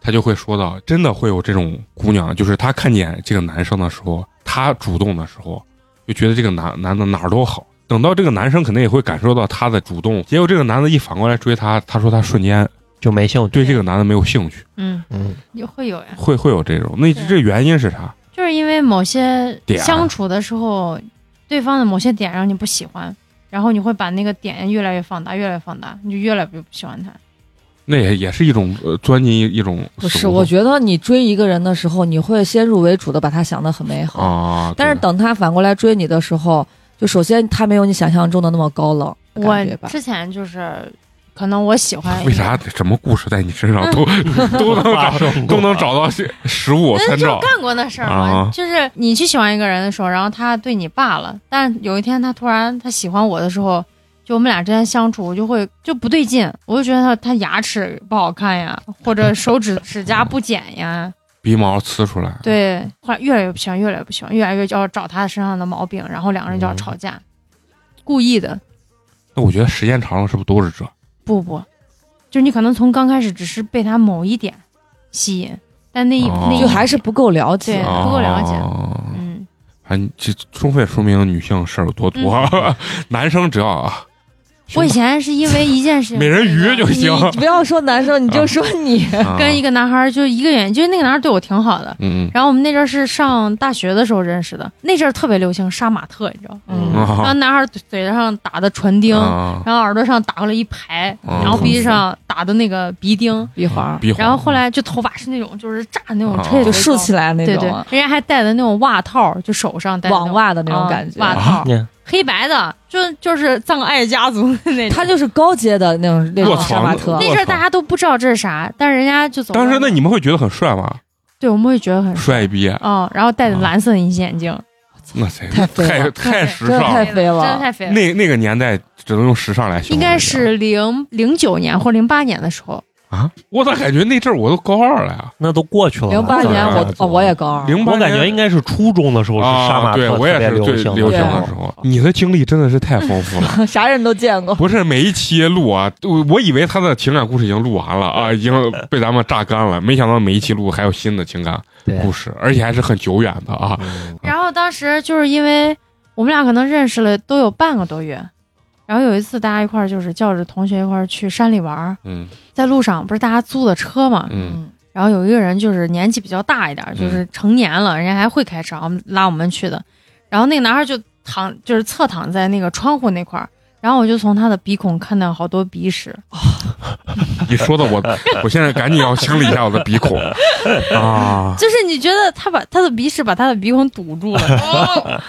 Speaker 2: 他就会说到，真的会有这种姑娘，就是她看见这个男生的时候，她主动的时候，就觉得这个男男的哪儿都好。等到这个男生肯定也会感受到她的主动，结果这个男的一反过来追她，她说她瞬间
Speaker 6: 就没兴趣。
Speaker 2: 对这个男的没有兴趣，
Speaker 5: 嗯，
Speaker 6: 嗯，
Speaker 5: 也会有呀，
Speaker 2: 会会有这种。那
Speaker 5: 对
Speaker 2: 这原因是啥？
Speaker 5: 就是因为某些
Speaker 2: 点
Speaker 5: 相处的时候，对方的某些点让你不喜欢，然后你会把那个点越来越放大，越来越放大，你就越来越不喜欢他。
Speaker 2: 那也也是一种呃钻进一一种
Speaker 3: 不
Speaker 2: 死
Speaker 3: 是，
Speaker 2: 胡
Speaker 3: 我
Speaker 2: 同
Speaker 3: 觉得你追一个人的时候，你会先入为主的把他想得很美好，
Speaker 2: 啊，
Speaker 3: 但是
Speaker 2: 对
Speaker 3: 等他反过来追你的时候，就首先他没有你想象中的那么高冷的
Speaker 5: 我
Speaker 3: 感觉吧。
Speaker 5: 之前就是，可能我喜欢
Speaker 2: 为啥什么故事在你身
Speaker 3: *laughs*
Speaker 2: 上都都能找
Speaker 6: 发生过
Speaker 2: 都能找到是实物参
Speaker 5: 嗯，就
Speaker 2: 照
Speaker 5: 干过那事儿嘛，
Speaker 2: 啊
Speaker 5: 就是你去喜欢一个人的时候，然后他对你罢了，但有一天他突然他喜欢我的时候，就我们俩之间相处，我就会就不对劲，我就觉得他他牙齿不好看呀，
Speaker 2: *laughs*
Speaker 5: 或者手指指甲不剪呀，
Speaker 2: 鼻毛呲出来？，
Speaker 5: 对，后来越来越不喜欢，越来越不喜欢，越来越就要找他身上的毛病，然后两个人就要
Speaker 2: 嗯
Speaker 5: 吵架，故意的，
Speaker 2: 那我觉得时间长了是不是都是这？
Speaker 5: 不不，就是你可能从刚开始只是被他某一点吸引，但那一、
Speaker 2: 哦
Speaker 5: 那一
Speaker 3: 就还是不够了解
Speaker 5: 对，
Speaker 2: 啊
Speaker 5: 不够了解
Speaker 2: 哦
Speaker 5: 嗯。
Speaker 2: 反正这充分说明女性事儿有多多，
Speaker 5: 嗯
Speaker 2: *laughs* 男生只要啊，
Speaker 5: 我以前是因为一件事情，
Speaker 2: 美人鱼就行
Speaker 3: 你不要说男生，你就说你，
Speaker 2: 啊
Speaker 5: *laughs* 跟一个男孩儿就一个原因，就是那个男孩儿对我挺好的。
Speaker 2: 嗯
Speaker 5: 然后我们那阵儿是上大学的时候认识的，那阵儿特别流行杀马特，你知道吗？
Speaker 2: 嗯
Speaker 6: 嗯，
Speaker 5: 然后
Speaker 2: 啊
Speaker 5: 男孩儿嘴嘴上打的唇钉，
Speaker 2: 啊
Speaker 5: 然后耳朵上打了一排，
Speaker 2: 嗯
Speaker 5: 然后鼻子上打的那个鼻钉，
Speaker 3: 一会儿
Speaker 2: 鼻孔
Speaker 5: 然后后来就头发是那种就是炸的那种
Speaker 2: 嗯
Speaker 5: 吹
Speaker 2: 就
Speaker 3: 就
Speaker 5: 的
Speaker 3: 竖起来那
Speaker 5: 对对
Speaker 3: 种，
Speaker 5: 人家还戴的那种袜套，就手上戴的那
Speaker 3: 网
Speaker 5: 种
Speaker 3: 袜的那种
Speaker 5: 啊
Speaker 3: 感觉。
Speaker 5: 袜套
Speaker 3: *laughs*
Speaker 6: 你看
Speaker 5: 黑白的，就就是葬爱家族的那种。
Speaker 3: 他就是高阶的那种那
Speaker 2: 卧
Speaker 3: 种
Speaker 2: 槽
Speaker 3: 杀马特
Speaker 2: 那，
Speaker 5: 那阵儿大家都不知道这是啥，但是人家就走到
Speaker 2: 当
Speaker 5: 那儿。
Speaker 2: 时那你们会觉得很帅吗？
Speaker 5: 对我们会觉得很
Speaker 2: 帅逼，啊
Speaker 5: 哦，然后戴的蓝色隐形眼镜，
Speaker 2: 那谁
Speaker 3: 太肥
Speaker 2: 太
Speaker 3: 了
Speaker 2: 太时
Speaker 3: 真的
Speaker 2: 尚
Speaker 3: 太
Speaker 2: 了。
Speaker 3: 肥
Speaker 5: 真的
Speaker 3: 了。
Speaker 5: 太肥了。
Speaker 2: 那那个年代只能用时尚来形容
Speaker 5: 应
Speaker 2: 这个，
Speaker 5: 该是零零九年或零八年的时候，
Speaker 2: 啊！我咋感觉那阵儿我都高二了呀？
Speaker 6: 那都过去了。
Speaker 3: 零八年
Speaker 2: 早
Speaker 3: 我
Speaker 2: 上
Speaker 3: 哦我也高二，
Speaker 2: 零八
Speaker 6: 我感觉应该是初中的时候是杀
Speaker 2: 啊，
Speaker 6: 马
Speaker 2: 对
Speaker 6: 特特
Speaker 2: 我也
Speaker 6: 别
Speaker 2: 是最
Speaker 6: 行
Speaker 2: 流行
Speaker 6: 的
Speaker 2: 的
Speaker 6: 时
Speaker 2: 时
Speaker 6: 候。
Speaker 2: 候。你的经历真的是太丰富了。
Speaker 3: *laughs* 啥人都见过。
Speaker 2: *laughs* 不是每一期录啊，我我以为他的情感故事已经录完了啊，已经被咱们榨干了，没想到每一期录还有新的情感
Speaker 6: 对
Speaker 2: 故事，而且还是很久远的啊。
Speaker 6: 嗯
Speaker 5: 然后当时就是因为我们俩可能认识了都有半个多月，然后有一次大家一块儿就是叫着同学一块儿去山里玩儿，
Speaker 2: 嗯
Speaker 5: 在路上不是大家租的车嘛，
Speaker 2: 嗯，
Speaker 5: 然后有一个人就是年纪比较大一点儿，就是成年了，人家还会开车，我们拉我们去的。然后那个男孩就躺，就是侧躺在那个窗户那块儿，然后我就从他的鼻孔看到好多鼻屎，
Speaker 2: 你说的我， *laughs* 我现在赶紧要清理一下我的鼻孔啊！
Speaker 5: *laughs* 就是你觉得他把他的鼻屎把他的鼻孔堵住了，
Speaker 7: 哦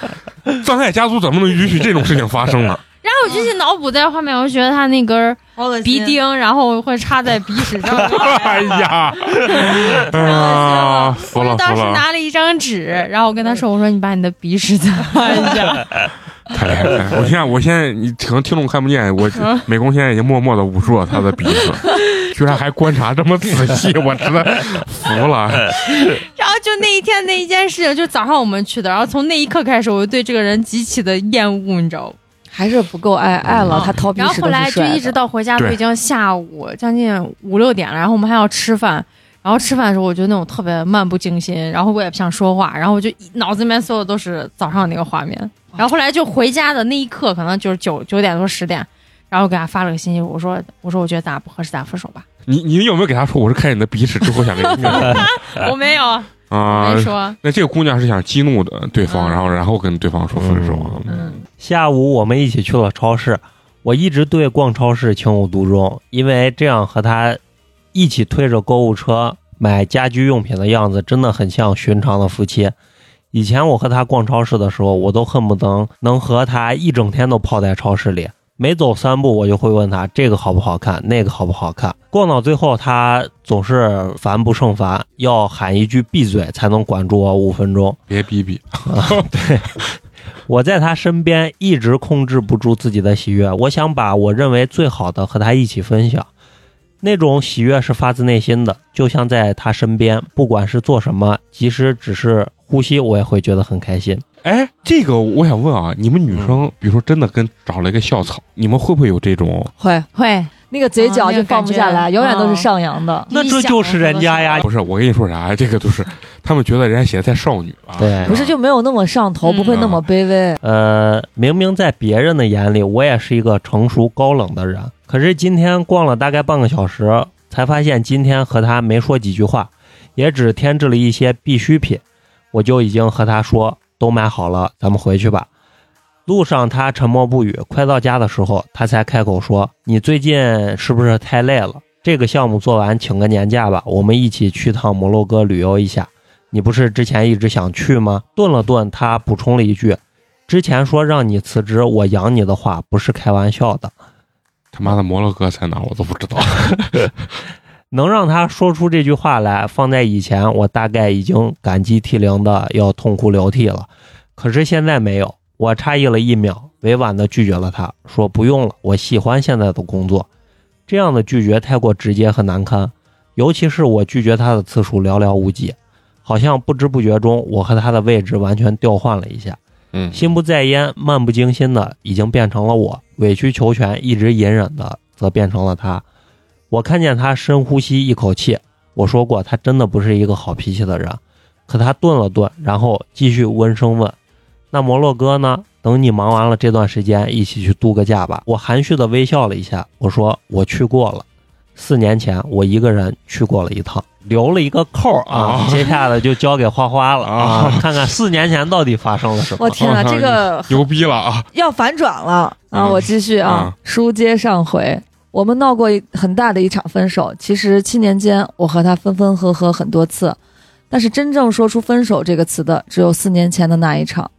Speaker 6: *laughs*
Speaker 5: *laughs*
Speaker 2: 葬爱家族怎么能允许这种事情发生呢？
Speaker 5: 然我就去脑补在画面，我就觉得他那根儿
Speaker 7: 好恶
Speaker 5: 鼻钉，然后会插在鼻屎
Speaker 7: *laughs*
Speaker 5: 上。
Speaker 2: 哎呀，啊，服了
Speaker 5: 我当
Speaker 2: 服
Speaker 5: 时
Speaker 2: 了，
Speaker 5: 拿了一张纸，然后我跟他说：“我说你把你的鼻屎擦一下。 *laughs*
Speaker 2: 太厉害哎了！我现在我现在你可能听众看不见，我
Speaker 5: 嗯
Speaker 2: *laughs* 美工现在已经默默的捂住了他的鼻子，居然还观察这么仔细，我真的服
Speaker 5: 哎
Speaker 2: 了。”
Speaker 5: 然后就那一天那一件事，就早上我们去的，然后从那一刻开始，我就对这个人极其的厌恶，你知道吗？
Speaker 3: 还是不够爱爱了，
Speaker 5: 嗯
Speaker 3: 他掏鼻
Speaker 5: 然后
Speaker 3: 屎
Speaker 5: 后
Speaker 3: 都
Speaker 5: 来
Speaker 3: 是
Speaker 5: 就
Speaker 3: 帅
Speaker 5: 一直
Speaker 3: 的。
Speaker 5: 到回家都
Speaker 2: 对
Speaker 5: 已经下午将近五六点了，然后我们还要吃饭。然后吃饭的时候，我就那种特别漫不经心，然后我也不想说话，然后我就一脑子里面所有都是早上那个画面。然后后来就回家的那一刻，可能就是九九点多十点，然后我给他发了个信息，我说我说我觉得咱俩不合适，咱俩分手 *laughs* 吧。
Speaker 2: *laughs* 你你有没有给他说我是看你的鼻屎之后想
Speaker 5: *laughs*
Speaker 2: 跟你分手
Speaker 5: 我没有，
Speaker 2: 啊
Speaker 5: 没？说，
Speaker 2: 那这个姑娘是想激怒的对方，
Speaker 5: 嗯
Speaker 2: 然后然后跟对方说分手啊。
Speaker 5: 嗯，
Speaker 6: 下午我们一起去了超市，我一直对逛超市情有独钟，因为这样和他一起推着购物车买家居用品的样子，真的很像寻常的夫妻。以前我和他逛超市的时候，我都恨不得能和他一整天都泡在超市里，每走三步我就会问他这个好不好看，那个好不好看。逛到最后，他总是烦不胜烦，要喊一句“闭嘴”才能管住我五分钟。
Speaker 2: 别逼逼，
Speaker 6: 我在他身边一直控制不住自己的喜悦，我想把我认为最好的和他一起分享，那种喜悦是发自内心的，就像在他身边，不管是做什么，即使只是呼吸，我也会觉得很开心。
Speaker 2: 哎，这个我想问啊，你们女生，比如说真的跟找了一个校草，你们会不会有这种？
Speaker 3: 会
Speaker 5: 会
Speaker 3: 那个嘴角
Speaker 5: 哦
Speaker 3: 就
Speaker 5: 那个
Speaker 3: 放不下来，
Speaker 5: 感觉
Speaker 3: 永远都是
Speaker 5: 哦
Speaker 3: 上扬的。
Speaker 6: 那这就是人家呀
Speaker 2: 不是，我跟你说啥，这个都是他们觉得人家写的太少女了，啊
Speaker 6: 对
Speaker 3: 不是就没有那么上头，
Speaker 5: 嗯
Speaker 3: 不会那么卑微。
Speaker 6: 呃，明明在别人的眼里，我也是一个成熟高冷的人，可是今天逛了大概半个小时，才发现今天和他没说几句话，也只添置了一些必需品，我就已经和他说都买好了，咱们回去吧。路上他沉默不语，快到家的时候，他才开口说：“你最近是不是太累了？这个项目做完，请个年假吧，我们一起去趟摩洛哥旅游一下。你不是之前一直想去吗？”顿了顿，他补充了一句：“之前说让你辞职，我养你的话不是开玩笑的。
Speaker 2: 他妈的摩洛哥在哪儿我都不知道。
Speaker 6: 能让他说出这句话来，放在以前，我大概已经感激涕零的要痛哭流涕了。可是现在没有，我诧异了一秒，委婉的拒绝了他，说不用了，我喜欢现在的工作。这样的拒绝太过直接和难堪，尤其是我拒绝他的次数寥寥无几，好像不知不觉中，我和他的位置完全调换了一下。
Speaker 2: 嗯，
Speaker 6: 心不在焉、漫不经心的，已经变成了我；委曲求全、一直隐忍的，则变成了他。我看见他深呼吸一口气，我说过他真的不是一个好脾气的人。可他顿了顿，然后继续温声问：“那摩洛哥呢？等你忙完了这段时间，一起去度个假吧。”我含蓄的微笑了一下，我说：“我去过了，四年前我一个人去过了一趟。”留了一个扣儿啊，
Speaker 2: 啊
Speaker 6: 接下来就交给花花了啊，看看四年前到底发生了什么。啊
Speaker 3: 我天哪，这个
Speaker 2: 牛逼了啊！
Speaker 3: 要反转了啊！
Speaker 2: 嗯
Speaker 3: 我继续啊
Speaker 2: 啊，
Speaker 3: 书接上回，我们闹过一很大的一场分手。其实七年间，我和他分分合合很多次，但是真正说出分手这个词的，只有四年前的那一场。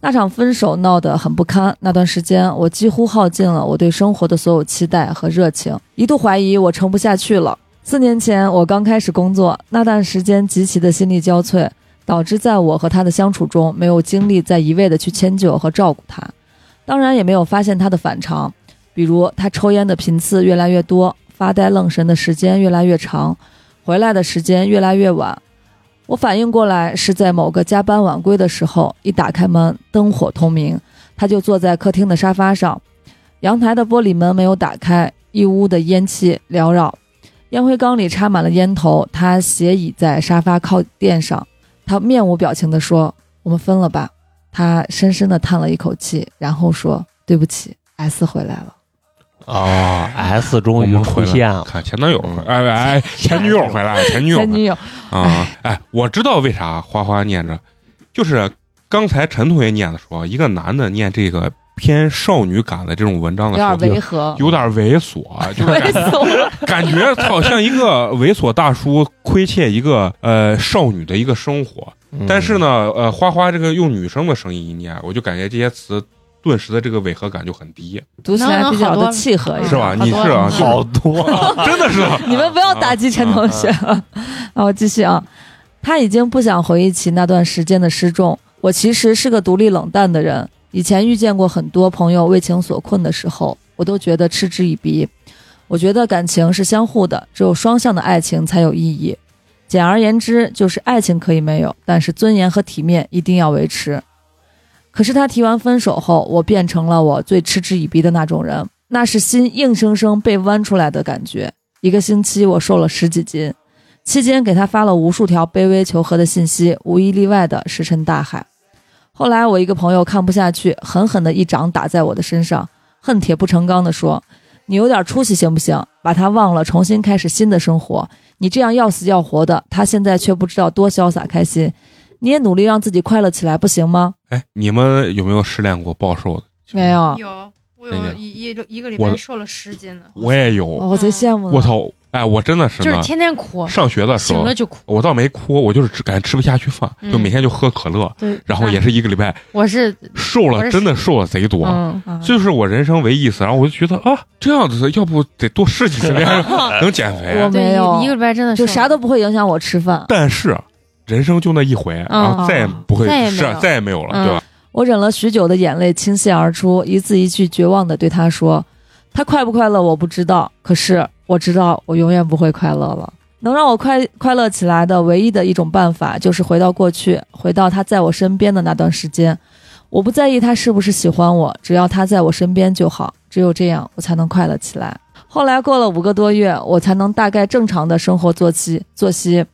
Speaker 3: 那场分手闹得很不堪，那段时间我几乎耗尽了我对生活的所有期待和热情，一度怀疑我撑不下去了。四年前我刚开始工作，那段时间极其的心力交瘁，导致在我和他的相处中没有精力再一味的去迁就和照顾他。当然也没有发现他的反常，比如他抽烟的频次越来越多，发呆愣神的时间越来越长，回来的时间越来越晚。我反应过来是在某个加班晚归的时候，一打开门，灯火通明，他就坐在客厅的沙发上，阳台的玻璃门没有打开，一屋的烟气缭绕，烟灰缸里插满了烟头。他斜倚在沙发靠垫上，他面无表情地说：“我们分了吧。”他深深地叹了一口气，然后说：“对不起，S 回来了。
Speaker 6: 哦，S 终
Speaker 2: 我
Speaker 6: 于
Speaker 2: 们
Speaker 6: 出啊
Speaker 2: 回
Speaker 6: 现
Speaker 2: 来
Speaker 6: 了。
Speaker 2: 看前男友，哎哎，前女友回来了，前女”友回
Speaker 3: 前
Speaker 2: 来
Speaker 3: 女友，
Speaker 2: 啊！哎，我知道为啥花花念着，就是刚才陈同学念的说，一个男的念这个偏少女感的这种文章
Speaker 3: 有
Speaker 2: 的时候
Speaker 3: 点，违
Speaker 2: 就
Speaker 3: 和，
Speaker 2: 有点猥
Speaker 3: *laughs*
Speaker 2: 琐，啊就是
Speaker 3: 猥
Speaker 2: 感
Speaker 3: 琐。
Speaker 2: 感觉好像一个猥琐大叔窥窃一个呃少女的一嗯个生活。但是呢，呃，花花这个用女生的声音一念，我就感觉这些词顿时的这个违和感就很低，
Speaker 3: 读起来比较的契合一
Speaker 2: 是
Speaker 3: 点。
Speaker 2: 吧？
Speaker 5: 好
Speaker 2: 你是啊，
Speaker 3: 嗯
Speaker 5: 多
Speaker 2: 就是
Speaker 6: 好多，
Speaker 2: *laughs* 真的是啊，
Speaker 3: *laughs* 你们不要打击陈同学了。啊，我继续啊，他已经不想回忆起那段时间的失重。我其实是个独立冷淡的人，以前遇见过很多朋友为情所困的时候，我都觉得嗤之以鼻。我觉得感情是相互的，只有双向的爱情才有意义。简而言之，就是爱情可以没有，但是尊严和体面一定要维持。可是他提完分手后，我变成了我最嗤之以鼻的那种人，那是心硬生生被剜出来的感觉。一个星期我瘦了十几斤，期间给他发了无数条卑微求和的信息，无一例外的石沉大海。后来我一个朋友看不下去，狠狠的一掌打在我的身上，恨铁不成钢的说：“你有点出息行不行？把他忘了，重新开始新的生活。你这样要死要活的，他现在却不知道多潇洒开心。你也努力让自己快乐起来，不行吗
Speaker 2: 哎，你们有没有失恋过暴瘦的？？”
Speaker 3: 没，有，
Speaker 5: 有，我
Speaker 2: 那
Speaker 5: 有
Speaker 2: 个
Speaker 5: 一一一个礼
Speaker 2: 我
Speaker 5: 拜
Speaker 2: 的
Speaker 5: 瘦了十斤呢，
Speaker 2: 我也有，
Speaker 3: 哦我贼羡慕的。
Speaker 2: 我操！哎，我真的是
Speaker 5: 就是
Speaker 2: 呢。
Speaker 5: 天天哭，
Speaker 2: 上学的时
Speaker 5: 醒
Speaker 2: 候
Speaker 5: 了，就哭。
Speaker 2: 我倒没哭，我就是只感觉吃不下去饭，
Speaker 5: 嗯
Speaker 2: 就每天就喝可乐，
Speaker 5: 对，
Speaker 2: 然后也
Speaker 5: 是，
Speaker 2: 是一个礼拜
Speaker 5: 我是，
Speaker 2: 瘦
Speaker 5: 我
Speaker 2: 了，
Speaker 5: 是
Speaker 2: 真的瘦了贼多。
Speaker 5: 嗯，
Speaker 3: 啊
Speaker 2: 这就是我人生唯一一次，然后我就觉得啊，这样子要不得多试几次恋爱，能减肥啊
Speaker 3: 我。
Speaker 5: 对，
Speaker 3: 没有
Speaker 5: 一一个礼拜真的
Speaker 3: 就
Speaker 5: 瘦
Speaker 3: 啥都不会影响我吃饭。
Speaker 2: 但是人生就那一回，然后再也不会
Speaker 5: 再也没
Speaker 2: 是啊
Speaker 5: 有
Speaker 2: 再也没有了，
Speaker 5: 嗯
Speaker 2: 对吧？
Speaker 3: 我忍了许久的眼泪倾泻而出，一字一句绝望地对他说：“他快不快乐我不知道，可是我知道我永远不会快乐了。能让我快快乐起来的唯一的一种办法，就是回到过去，回到他在我身边的那段时间。我不在意他是不是喜欢我，只要他在我身边就好。只有这样，我才能快乐起来。”后来过了五个多月，我才能大概正常的生活作息作息。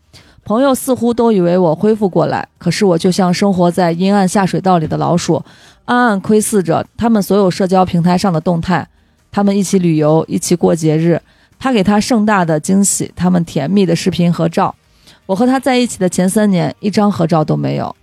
Speaker 3: 朋友似乎都以为我恢复过来，可是我就像生活在阴暗下水道里的老鼠，暗暗窥视着他们所有社交平台上的动态。他们一起旅游，一起过节日，他给他盛大的惊喜，他们甜蜜的视频合照。我和他在一起的前三年，一张合照都没有。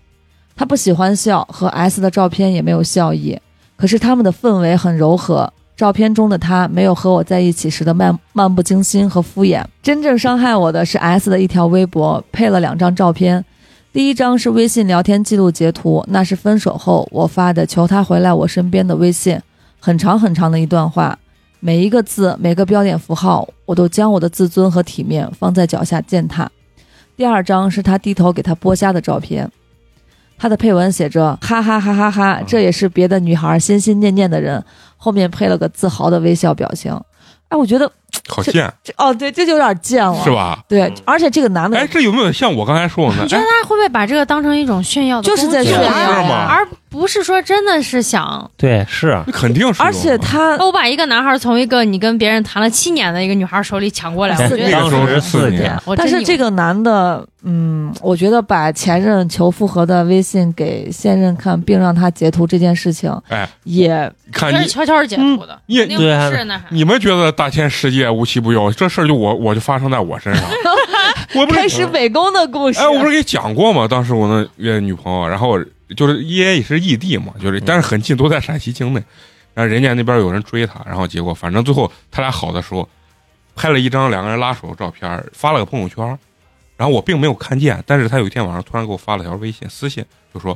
Speaker 3: 他不喜欢笑，和 S 的照片也没有笑意。可是他们的氛围很柔和，照片中的他没有和我在一起时的漫漫不经心和敷衍。真正伤害我的是 S 的一条微博，配了两张照片。第一张是微信聊天记录截图，那是分手后我发的求他回来我身边的微信，很长很长的一段话，每一个字每个标点符号，我都将我的自尊和体面放在脚下践踏。第二张是他低头给他剥虾的照片，他的配文写着哈哈哈哈哈，这也是别的女孩心心念念的人，后面配了个自豪的微笑表情。哎，我觉得
Speaker 2: 好贱
Speaker 3: 这哦，对，这就有点贱了，
Speaker 2: 是？吧？
Speaker 3: 对，而且这个男的
Speaker 2: 哎，这有没有像我刚才说的
Speaker 5: 你
Speaker 2: 呢？
Speaker 5: 觉得他会不会把这个当成一种炫耀的
Speaker 3: 就
Speaker 5: 工具？
Speaker 3: 是在
Speaker 2: 是
Speaker 3: 炫耀
Speaker 2: 吗
Speaker 3: 呀
Speaker 5: 而不是说真的是想，
Speaker 6: *laughs* 对，是
Speaker 2: 那肯定是有的。
Speaker 3: 而且他
Speaker 5: 那我把一个男孩从一个你跟别人谈了七年的一个女孩手里抢过来，我
Speaker 3: 四
Speaker 5: 觉
Speaker 3: 年
Speaker 5: 得
Speaker 2: 那个
Speaker 6: 当
Speaker 2: 时候
Speaker 6: 时
Speaker 2: 是四
Speaker 6: 四
Speaker 2: 年
Speaker 6: 年，
Speaker 5: 我真
Speaker 3: 但是
Speaker 5: 以
Speaker 3: 这
Speaker 5: 为
Speaker 3: 个男的，嗯，我觉得把前任求复合的微信给现任看，并让他截图这件事情，
Speaker 2: 哎，
Speaker 3: 也
Speaker 2: 看
Speaker 5: 这
Speaker 2: 你
Speaker 5: 是悄悄截图
Speaker 3: 嗯
Speaker 5: 的，
Speaker 2: 你
Speaker 5: 肯定不
Speaker 6: 对啊
Speaker 5: 是那啥。
Speaker 2: 你们觉得大千世界无奇不有，这事儿就我我就发生在我身
Speaker 3: *laughs*
Speaker 2: 上，我不是
Speaker 3: 开始美工的故事。
Speaker 2: 哎，我不是给你讲过吗？当时我那约女朋友，然后就是也也是异地嘛，就是但是很近，都在陕西境内。然后人家那边有人追她，然后结果反正最后他俩好的时候，拍了一张两个人拉手的照片，发了个朋友圈。然后我并没有看见，但是他有一天晚上突然给我发了条微信私信，就说：“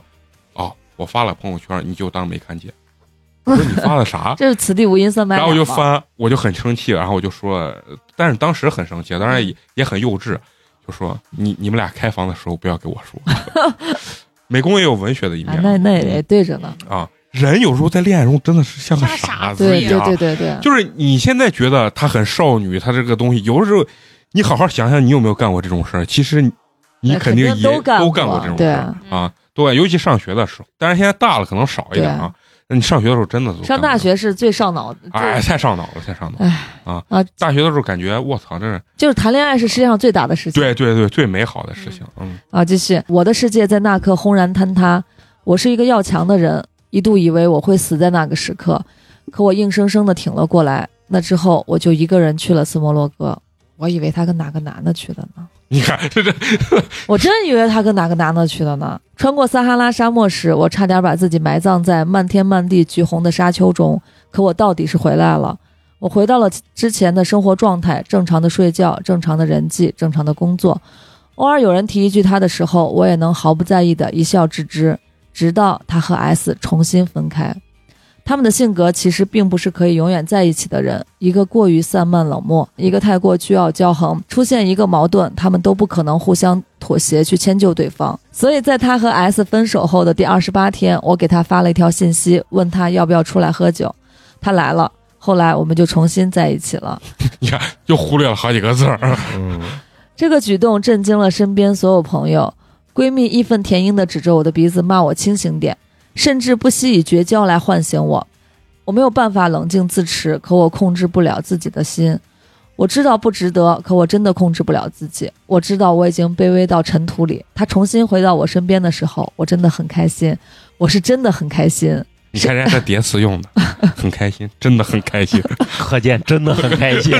Speaker 2: 哦，我发了朋友圈，你就当没看见。”我说：“你发的啥
Speaker 3: 这是此地无银三百
Speaker 2: 然后我
Speaker 3: 两嘛。
Speaker 2: 就翻，我就很生气，然后我就说，但是当时很生气，当然
Speaker 3: 嗯
Speaker 2: 也也很幼稚，就说你你们俩开房的时候不要给我说。
Speaker 3: *laughs*
Speaker 2: 美工也有文学的一
Speaker 3: 啊
Speaker 2: 面，
Speaker 3: 那那也得对着
Speaker 5: 嗯
Speaker 3: 呢。
Speaker 2: 啊，人有时候在恋爱中真的是像个
Speaker 5: 像傻
Speaker 2: 傻子
Speaker 3: 对
Speaker 2: 一
Speaker 3: 对
Speaker 2: 样，
Speaker 3: 对对对，
Speaker 2: 就是你现在觉得他很少女，他这个东西，有的时候你好好想想，你有没有干过这种事儿？其实你你
Speaker 3: 那
Speaker 2: 肯
Speaker 3: 哎肯
Speaker 2: 定
Speaker 3: 定
Speaker 2: 也
Speaker 3: 都干
Speaker 2: 都
Speaker 3: 过
Speaker 2: 干过这种事
Speaker 3: 对
Speaker 2: 儿啊，对，尤其上学的时候，但是现在大了可能少一点啊。那你上学的时候真的都干
Speaker 3: 上
Speaker 2: 过这
Speaker 3: 大
Speaker 2: 种
Speaker 3: 学是最上脑，最
Speaker 2: 哎，太上脑了，太上脑了啊！
Speaker 3: 啊
Speaker 2: 大学的时候感觉我操，这是
Speaker 3: 就是谈恋爱是世界上最大的事情。
Speaker 2: 对对对最美好的事情，嗯，
Speaker 3: 啊，继续。我的世界在那刻轰然坍塌，我是一个要强的人，一度以为我会死在那个时刻，可我硬生生的挺了过来。那之后，我就一个人去了斯摩洛哥。我以为他跟哪个男的去的呢，
Speaker 2: 你看这这
Speaker 3: 我真以为他跟哪个男的去的呢。穿过撒哈拉沙漠时，我差点把自己埋葬在漫天漫地橘红的沙丘中，可我到底是回来了。我回到了之前的生活状态，正常的睡觉，正常的人际，正常的工作。偶尔有人提一句他的时候，我也能毫不在意的一笑置之，直到他和 S 重新分开。他们的性格其实并不是可以永远在一起的人，一个过于散漫冷漠，一个太过倨傲骄横。出现一个矛盾，他们都不可能互相妥协去迁就对方。所以在他和 S 分手后的第二十八天，我给他发了一条信息，问他要不要出来喝酒，他来了。后来我们就重新在一起了。
Speaker 2: 又忽略了好几个字儿。
Speaker 6: 嗯，
Speaker 3: 这个举动震惊了身边所有朋友。闺蜜义愤填膺地指着我的鼻子骂我清醒点，甚至不惜以绝交来唤醒我。我没有办法冷静自持，可我控制不了自己的心。我知道不值得，可我真的控制不了自己。我知道我已经卑微到尘土里。他重新回到我身边的时候，我真的很开心，我是真的很开心。
Speaker 2: 你看人家这叠词用的，很开心，真的很开
Speaker 3: *laughs*
Speaker 2: 心。
Speaker 6: 可见真的很开 *laughs* 心。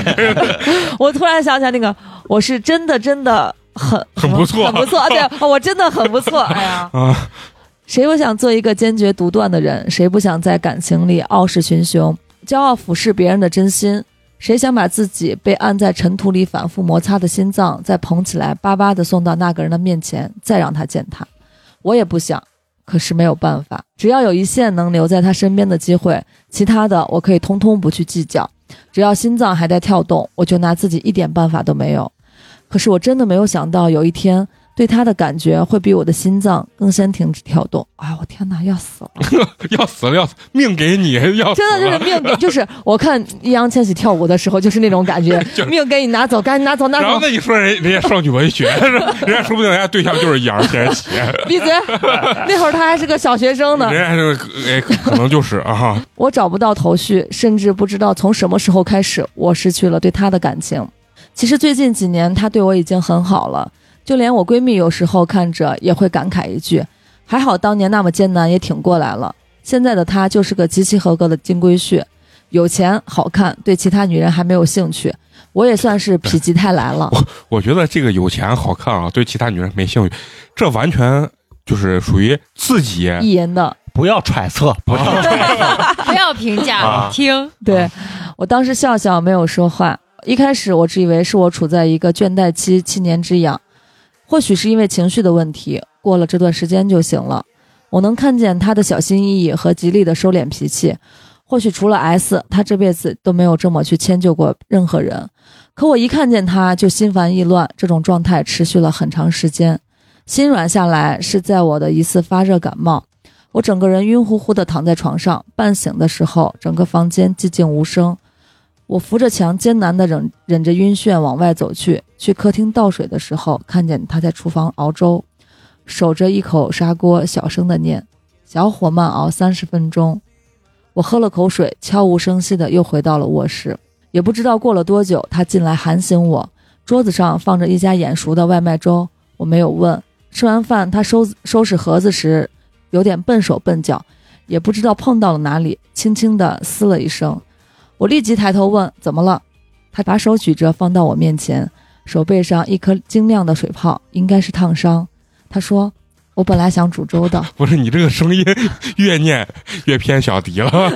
Speaker 3: 我突然想起来那个，我是真的真的很
Speaker 2: 很不错
Speaker 3: 很不错。
Speaker 2: *laughs*
Speaker 3: 啊对，我真的很不错。哎呀，
Speaker 2: 啊
Speaker 3: 谁不想做一个坚决独断的人？谁不想在感情里傲视群雄，骄傲俯视别人的真心？谁想把自己被按在尘土里反复摩擦的心脏，再捧起来，巴巴的送到那个人的面前，再让他践踏？我也不想，可是没有办法。只要有一线能留在他身边的机会，其他的我可以通通不去计较。只要心脏还在跳动，我就拿自己一点办法都没有。可是我真的没有想到，有一天对他的感觉会比我的心脏更先停止跳动。哎，我天哪，要死了！
Speaker 2: 要死了，要死，命给你，要死
Speaker 3: 真的就是
Speaker 2: 了。
Speaker 3: 命给，就是我看易烊千玺跳舞的时候，就是那
Speaker 2: *laughs*
Speaker 3: 种感觉，命给你拿走，赶紧拿走，拿
Speaker 2: 然后
Speaker 3: 走，
Speaker 2: 呢，你说人人家少女文学，是吧人家说不定人家对象就是易烊千玺，
Speaker 3: 闭嘴！那会儿他还是个小学生呢
Speaker 2: 人。家就是哎，可可能就是啊，
Speaker 3: 我找不到头绪，甚至不知道从什么时候开始，我失去了对他的感情。其实最近几年，他对我已经很好了，就连我闺蜜有时候看着也会感慨一句：“还好当年那么艰难也挺过来了。”现在的他就是个极其合格的金龟婿，有钱、好看，对其他女人还没有兴趣。我也算是否极泰来了。
Speaker 2: 我觉得这个有钱好看啊，对其他女人没兴趣，这完全就是属于自己
Speaker 3: 意淫的。
Speaker 6: 不要揣测，不要
Speaker 5: *laughs* 不要评价
Speaker 6: 啊，
Speaker 3: *laughs*
Speaker 5: 听。
Speaker 3: 对我当时笑笑没有说话。一开始我只以为是我处在一个倦怠期，七年之痒，或许是因为情绪的问题，过了这段时间就行了。我能看见他的小心翼翼和极力的收敛脾气，或许除了 S，他这辈子都没有这么去迁就过任何人。可我一看见他就心烦意乱，这种状态持续了很长时间。心软下来是在我的一次发热感冒，我整个人晕乎乎的躺在床上，半醒的时候，整个房间寂静无声。我扶着墙，艰难的忍忍着晕眩往外走去。去客厅倒水的时候，看见他在厨房熬粥，守着一口砂锅，小声的念：“小火慢熬三十分钟。”我喝了口水，悄无声息的又回到了卧室。也不知道过了多久，他进来喊醒我。桌子上放着一家眼熟的外卖粥，我没有问。吃完饭，他收收拾盒子时有点笨手笨脚，也不知道碰到了哪里，轻轻地嘶了一声。我立即抬头问：“怎么了？”他把手举着放到我面前，手背上一颗晶亮的水泡，应该是烫伤。他说：“我本来想煮粥的。
Speaker 2: *laughs* 不是你这个声音越念越偏小迪了。”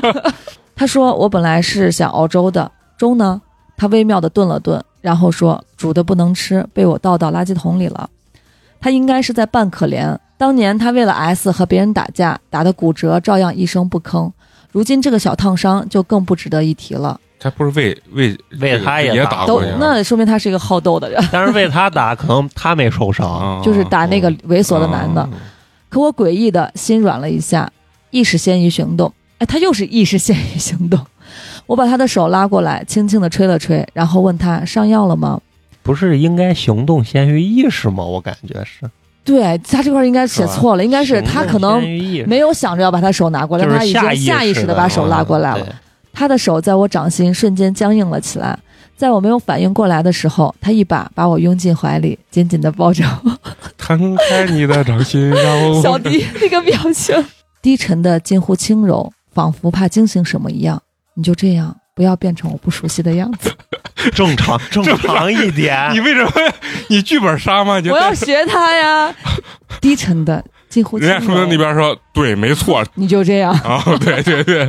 Speaker 3: 他说：“我本来是想熬粥的，粥呢？”他微妙地顿了顿，然后说：“煮的不能吃，被我倒到垃圾桶里了。”他应该是在扮可怜。当年他为了 S 和别人打架，打的骨折，照样一声不吭。如今这个小烫伤就更不值得一提了，
Speaker 2: *laughs* 他不是为为
Speaker 6: 为他
Speaker 2: 也
Speaker 6: 也
Speaker 2: 打过
Speaker 6: 打
Speaker 3: 都
Speaker 2: 去啊
Speaker 3: 那说明他是一个好斗的人。
Speaker 6: 但是为他打，可能他没受 *laughs* 伤。
Speaker 2: 啊哦
Speaker 3: 就是打那个猥琐的男的。可我诡异的心软了一下，意识先于行动。哎，他又是意识先于行动。 *laughs* 我把他的手拉过来，轻轻的吹了吹，然后问他上药了吗？
Speaker 6: 不是应该行动先于意识吗？我感觉是，
Speaker 3: 对他这块儿应该写错了，应
Speaker 6: 应
Speaker 3: 该是他可能没有想着要把他手拿过来，
Speaker 6: 就是
Speaker 3: 但他已经下意识
Speaker 6: 识
Speaker 3: 的把手拉过来了。
Speaker 6: 了。
Speaker 3: 他的手在我掌心瞬间僵硬了起来，在我没有反应过来的时候，他一把把我拥进怀里，紧紧的抱着我。
Speaker 2: 摊开你的掌心，让我
Speaker 3: *laughs*
Speaker 2: *laughs*
Speaker 3: 小迪那个表情，低沉的近乎轻柔，仿佛怕惊醒什么一样。你就这样，不要变成我不熟悉的样子。
Speaker 6: 对正常 *laughs* 正常一 *laughs* 点
Speaker 2: 你。为什么你剧本杀吗？你
Speaker 3: 我要学他呀，低沉的近乎轻柔。
Speaker 2: 人家说明那边说对，没错
Speaker 3: 你就这样。
Speaker 2: 啊， *laughs* 对对对，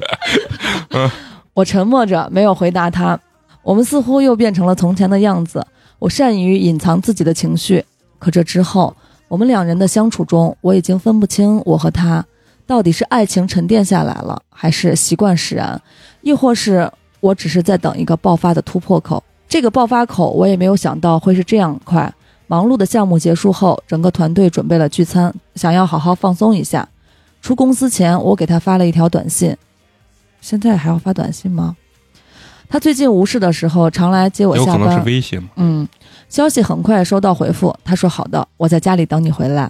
Speaker 3: 我沉默着，没有回答他。我们似乎又变成了从前的样子。我善于隐藏自己的情绪，可这之后，我们两人的相处中，我已经分不清我和他。到底是爱情沉淀下来了，还是习惯使然，亦或是我只是在等一个爆发的突破口？这个爆发口我也没有想到会是这样快。忙碌的项目结束后，整个团队准备了聚餐，想要好好放松一下。出公司前，我给他发了一条短信，现在还要发短信吗？他最近无事的时候，常来接我
Speaker 2: 有
Speaker 3: 下
Speaker 2: 可能
Speaker 3: 班
Speaker 2: 是。微信嘛？
Speaker 3: 嗯，消息很快收到回复，他说好的，我在家里等你回来。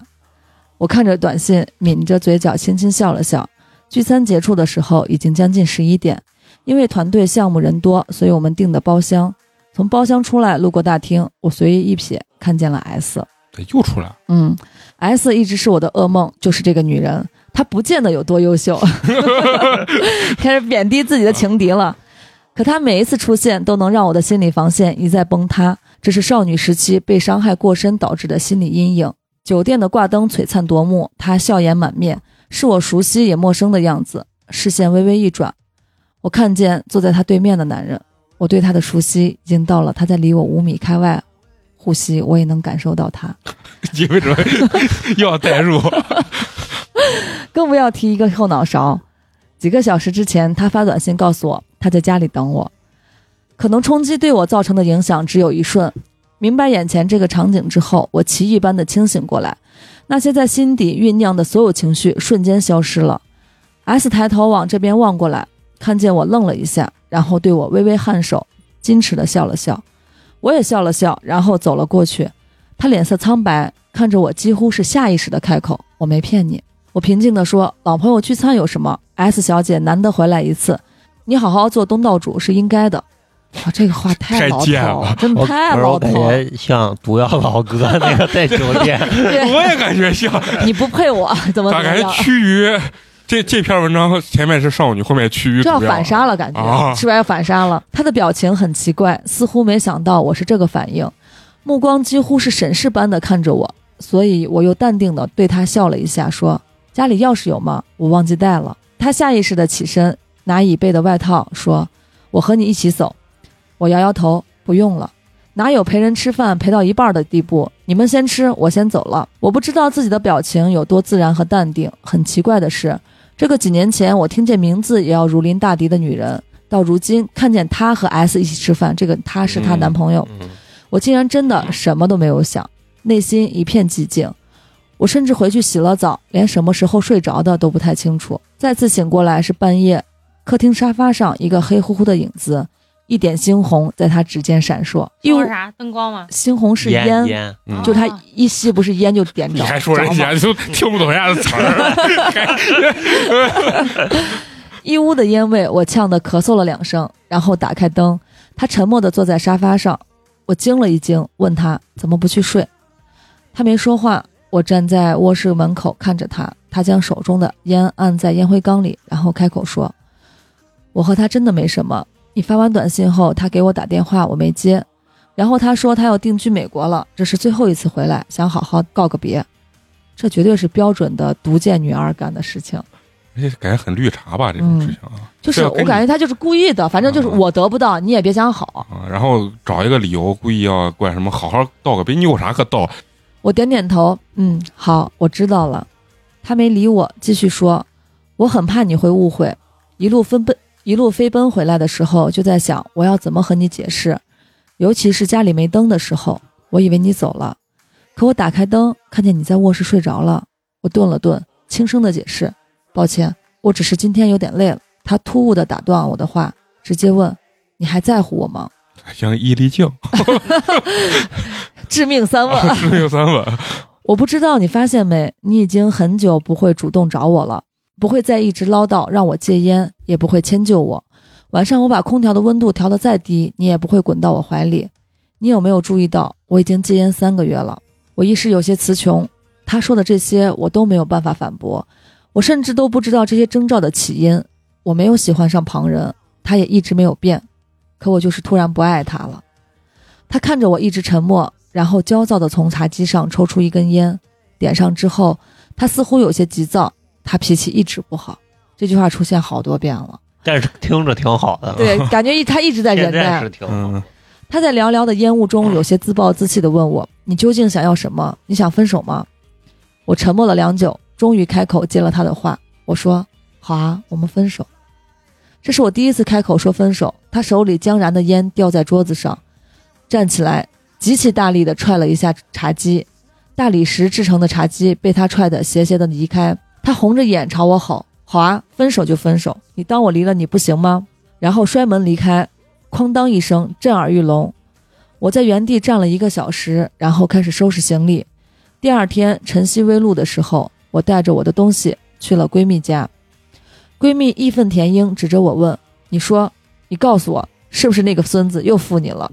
Speaker 3: 我看着短信，抿着嘴角，轻轻笑了笑。聚餐结束的时候已经将近十一点，因为团队项目人多，所以我们订的包厢。从包厢出来，路过大厅，我随意一瞥，看见了 S。
Speaker 2: 哎又出来了，
Speaker 3: 嗯，S 一直是我的噩梦，就是这个女人，她不见得有多优秀，开始贬低自己的情敌了。可她每一次出现，都能让我的心理防线一再崩塌，这是少女时期被伤害过深导致的心理阴影。酒店的挂灯璀璨夺目，她笑颜满面，是我熟悉也陌生的样子。视线微微一转，我看见坐在她对面的男人，我对他的熟悉已经到了他在离我五米开外呼吸，我也能感受到他。
Speaker 2: 意味着又要代
Speaker 3: *laughs*
Speaker 2: 入。
Speaker 3: 更不要提一个后脑勺。几个小时之前，他发短信告诉我他在家里等我。可能冲击对我造成的影响只有一瞬。明白眼前这个场景之后，我奇异般的清醒过来，那些在心底酝酿的所有情绪瞬间消失了。S 抬头往这边望过来，看见我愣了一下，然后对我微微颔首，矜持的笑了笑。我也笑了笑，然后走了过去。他脸色苍白，看着我几乎是下意识的开口：“我没骗你。”我平静地说：“老朋友聚餐有什么？S 小姐难得回来一次，你好好做东道主是应该的。”哇，这个话太
Speaker 2: 太
Speaker 3: 老
Speaker 2: 贱
Speaker 3: 套
Speaker 2: 了
Speaker 3: 真
Speaker 6: 我哎
Speaker 3: 太
Speaker 6: 不是
Speaker 3: 老
Speaker 6: 我感
Speaker 3: 套了。
Speaker 6: 觉像毒药老哥那个 *laughs* 在酒店，
Speaker 2: 我也感觉像，
Speaker 3: 你不配我，怎么怎
Speaker 2: 咋
Speaker 3: 么
Speaker 2: 感觉
Speaker 3: 样？
Speaker 2: 趋于这这篇文章前面是少女，后面趋于
Speaker 3: 这要
Speaker 2: 主要
Speaker 3: 反杀了，感
Speaker 2: 啊
Speaker 3: 觉是不是要反杀了？他的表情很奇怪，似乎没想到我是这个反应，目光几乎是审视般的看着我，所以我又淡定的对他笑了一下，说：“家里钥匙有吗？我忘记带了。”他下意识的起身，拿椅背的外套，说：“我和你一起走。”我摇摇头，不用了。哪有陪人吃饭陪到一半的地步？你们先吃，我先走了。我不知道自己的表情有多自然和淡定。很奇怪的是，这个几年前我听见名字也要如临大敌的女人，到如今看见她和 S 一起吃饭，这个她是她男朋友，
Speaker 2: 嗯
Speaker 3: 我竟然真的什么都没有想，内心一片寂静。我甚至回去洗了澡，连什么时候睡着的都不太清楚。再次醒过来是半夜，客厅沙发上一个黑乎乎的影子，一点猩红在他指尖闪烁。一
Speaker 5: 说
Speaker 3: 屋
Speaker 5: 啥灯光吗？
Speaker 3: 猩红 *laughs* 是
Speaker 6: 烟
Speaker 3: 烟，
Speaker 6: 烟，
Speaker 2: 嗯
Speaker 3: 就他一吸不是烟就点
Speaker 2: 你
Speaker 3: 着。
Speaker 2: 还说人
Speaker 3: 着吗
Speaker 2: 家就听不懂人家的词儿，
Speaker 3: 一屋的烟味，我呛得咳嗽了两声，然后打开灯。他沉默地坐在沙发上，我惊了一惊，问他怎么不去睡。他没说话，我站在卧室门口看着他。他将手中的烟按在烟灰缸里，然后开口说：“我和他真的没什么。你发完短信后，他给我打电话，我没接。然后他说他要定居美国了，这是最后一次回来，想好好告个别。这绝对是标准的毒贱女儿干的事情。”
Speaker 2: 人家感觉很绿茶吧这种
Speaker 3: 嗯
Speaker 2: 事情啊
Speaker 3: 就是
Speaker 2: 对
Speaker 3: 我
Speaker 2: 跟你
Speaker 3: 感觉他就是故意的，反正就是
Speaker 2: 嗯
Speaker 3: 我得不到，你也别想好。
Speaker 2: 啊，然后找一个理由故意要怪什么，好好道个别，你有啥可道？
Speaker 3: 我点点头，嗯，好，我知道了。他没理我，继续说：“我很怕你会误会。”一路飞奔，一路飞奔回来的时候，就在想我要怎么和你解释，尤其是家里没灯的时候，我以为你走了，可我打开灯，看见你在卧室睡着了。我顿了顿，轻声的解释：“抱歉，我只是今天有点累了。”他突兀的打断我的话，直接问：“你还在乎我吗？”
Speaker 2: 哎像伊丽静， *laughs*
Speaker 3: 致命三问。
Speaker 2: 十六三吻，
Speaker 3: 啊我不知道你发现没，你已经很久不会主动找我了，不会再一直唠叨让我戒烟，也不会迁就我。晚上我把空调的温度调得再低，你也不会滚到我怀里。你有没有注意到，我已经戒烟三个月了？我一时有些词穷，他说的这些我都没有办法反驳，我甚至都不知道这些征兆的起因。我没有喜欢上旁人，他也一直没有变，可我就是突然不爱他了。他看着我一直沉默，然后焦躁地从茶几上抽出一根烟，点上之后，他似乎有些急躁。他脾气一直不好，这句话出现好多遍了。
Speaker 6: 但是听着挺好的， *laughs*
Speaker 3: 对，感觉一他一直在忍
Speaker 6: 现
Speaker 3: 耐
Speaker 6: 在是。挺好。
Speaker 2: 嗯，
Speaker 3: 他在寥寥的烟雾中，有些自暴自弃地问我：“你究竟想要什么？你想分手吗？”我沉默了良久，终于开口接了他的话：“我说好啊，我们分手。这是我第一次开口说分手。他手里将燃的烟掉在桌子上，站起来，极其大力的踹了一下茶几，大理石制成的茶几被他踹得斜斜的离开。他红着眼朝我吼：“好啊，分手就分手，你当我离了你不行吗？”然后摔门离开，哐当一声，震耳欲聋。我在原地站了一个小时，然后开始收拾行李。第二天晨曦微露的时候，我带着我的东西去了闺蜜家。闺蜜义愤填膺，指着我问：“你说，你告诉我，是不是那个孙子又负你了？”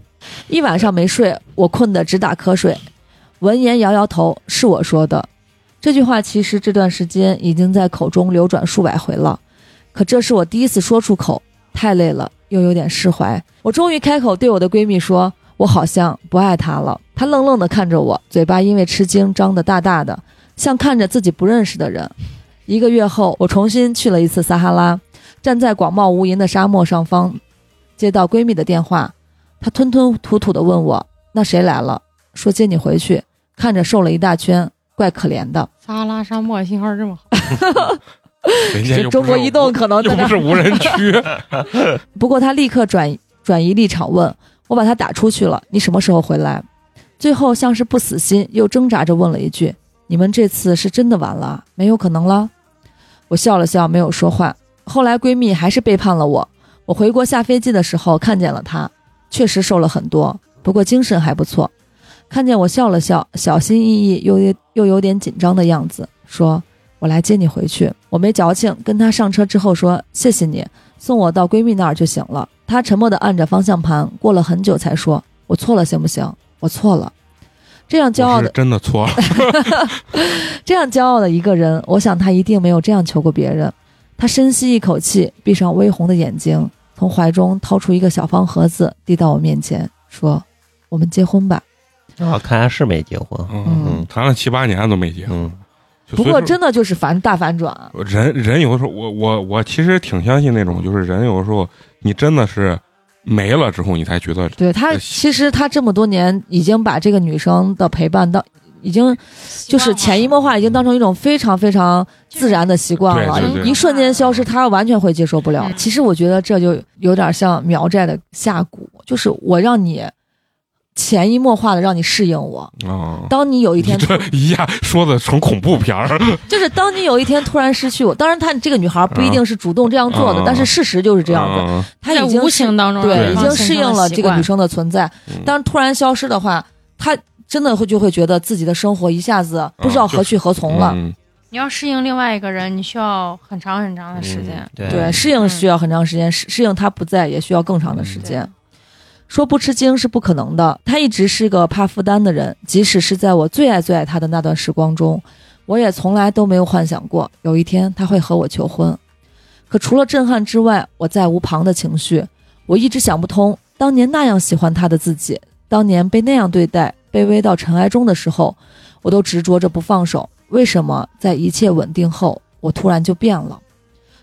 Speaker 3: 一晚上没睡，我困得直打瞌睡。闻言摇摇头，是我说的。这句话其实这段时间已经在口中流转数百回了，可这是我第一次说出口，太累了，又有点释怀。我终于开口对我的闺蜜说：“我好像不爱他了。”她愣愣地看着我，嘴巴因为吃惊张得大大的，像看着自己不认识的人。一个月后，我重新去了一次撒哈拉，站在广袤无垠的沙漠上方，接到闺蜜的电话，她吞吞吐吐地问我：“那谁来了？”说接你回去，看着瘦了一大圈，怪可怜的。
Speaker 5: 撒哈拉沙漠信号这么好，
Speaker 2: 人家又不是
Speaker 3: 中国移动可能在
Speaker 2: 又
Speaker 3: 那
Speaker 2: 不是无人区，
Speaker 3: 不过他立刻转转移立场问，我把他打出去了，你什么时候回来？最后像是不死心，又挣扎着问了一句：“你们这次是真的完了，没有可能了？”我笑了笑，没有说话。后来闺蜜还是背叛了我。我回国下飞机的时候看见了她，确实瘦了很多，不过精神还不错。看见我笑了笑，小心翼翼又又有点紧张的样子，说：“我来接你回去。”我没矫情，跟她上车之后说：“谢谢你，送我到闺蜜那儿就行了。她沉默地按着方向盘，过了很久才说：“我错了，行不行？我错了。”这样 *laughs* 骄傲
Speaker 2: 我
Speaker 3: 的
Speaker 2: 是真的错了。
Speaker 3: *laughs* 这样骄傲的一个人，我想他一定没有这样求过别人。他深吸一口气，闭上微红的眼睛，从怀中掏出一个小方盒子，递到我面前，说：“我们结婚吧。
Speaker 6: 啊，看来是没结婚。
Speaker 2: 嗯，
Speaker 3: 嗯
Speaker 2: 谈了七八年都没结，
Speaker 6: 嗯，
Speaker 2: 就
Speaker 3: 不
Speaker 2: 所以
Speaker 3: 过
Speaker 2: 说
Speaker 3: 真的就是反大反转啊，
Speaker 2: 人人有的时候，我我我其实挺相信那种，就是人有的时候你真的是没了之后，你才觉得
Speaker 3: 对他，
Speaker 2: 呃
Speaker 3: 其实他这么多年已经把这个女生的陪伴到，已经就是潜移默化，已经当成一种非常非常自然的习惯了。
Speaker 2: 对对对
Speaker 3: 一瞬间消失，他完全会接受不了。
Speaker 5: 嗯
Speaker 3: 其实我觉得这就有点像苗寨的下蛊，就是我让你潜移默化的让你适应我。
Speaker 2: 啊，
Speaker 3: 当你有一
Speaker 2: 你 *laughs*
Speaker 3: 天，
Speaker 2: 这一下说的成恐怖片儿，
Speaker 3: 就是当你有一天突然失去我，当然她这个女孩不一定是主动这样做的，
Speaker 2: 嗯嗯
Speaker 3: 但是事实就是这样子，
Speaker 2: 子。
Speaker 3: 她
Speaker 5: 在
Speaker 3: 已经
Speaker 5: 无
Speaker 3: 是
Speaker 5: 形当中
Speaker 3: 对，
Speaker 2: 对
Speaker 3: 已
Speaker 2: 方
Speaker 3: 经适应了这个女
Speaker 5: 生。
Speaker 3: 生的存在
Speaker 2: 嗯。
Speaker 3: 但是突然消失的话，她真的会就会觉得自己的生活一下子不知
Speaker 2: 啊
Speaker 3: 道
Speaker 2: 就
Speaker 3: 何去何从了。
Speaker 2: 嗯
Speaker 5: 你要适应另外一个人，你需要很长很长的时
Speaker 2: 嗯
Speaker 5: 间。
Speaker 6: 对
Speaker 3: 对，适应需要很长时间，适适应她不在也需要更长的时间。说不吃惊是不可能的，她一直是个怕负担的人，即使是在我最爱最爱她的那段时光中，我也从来都没有幻想过有一天她会和我求婚。可除了震撼之外，我再无旁的情绪。我一直想不通，当年那样喜欢她的自己，当年被那样对待，卑微到尘埃中的时候，我都执着着不放手。为什么在一切稳定后，我突然就变了？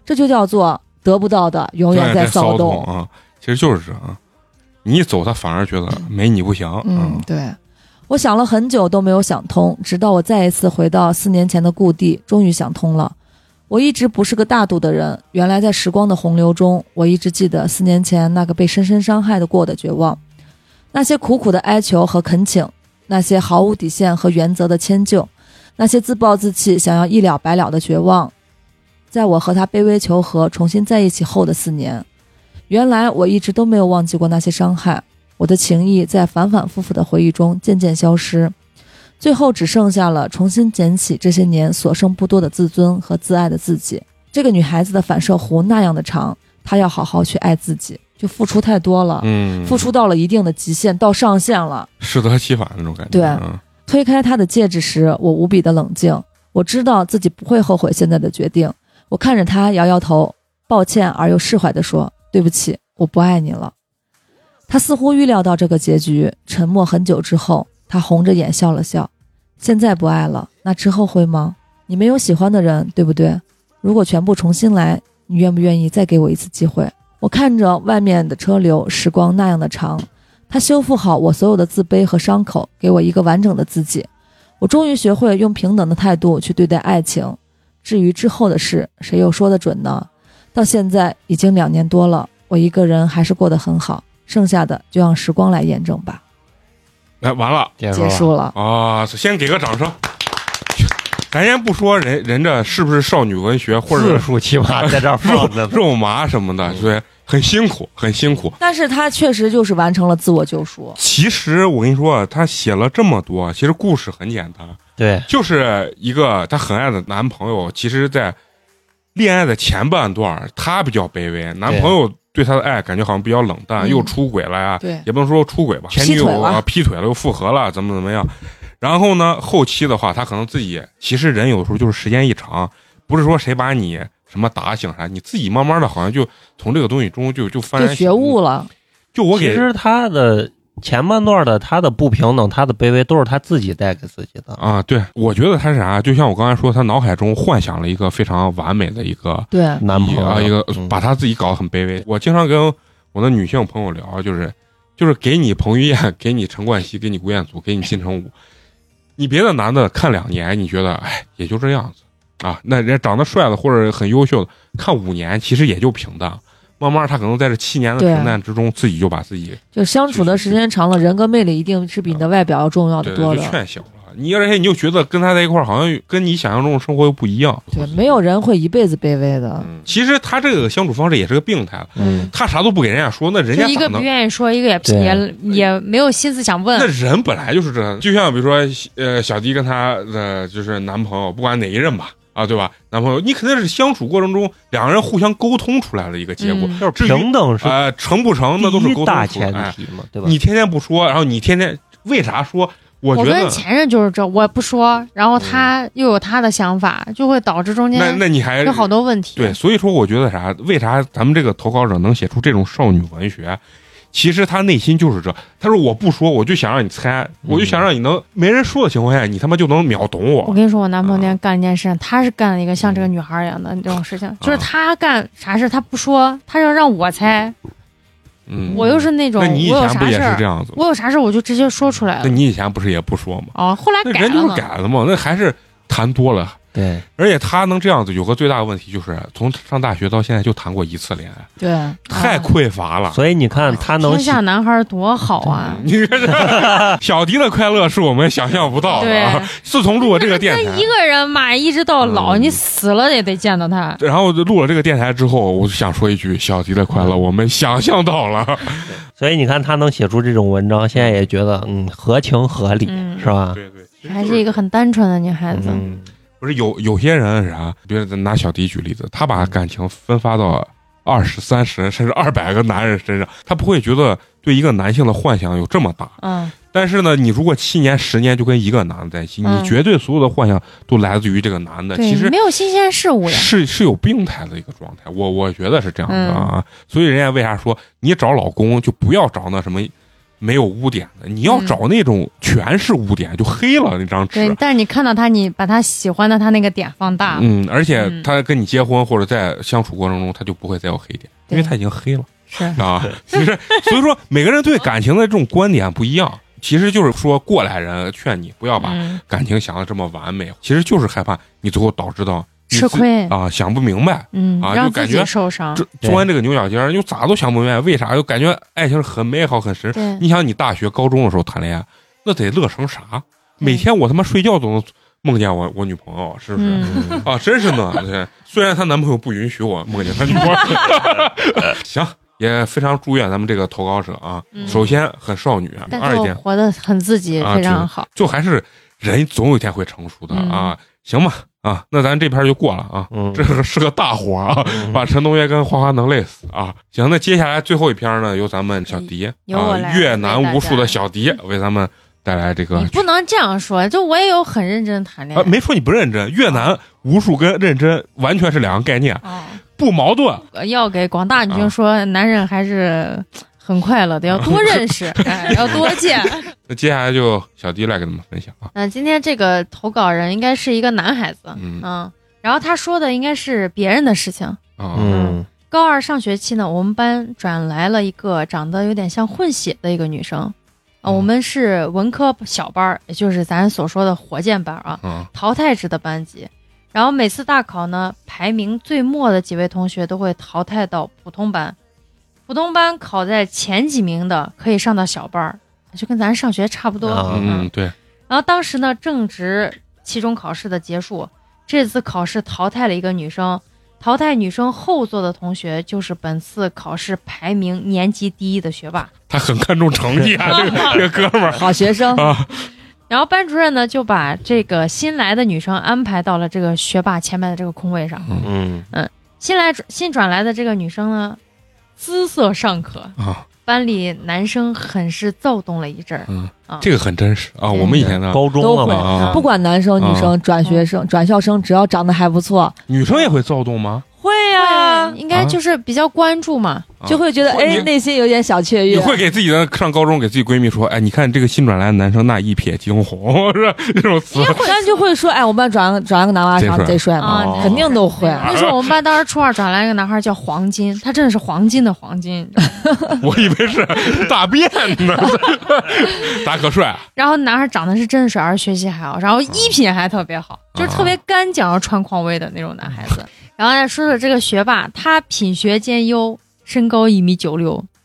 Speaker 3: 这就叫做得不到的永远在
Speaker 2: 骚
Speaker 3: 骚
Speaker 2: 动
Speaker 3: 动。
Speaker 2: 啊，其实就是这啊，你一走，他反而觉得没你不行。
Speaker 3: 嗯
Speaker 2: 啊，，
Speaker 3: 对。我想了很久都没有想通，直到我再一次回到四年前的故地，终于想通了。我一直不是个大度的人，原来在时光的洪流中，我一直记得四年前那个被深深伤害的过的绝望，那些苦苦的哀求和恳请，那些毫无底线和原则的迁就，那些自暴自弃想要一了百了的绝望，在我和他卑微求和、重新在一起后的四年，原来我一直都没有忘记过那些伤害，我的情谊在反反复复的回忆中渐渐消失，最后只剩下了重新捡起这些年所剩不多的自尊和自爱的自己。这个女孩子的反射弧那样的长，她要好好去爱自己，就付出太多了，
Speaker 2: 嗯，
Speaker 3: 付出到了一定的极限，到上限了。
Speaker 2: 适得其反那种感觉。
Speaker 3: 对
Speaker 2: 嗯
Speaker 3: 推开他的戒指时，我无比的冷静。我知道自己不会后悔现在的决定。我看着他，摇摇头，抱歉而又释怀地说：“对不起，我不爱你了。”他似乎预料到这个结局，沉默很久之后，他红着眼笑了笑：“现在不爱了，那之后会吗？你没有喜欢的人，对不对？如果全部重新来，你愿不愿意再给我一次机会？”我看着外面的车流，时光那样的长，他修复好我所有的自卑和伤口，给我一个完整的自己。我终于学会用平等的态度去对待爱情，至于之后的事，谁又说得准呢？到现在已经两年多了，我一个人还是过得很好，剩下的就让时光来验证吧。
Speaker 2: 哎，完了
Speaker 6: 结
Speaker 3: 结束了，
Speaker 2: 啊！先给个掌声。咱先不说人人这是不是少女文学或者
Speaker 6: 字数起码在这儿
Speaker 2: 肉
Speaker 6: 放 *laughs* 着呢。
Speaker 2: 肉麻什么的，所以很辛苦，很辛苦。
Speaker 3: 但是他确实就是完成了自我救赎。
Speaker 2: 其实我跟你说，啊他写了这么多，其实故事很简单，
Speaker 6: 对，
Speaker 2: 就是一个她很爱的男朋友，其实，在恋爱的前半段，她比较卑微，男朋友对她的爱感觉好像比较冷淡，
Speaker 3: 嗯
Speaker 2: 又出轨了呀，
Speaker 3: 对，
Speaker 2: 也不能说出轨吧，前女
Speaker 3: 劈腿
Speaker 2: 友
Speaker 3: 了
Speaker 2: 啊劈腿了，又复合了，怎么怎么样。然后呢，后期的话，她可能自己其实人有时候就是时间一长，不是说谁把你什么打醒啥，你自己慢慢的好像就从这个东西中就就幡
Speaker 3: 就
Speaker 2: 然
Speaker 3: 觉悟
Speaker 2: 了。 *laughs*
Speaker 3: 了。
Speaker 2: 就我
Speaker 6: 其
Speaker 2: 给
Speaker 6: 实他的前半段的他的不平等，他的卑微，都是他自己带给自己的。
Speaker 2: 啊，对，我觉得他是啥，就像我刚才说，他脑海中幻想了一个非常完美的一个
Speaker 3: 对，
Speaker 6: 男朋
Speaker 2: 啊，
Speaker 6: 友
Speaker 2: 一个
Speaker 6: 嗯
Speaker 2: 把他自己搞得很卑微。我经常跟我的女性朋友聊，就是就是给你彭于晏，给你陈冠希，给你吴彦祖，给你金城武，你别的男的看两年，你觉得哎也就这样子啊，那人家长得帅的或者很优秀的，看五年其实也就平淡。慢慢，他可能在这七年的
Speaker 3: 对啊
Speaker 2: 平淡之中，自己就把自己
Speaker 3: 就相处的时间长了，人格魅力一定是比你的外表要重要
Speaker 2: 对
Speaker 3: 的
Speaker 2: 就
Speaker 3: 多了。
Speaker 2: 劝醒了。你而且你就觉得跟他在一块儿，好像跟你想象中的生活又不一样。
Speaker 3: 对，没有人会一辈子卑微的。
Speaker 2: 嗯，其实他这个相处方式也是个病态了，
Speaker 6: 嗯，
Speaker 2: 他啥都不给人家说，那人
Speaker 5: 就
Speaker 2: 家
Speaker 5: 一
Speaker 2: 咋
Speaker 5: 个不
Speaker 2: 能？
Speaker 5: 愿意说，一个也
Speaker 6: 对
Speaker 5: 也也没有心思想
Speaker 2: 那
Speaker 5: 问。
Speaker 2: 人本来就是这样，就像比如说，呃，小迪跟她的就是男朋友，不管哪一任吧，啊，对吧？男朋友，你肯定是相处过程中两个人互相沟通出来的一个结果，
Speaker 5: 嗯
Speaker 2: 就是至于
Speaker 6: 平等是
Speaker 2: 呃成不成，那都是
Speaker 6: 第
Speaker 2: 沟通
Speaker 6: 一大
Speaker 2: 出来
Speaker 6: 前
Speaker 2: 的。哎
Speaker 6: 提嘛，对吧？
Speaker 2: 你天天不说，然后你天天为啥说？我觉
Speaker 5: 我跟
Speaker 2: 得
Speaker 5: 前任就是这，我不说，然后他又有他的想法，就会导致中
Speaker 2: 那
Speaker 5: 间
Speaker 2: 那你还
Speaker 5: 有好多问题。
Speaker 2: 对，所以说我觉得啥？为啥咱们这个投稿者能写出这种少女文学？其实他内心就是这，他说我不说，我就想让你猜，我就想让你能没人说的情况下，你他妈就能秒懂
Speaker 5: 我
Speaker 2: 我。
Speaker 5: 跟你说，我男朋友
Speaker 2: 啊
Speaker 5: 那天干了一件事，他是干了一个像这个女孩儿一样的这种事情，
Speaker 2: 啊
Speaker 5: 就是他干啥事他不说，他要让我猜。
Speaker 2: 嗯，
Speaker 5: 我又是那种
Speaker 2: 那你以
Speaker 5: 我有
Speaker 2: 前不
Speaker 5: 啥
Speaker 2: 也
Speaker 5: 事
Speaker 2: 是这
Speaker 5: 儿，
Speaker 2: 样子吗？
Speaker 5: 我有啥事儿我就直接说出来
Speaker 2: 那
Speaker 5: 了。
Speaker 2: 你以前不是也不说吗？
Speaker 5: 哦，后来
Speaker 2: 那
Speaker 5: 改
Speaker 2: 人就
Speaker 5: 了
Speaker 2: 是
Speaker 5: 嘛。
Speaker 2: 改了嘛，那还是谈多了。
Speaker 6: 对，
Speaker 2: 而且他能这样子，有个最大的问题就是从上大学到现在就谈过一次恋爱，
Speaker 3: 对，
Speaker 2: *laughs* 太
Speaker 5: 啊
Speaker 2: 匮乏了。
Speaker 6: 所以你看他能
Speaker 5: 天
Speaker 6: 写
Speaker 5: 下男孩儿多好啊！
Speaker 2: *laughs* 你看这小迪的快乐是我们想象不到的。啊
Speaker 5: 对！
Speaker 2: 自从录了这个电台
Speaker 5: 那，一个人嘛，一直到老，
Speaker 2: 嗯
Speaker 5: 你死了也得见到他。
Speaker 2: 然后就录了这个电台之后，我就想说一句：小迪的快乐，我们想象到了。
Speaker 6: 所以你看他能写出这种文章，现在也觉得嗯合情合理，
Speaker 5: 嗯
Speaker 6: 是吧？
Speaker 2: 对对，
Speaker 5: 还是一个很单纯的女孩子，
Speaker 6: 嗯，
Speaker 2: 不是有有些人是啥？比如咱拿小迪举例子，他把感情分发到二十三十甚至二百个男人身上，他不会觉得对一个男性的幻想有这么大。
Speaker 5: 嗯，
Speaker 2: 但是呢，你如果七年十年就跟一个男的在一起，
Speaker 5: 嗯
Speaker 2: 你绝对所有的幻想都来自于这个男的。
Speaker 5: 对
Speaker 2: 其，实
Speaker 5: 没有新鲜事物呀。
Speaker 2: 是是有病态的一个状态，我我觉得是这样的啊。
Speaker 5: 嗯
Speaker 2: 所以人家为啥说你找老公就不要找那什么没有污点的，你要
Speaker 5: 嗯
Speaker 2: 找那种全是污点，就黑了那张
Speaker 5: 对
Speaker 2: 纸，。
Speaker 5: 但是你看到他，你把他喜欢的他那个点放大，
Speaker 2: 嗯，而且
Speaker 5: 嗯
Speaker 2: 他跟你结婚或者在相处过程中，他就不会再有黑点，因为
Speaker 5: 对
Speaker 2: 他已经黑了
Speaker 5: 是
Speaker 2: 啊。其实， *laughs* 所以说每个人对感情的这种观点不一样，其实就是说过来人劝你不要把
Speaker 5: 嗯，
Speaker 2: 感情想的这么完美，其实就是害怕你最后导致到你
Speaker 5: 吃
Speaker 2: 自
Speaker 5: 亏，
Speaker 2: 啊，想不明白，
Speaker 5: 嗯，
Speaker 2: 啊
Speaker 5: 让
Speaker 2: 就感
Speaker 5: 自
Speaker 2: 觉
Speaker 5: 己受伤。
Speaker 2: 这
Speaker 6: 对
Speaker 2: 钻这个牛角尖儿，又咋都想不明白为啥，又感觉爱情是很美好、很神。
Speaker 5: 对，
Speaker 2: 你想，你大学、高中的时候谈恋爱，那得乐成啥？每天我他妈睡觉都能梦见我我女朋友，是不是？
Speaker 5: 嗯，
Speaker 2: 啊，真是呢。对，虽然她男朋友不允许我梦见她女朋友。 *laughs* 行，也非常祝愿咱们这个投稿者啊，
Speaker 5: 嗯
Speaker 2: 首先很少女，啊
Speaker 5: 但
Speaker 2: 二
Speaker 5: 是
Speaker 2: 一
Speaker 5: 我
Speaker 2: 点
Speaker 5: 活得很自己，
Speaker 2: 啊
Speaker 5: 非
Speaker 2: 对
Speaker 5: 常好。
Speaker 2: 就还是人总有一天会成熟的
Speaker 5: 嗯
Speaker 2: 啊。行吧，啊，那咱这篇就过了啊。
Speaker 6: 嗯
Speaker 2: 这个是个大活儿啊，
Speaker 6: 嗯
Speaker 2: 把陈同学跟花花能累死啊！行，那接下来最后一篇呢，由咱们小迪
Speaker 5: 哎由我来
Speaker 2: 啊，越南无数
Speaker 5: 为大
Speaker 2: 的
Speaker 5: 家嗯
Speaker 2: 小迪为咱们带来这个
Speaker 5: 你不能这样说，就我也有很认真谈恋
Speaker 2: 啊，
Speaker 5: 爱。
Speaker 2: 没说你不认真，越南无数跟认真完全是两个概念，
Speaker 5: 哦，
Speaker 2: 不矛盾。
Speaker 5: 呃要给广大
Speaker 2: 啊
Speaker 5: 女性说，男人还是很快乐的，要多认
Speaker 2: *laughs*
Speaker 5: 识，哎，要多见。
Speaker 2: 那接下来就小迪来给咱们分享啊，
Speaker 5: 那今天这个投稿人应该是一个男孩子，
Speaker 2: 嗯
Speaker 5: 嗯，然后他说的应该是别人的事情。
Speaker 2: 啊，
Speaker 6: 嗯
Speaker 5: 高二上学期呢，我们班转来了一个长得有点像混血的一个女生，啊，
Speaker 2: 嗯
Speaker 5: 我们是文科小班儿，也就是咱所说的火箭班儿啊，
Speaker 2: 啊
Speaker 5: 淘汰制的班级。然后每次大考呢，排名最末的几位同学都会淘汰到普通班，普通班考在前几名的可以上到小班儿，就跟咱上学差不多。
Speaker 6: 啊
Speaker 2: 嗯，对，
Speaker 5: 然后当时呢，正值期中考试的结束，这次考试淘汰了一个女生，淘汰女生后座的同学就是本次考试排名年级第一的学霸。
Speaker 2: 他很看重成绩啊，这
Speaker 3: *laughs*
Speaker 2: 个这个哥们儿
Speaker 3: 好
Speaker 2: *laughs*
Speaker 3: 学生
Speaker 2: 啊，
Speaker 5: 然后班主任呢就把这个新来的女生安排到了这个学霸前排的这个空位上。
Speaker 6: 嗯
Speaker 5: 新来新转来的这个女生呢，姿色尚可，
Speaker 2: 啊，
Speaker 5: 班里男生很是躁动了一阵儿。
Speaker 2: 嗯
Speaker 5: 啊，
Speaker 2: 这个很真实啊。我们以前呢，
Speaker 6: 高中了
Speaker 3: 都会
Speaker 6: 嘛，
Speaker 2: 啊，啊
Speaker 3: 不管男生女生，转学生、转校生，只要长得还不错，
Speaker 2: 女生也会躁动吗？
Speaker 3: 会
Speaker 5: 对，啊应该就是比较关注嘛。
Speaker 2: 啊
Speaker 3: 就会觉得
Speaker 2: 会
Speaker 3: 哎，
Speaker 2: 你
Speaker 3: 内心有点小雀
Speaker 2: 你
Speaker 3: 跃。
Speaker 2: 会给自己的上高中给自己闺蜜说，哎，你看这个新转来的男生那一瞥惊鸿， *laughs* 是吧这种词，
Speaker 3: 但就会说，哎，我们班转个转个男娃啥
Speaker 2: 贼帅
Speaker 3: 贼帅
Speaker 5: 啊
Speaker 3: 嘛，
Speaker 2: 哦
Speaker 3: 肯定都会。
Speaker 5: 那时候我们班当时初二转来一个男孩叫黄金，他真的是黄金的黄
Speaker 3: *laughs*
Speaker 5: 金。
Speaker 2: 我以为是大便呢，大可帅，啊
Speaker 5: 然后男孩长得是真帅，而且学习还好，然后衣品还特别好，就是特
Speaker 3: 哦
Speaker 5: 别干净，然后穿匡威的那种男孩
Speaker 3: *laughs*
Speaker 5: 子。然后再哎说说这个学霸，他品学兼优，身高一米九
Speaker 3: 哦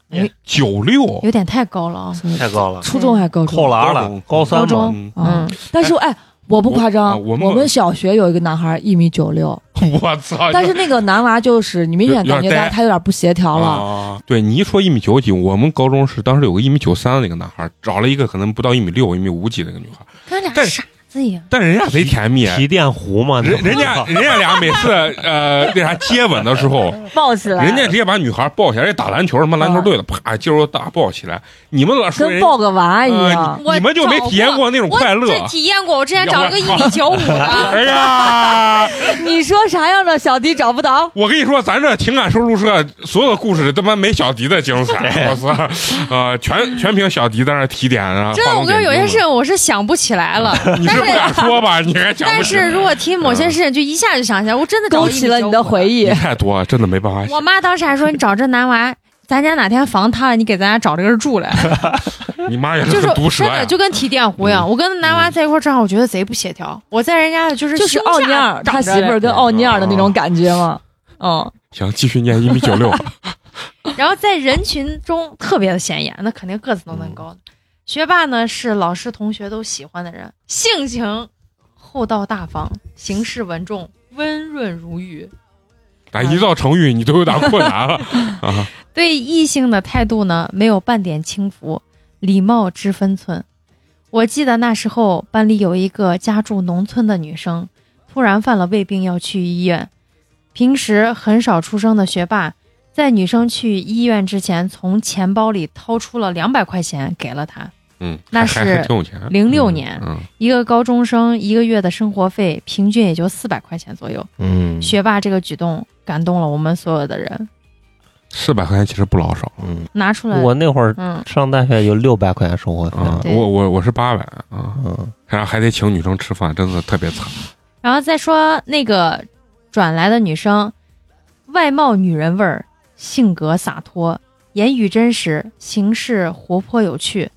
Speaker 5: 六，
Speaker 2: 九六
Speaker 5: 有点太高了啊。
Speaker 6: 太高了，嗯
Speaker 3: 初中还高中
Speaker 6: 扣篮了，高三
Speaker 5: 高中
Speaker 6: 嘛，
Speaker 2: 嗯
Speaker 3: 啊
Speaker 5: 嗯，
Speaker 3: 但是哎，我不夸
Speaker 2: 我啊
Speaker 3: 张，
Speaker 2: 我
Speaker 3: 我
Speaker 2: 们
Speaker 3: 们小学有一个男孩一米九六，
Speaker 2: *laughs* 我操！
Speaker 3: 但是那个男娃就是你明显感觉
Speaker 2: 啊有点
Speaker 3: 他
Speaker 2: 呆
Speaker 3: 他有点不协调了，
Speaker 2: 啊，对你一说一米九几，我们高中是当时有个一米九三的那个男孩，找了一个可能不到一米六、一米五几的那个女孩，
Speaker 5: 跟俩
Speaker 2: 但
Speaker 5: 傻子一样。
Speaker 2: 但人家贼甜蜜，啊
Speaker 6: 提电弧嘛，那
Speaker 2: 人人 *laughs* 家人家俩每次呃那啥接吻的时
Speaker 5: *laughs*
Speaker 2: 候，
Speaker 3: 抱起
Speaker 2: 人家直接把女孩抱起来，人家打篮球什么篮球队的，
Speaker 5: 嗯
Speaker 2: 啪肌肉大抱起来，你们老说
Speaker 3: 跟
Speaker 2: 人
Speaker 3: 抱个娃一
Speaker 2: 呃
Speaker 3: 样。
Speaker 2: 你们就没体验过那种快乐
Speaker 5: 嗯我这体验过，我之前找了个一
Speaker 2: *laughs*
Speaker 5: 米九五的，
Speaker 2: 哎呀，
Speaker 3: 你说啥样的小迪找不到？
Speaker 2: 我跟你说，咱这情感收录社所有的故事他妈没小迪的精
Speaker 5: *laughs*
Speaker 2: 彩，我操！呃，全全凭小迪在那儿提点啊。
Speaker 5: 真的，
Speaker 2: 画
Speaker 5: 我
Speaker 2: 龙
Speaker 5: 跟你说，有
Speaker 2: 点
Speaker 5: 些
Speaker 2: 睛
Speaker 5: 事情我是想不起来了，
Speaker 2: *laughs* 你
Speaker 5: 但
Speaker 2: 是不
Speaker 5: 是
Speaker 2: 敢说吧？你还讲
Speaker 5: 但
Speaker 2: 不清
Speaker 5: 是如果提某
Speaker 2: 嗯
Speaker 5: 些事情，就一下就想起来，我真的找
Speaker 3: 勾
Speaker 5: 了
Speaker 3: 起了你的
Speaker 5: 1.95
Speaker 3: 回忆
Speaker 2: 你。太多了，啊真的没办法。
Speaker 5: 我妈当时还说：“你找这男娃，咱家哪天房塌了，你给咱家找这个人住来。
Speaker 2: 你妈也”
Speaker 5: 就是
Speaker 2: 很啊毒
Speaker 5: 是
Speaker 2: 舌
Speaker 5: 真
Speaker 2: 呀
Speaker 5: 的，就跟提电弧一样。我跟男娃在一块儿正好，我觉得贼不协调。我在人家的就是
Speaker 3: 就是奥尼尔他媳妇儿
Speaker 2: 嗯
Speaker 3: 跟奥尼尔的那
Speaker 2: 哦
Speaker 3: 种感觉嘛。嗯，
Speaker 2: 行，继续念一米九
Speaker 5: *laughs*
Speaker 2: 六，
Speaker 5: 嗯儿，然后在人群中特别的显眼，那肯定个子都能高的。学霸呢是老师同学都喜欢的人，性情厚道大方，行事稳重，温润如玉。
Speaker 2: 打一造成语你都有点困难
Speaker 5: *laughs*
Speaker 2: 了。
Speaker 5: 对异性的态度呢，没有半点轻浮，礼貌知分寸。我记得那时候班里有一个家住农村的女生，突然犯了胃病要去医院。平时很少出声的学霸，在女生去医院之前，从钱包里掏出了两百块钱给了她。
Speaker 2: 嗯，
Speaker 5: 那
Speaker 2: 还还
Speaker 5: 是
Speaker 2: 还挺有钱。
Speaker 5: 06年
Speaker 2: 嗯，
Speaker 5: 一个高中生一个月的生活费平均也就四百块钱左右。
Speaker 6: 嗯
Speaker 5: 学霸这个举动感动了我们所有的人，
Speaker 2: 四百块钱其实不老少。
Speaker 6: 嗯，
Speaker 5: 拿出来，
Speaker 6: 我那会儿
Speaker 5: 嗯，
Speaker 6: 上大学有六百块钱生活费，
Speaker 4: 嗯
Speaker 2: 啊，
Speaker 5: 对
Speaker 2: 我我我是八百啊，
Speaker 6: 嗯，
Speaker 2: 然后还得请女生吃饭，真的特别惨。
Speaker 5: 然后再说那个转来的女生，外貌女人味儿，性格洒脱，言语真实，行事活泼有趣。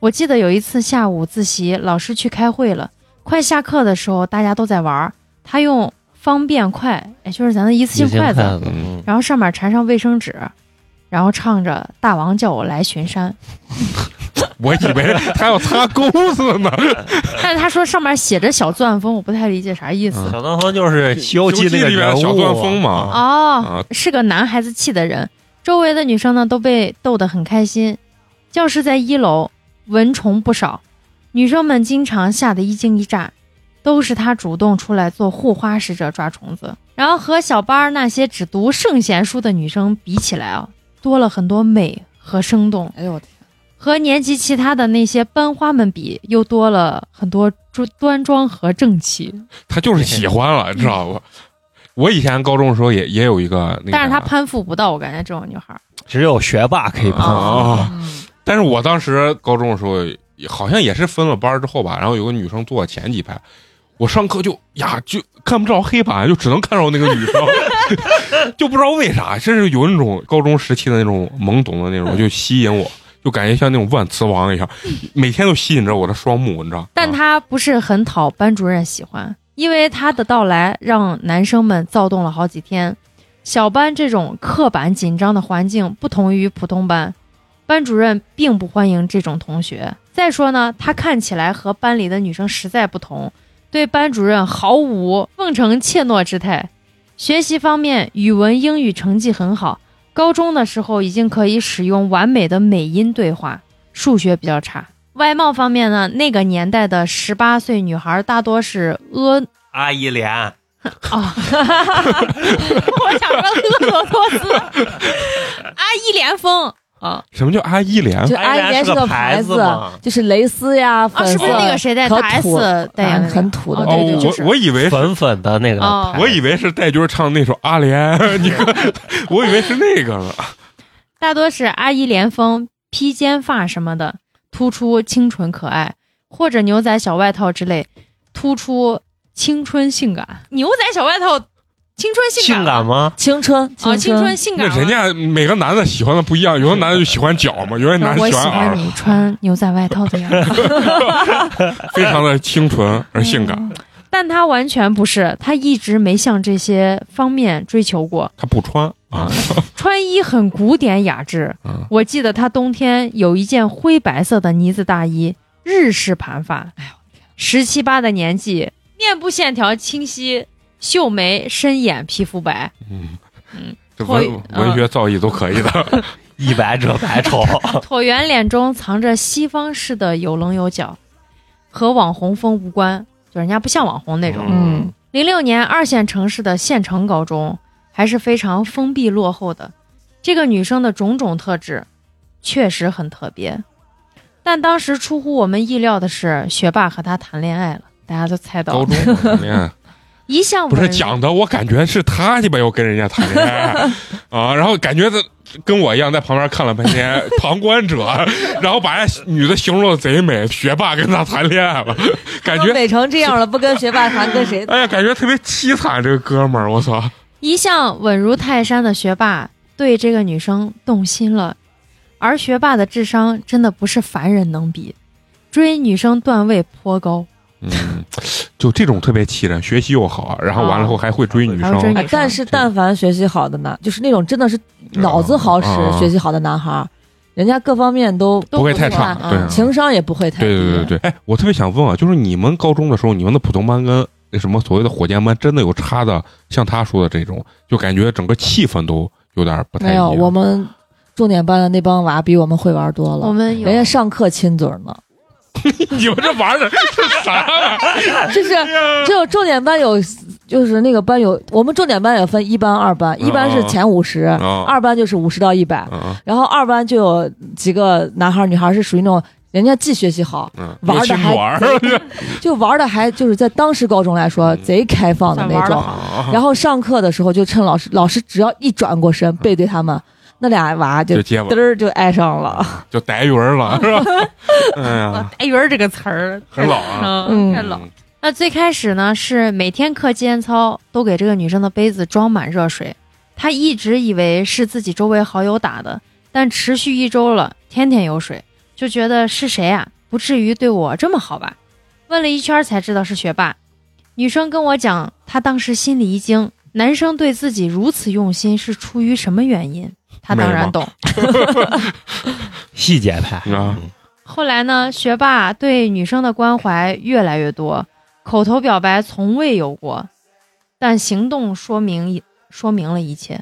Speaker 5: 我记得有一次下午自习，老师去开会了，快下课的时候大家都在玩儿，他用方便筷，哎，就是咱的一次性筷子，
Speaker 6: 子，
Speaker 2: 嗯
Speaker 6: 嗯
Speaker 5: 然后上面缠上卫生纸，然后唱着《大王叫我来巡山》，
Speaker 2: 我以为还要擦钩子呢，
Speaker 5: *laughs* 但是他说上面写着小钻风，我不太理解啥意思。
Speaker 2: 嗯
Speaker 6: 小钻
Speaker 4: *laughs*
Speaker 6: 风就是《西游记》那个
Speaker 2: 西游记里边
Speaker 6: 人
Speaker 2: 的
Speaker 6: 物
Speaker 2: 小钻风嘛
Speaker 6: 啊
Speaker 5: 哦，是个男孩子气的人。周围的女生呢都被逗得很开心。教室在一楼，蚊虫不少，女生们经常吓得一惊一乍，都是他主动出来做护花使者抓虫子。然后和小班儿那些只读圣贤书的女生比起来啊，多了很多美和生动。
Speaker 3: 哎呦我天，
Speaker 2: 嗯
Speaker 5: 和年级其他的那些班花们比，又多了很多端端庄和正气。
Speaker 2: 他就是喜欢了，你知道不？我以前高中的时候也也有一个那个，
Speaker 5: 但是她攀附不到，我感觉这种女孩儿。
Speaker 6: 只有学霸可以
Speaker 2: 啊、
Speaker 6: 碰。
Speaker 5: 嗯
Speaker 2: 但是我当时高中的时候，好像也是分了班之后吧，然后有个女生坐我前几排，我上课就呀就看不着黑板，就只能看着那个女生，就不知道为啥，真是有那种高中时期的那种懵懂的那种，就吸引我，就感觉像那种万磁王一样，每天都吸引着我的双目，你知道？
Speaker 5: 但
Speaker 2: 啊
Speaker 5: 他不是很讨班主任喜欢，因为他的到来让男生们躁动了好几天。小班这种刻板紧张的环境不同于普通班，班主任并不欢迎这种同学。再说呢，他看起来和班里的女生实在不同，对班主任毫无奉承怯懦之态。学习方面，语文、英语成绩很好，高中的时候已经可以使用完美的美音对话，数学比较差。外貌方面呢，那个年代的十八岁女孩大多是 *laughs* 婀
Speaker 4: 阿姨脸，
Speaker 5: 哦，我想说婀娜多 *laughs* 姿，阿一连峰啊
Speaker 2: 什么叫阿依莲？
Speaker 3: 就
Speaker 4: 阿
Speaker 3: 阿
Speaker 4: 依
Speaker 3: 依
Speaker 4: 莲
Speaker 3: 莲
Speaker 4: 是
Speaker 3: 是
Speaker 4: 个
Speaker 3: 个
Speaker 4: 牌
Speaker 3: 牌
Speaker 4: 子嘛
Speaker 3: 就是蕾丝呀、
Speaker 5: 啊，
Speaker 3: 粉
Speaker 5: 是不
Speaker 3: 色
Speaker 5: 是那个谁在大
Speaker 3: 可土
Speaker 5: S 代言
Speaker 3: 啊
Speaker 5: 的那个
Speaker 3: 很土的
Speaker 5: 哦
Speaker 2: 哦，
Speaker 5: 对对就是
Speaker 2: 我我以为是，
Speaker 6: *laughs* 粉粉的那个
Speaker 5: 哦
Speaker 6: 牌
Speaker 2: 我以为是戴军唱那首《阿莲》，你看， *laughs* 我以为是那个呢。
Speaker 5: 大多是阿依连峰、披肩发什么的，突出清纯可爱，或者牛仔小外套之类，突出青春性感。牛仔小外套，青春性
Speaker 6: 性
Speaker 5: 感
Speaker 6: 感
Speaker 5: 吗？
Speaker 6: 吗？
Speaker 3: 青春，
Speaker 5: 啊，青春
Speaker 3: 春，
Speaker 5: *laughs* 性
Speaker 2: 那
Speaker 5: 感吗。
Speaker 2: 人家每个男的喜欢的不一样，有的男的就喜欢脚嘛，有的男的
Speaker 5: 我喜
Speaker 2: 欢
Speaker 5: 欢
Speaker 2: 耳，
Speaker 5: 你穿牛仔外套的样子。
Speaker 2: 非常的清纯而性
Speaker 5: 嗯
Speaker 2: 感。
Speaker 5: 但他完全不是，他一直没向这些方面追求过。
Speaker 2: 他不穿
Speaker 5: 嗯
Speaker 2: 啊，
Speaker 5: 穿衣很古典雅致
Speaker 2: 嗯，
Speaker 5: 我记得他冬天有一件灰白色的呢子大衣，日式盘发。哎呦，十七八的年纪，面部线条清晰，秀眉深眼，皮肤白。
Speaker 2: 嗯
Speaker 5: 嗯，
Speaker 2: 这文
Speaker 5: 会嗯
Speaker 2: 文学造诣都可以
Speaker 5: *laughs*
Speaker 2: 的。
Speaker 6: 一白遮
Speaker 4: *laughs*
Speaker 6: 百丑，
Speaker 2: 啊
Speaker 5: 椭圆脸中藏着西方式的有棱有角，和网红风无关，就人家不像网红那种。
Speaker 3: 嗯，
Speaker 5: 零六年二线城市的县城高中还是非常封闭落后的。这个女生的种种特质确实很特别，但当时出乎我们意料的是，学霸和她谈恋爱了，大家都猜
Speaker 2: 高
Speaker 5: 到。
Speaker 2: 中谈恋
Speaker 5: *laughs*
Speaker 2: 爱
Speaker 5: 一向
Speaker 2: 不
Speaker 5: 文
Speaker 2: 是讲的，我感觉是他鸡巴要跟人家谈恋
Speaker 5: *laughs*
Speaker 2: 爱啊，然后感觉他跟我一样在旁边看了半天，旁观者，然后把人家女的形容的贼美，学霸跟他谈恋爱了，感
Speaker 3: 都
Speaker 2: 觉
Speaker 3: 美成这样了，不跟学霸谈，
Speaker 2: *laughs*
Speaker 3: 跟谁？
Speaker 2: 哎呀，感觉特别凄惨，这个哥们儿，我操，
Speaker 5: 一向稳如泰山的学霸对这个女生动心了，而学霸的智商真的不是凡人能比，追女生段位颇高。
Speaker 2: 嗯，就这种特别气人，学习又好，然后完了后还会追女
Speaker 5: 啊还会追
Speaker 2: 生
Speaker 5: 女，
Speaker 3: 哎但是但凡学习好的男，就是那种真的是脑子好使、
Speaker 2: 嗯嗯嗯
Speaker 3: 学习好的男孩儿，人家各方面都
Speaker 5: 都
Speaker 2: 不会太
Speaker 5: 错
Speaker 2: 差，
Speaker 5: 啊
Speaker 2: 对啊，
Speaker 3: 情商也不会太低。
Speaker 2: 对对对对，哎，我特别想问啊，就是你们高中的时候，你们的普通班跟什么所谓的火箭班，真的有差的？像他说的这种，就感觉整个气氛都有点不太啊
Speaker 3: 没
Speaker 2: 一样。
Speaker 3: 有，我们重点班的那帮娃比我们会玩多
Speaker 5: 我
Speaker 3: 了，
Speaker 5: 们有
Speaker 3: 人家上课亲嘴儿呢，
Speaker 2: *laughs* 你们这玩的是啥玩意儿？
Speaker 3: *laughs*
Speaker 2: 哎
Speaker 3: 就是。只有重点班有，就是那个班有，我们重点班也分一班、二班，一班
Speaker 2: 嗯
Speaker 3: 是前五十、
Speaker 2: 啊
Speaker 3: 二班就是五十到一百、
Speaker 2: 嗯
Speaker 3: 然后二班就有几个男孩儿女孩儿是属于那种人家既学习好，
Speaker 2: 嗯，
Speaker 3: 玩
Speaker 2: 尤
Speaker 3: 的
Speaker 2: 其
Speaker 3: 还
Speaker 2: 玩
Speaker 3: 贼
Speaker 2: *laughs*
Speaker 3: 就玩的还就是在当时高中来说
Speaker 2: 嗯
Speaker 3: 贼开放的那
Speaker 5: 玩得
Speaker 3: 种。
Speaker 5: 好
Speaker 2: 儿，
Speaker 3: 然后上课的时候就趁老师老师只要一转过身背对他们，那俩娃就
Speaker 2: 就接
Speaker 3: 嘚
Speaker 2: 吻，
Speaker 3: 儿就爱上了。
Speaker 2: 就逮鱼儿了，是
Speaker 5: *laughs*
Speaker 2: 吧？哎呀，
Speaker 5: “白啊鱼儿”这个词儿
Speaker 2: 很老啊，
Speaker 3: *laughs* 嗯
Speaker 5: 太老。那最开始呢，是每天课间操都给这个女生的杯子装满热水。她一直以为是自己周围好友打的，但持续一周了，天天有水，就觉得是谁啊？不至于对我这么好吧？问了一圈才知道是学霸。女生跟我讲，她当时心里一惊，男生对自己如此用心是出于什么原因？她当
Speaker 2: 美
Speaker 5: 然
Speaker 2: 吗
Speaker 5: 懂。
Speaker 6: 细节派嗯
Speaker 2: 啊
Speaker 5: 后来呢，学霸对女生的关怀越来越多，口头表白从未有过，但行动说明一说明了一切。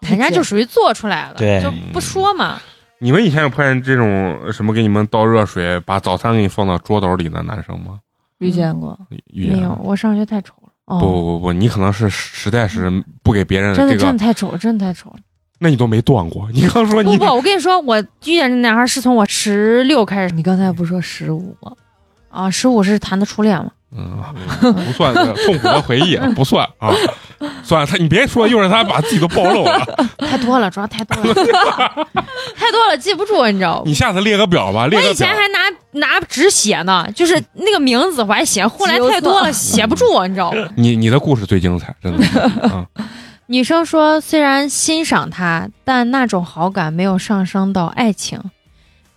Speaker 3: 理解
Speaker 5: 人家就属于做出来了，
Speaker 6: 对
Speaker 5: 就不说嘛。
Speaker 2: 你们以前有碰见这种什么给你们倒热水，把早餐给你放到桌斗里的男生吗？
Speaker 3: 遇见过，
Speaker 2: 遇见
Speaker 5: 没有，哎我上学太丑了。
Speaker 2: 不
Speaker 5: 哦，嗯
Speaker 2: 不不不，你可能是实在是不给别人
Speaker 5: 真的
Speaker 2: 这
Speaker 5: 真
Speaker 2: 个
Speaker 5: 的太丑了，真的太丑了。
Speaker 2: 那你都没断
Speaker 5: *laughs*
Speaker 2: 过，你刚说
Speaker 5: 不
Speaker 2: 你
Speaker 5: 不，我跟你说，我遇见这男孩是从我十六开始
Speaker 3: 你刚才不说十五吗？
Speaker 5: 啊，十五是谈的初恋嘛。
Speaker 2: 嗯，不算是痛苦的回忆，
Speaker 5: *laughs*
Speaker 2: 不算啊，算了，他你别说，又是他把自己都暴露
Speaker 5: *laughs*
Speaker 2: 了。
Speaker 5: 太多了，主要太
Speaker 2: *laughs*
Speaker 5: 多了， *laughs* 太多了，记不住，你知道吗？
Speaker 2: 你下次列个表吧，列
Speaker 5: 我
Speaker 2: 个
Speaker 5: 以
Speaker 2: 表
Speaker 5: 前。还拿拿纸写呢，就是那个名字我还写，后来太多了写不住，啊你知道吗？
Speaker 2: 你你的故事最精彩，真的啊！
Speaker 5: *laughs* 女生说，虽然欣赏他，但那种好感没有上升到爱情，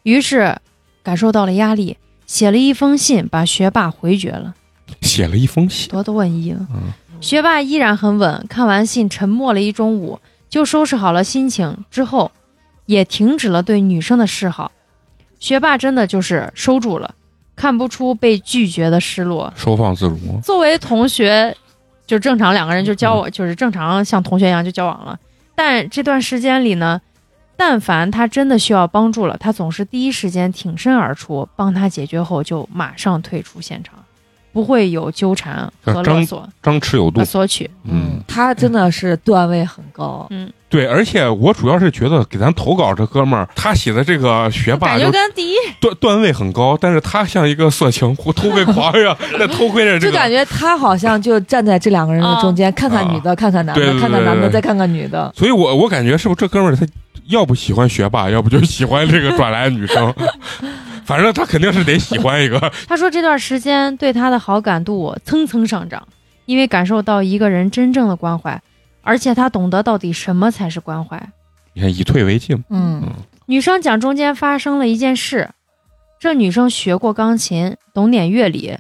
Speaker 5: 于是感受到了压力，写了一封信把学霸回绝了。
Speaker 2: 写了一封信，
Speaker 5: 多多文艺了。
Speaker 2: 嗯
Speaker 5: 学霸依然很稳，看完信沉默了一中午，就收拾好了心情，之后也停止了对女生的示好。学霸真的就是收住了，看不出被拒绝的失落。
Speaker 2: 收放自如。
Speaker 5: 作为同学，就正常两个人就交
Speaker 2: 嗯
Speaker 5: 往，就是正常像同学一样就交往了。但这段时间里呢，但凡他真的需要帮助了，他总是第一时间挺身而出，帮他解决后就马上退出现场，不会有纠缠和勒索、
Speaker 2: 张弛有度
Speaker 5: 和，索取。
Speaker 2: 嗯，
Speaker 3: 他真的是段位很高，
Speaker 2: 对，而且我主要是觉得给咱投稿这哥们儿，他写的这个学霸
Speaker 5: 感
Speaker 2: 就
Speaker 5: 觉跟第一
Speaker 2: 段段位很高，但是他像一个色情偷窥狂一样，在偷窥着这
Speaker 3: 就感
Speaker 2: 个。啊
Speaker 3: 觉他好像就站在这两个人的中间，看看女的，看看男
Speaker 2: 对对
Speaker 3: 的，
Speaker 2: 对
Speaker 3: 看看男的，
Speaker 2: 对
Speaker 3: 再看看女的。
Speaker 2: 所以我我感觉是不是这哥们儿他要不喜欢学霸， *laughs* 要不就喜欢这个转来的女生， *laughs* 反正他肯定是得喜欢一个。
Speaker 5: 他说这段时间对他的好感度蹭蹭上涨，因为感受到一个人真正的关怀，而且他懂得到底什么才是关怀。
Speaker 2: *laughs* 你看，以退为进，
Speaker 3: 嗯
Speaker 5: 女生讲中间发生了一件事，这女生学过钢琴，懂点乐理，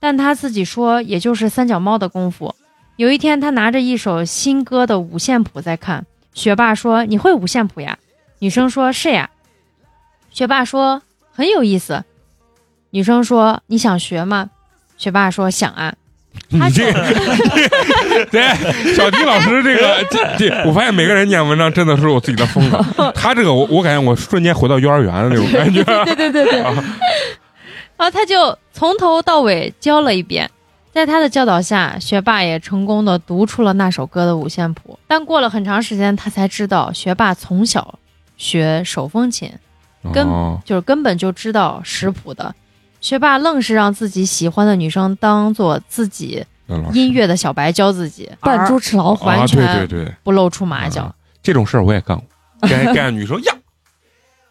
Speaker 5: 但她自己说也就是三脚猫的功夫。有一天，她拿着一首新歌的五线谱在看，学霸说：“你会五线谱呀？”女生说：“是呀。”学霸说：“很有意思。”女生说：“你想学吗？”学霸说：“想啊。
Speaker 2: 你
Speaker 5: 他
Speaker 2: 这个， *laughs* 对小迪老师这个，这这，我发现每个人念文章真的是有自己的风格。他这个，我我感觉我瞬间回到幼儿园的那种感觉。
Speaker 3: 对对对对，”
Speaker 5: 然后他就从头到尾教了一遍。在他的教导下，学霸也成功的读出了那首歌的五线谱。但过了很长时间，他才知道学霸从小学手风琴，跟
Speaker 2: 哦
Speaker 5: 就是根本就知道识谱的。学霸愣是让自己喜欢的女生当做自己
Speaker 2: 那老师
Speaker 5: 音乐的小白教自己，
Speaker 3: 扮猪
Speaker 2: *laughs*
Speaker 3: 吃老虎。
Speaker 5: 完全
Speaker 2: 啊、对对对，
Speaker 5: 不露出马脚。
Speaker 2: 啊这种事儿我也干过，干干女生呀。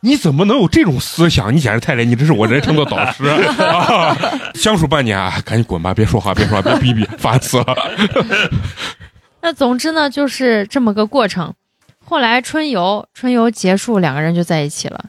Speaker 2: 你怎么能有这种思想？你简直太累，你这是我人生的导师啊！相处半年啊，赶紧滚吧，别说话，别说话，别逼逼，烦死了。
Speaker 5: 那总之呢，就是这么个过程。后来春游，春游结束，两个人就在一起了。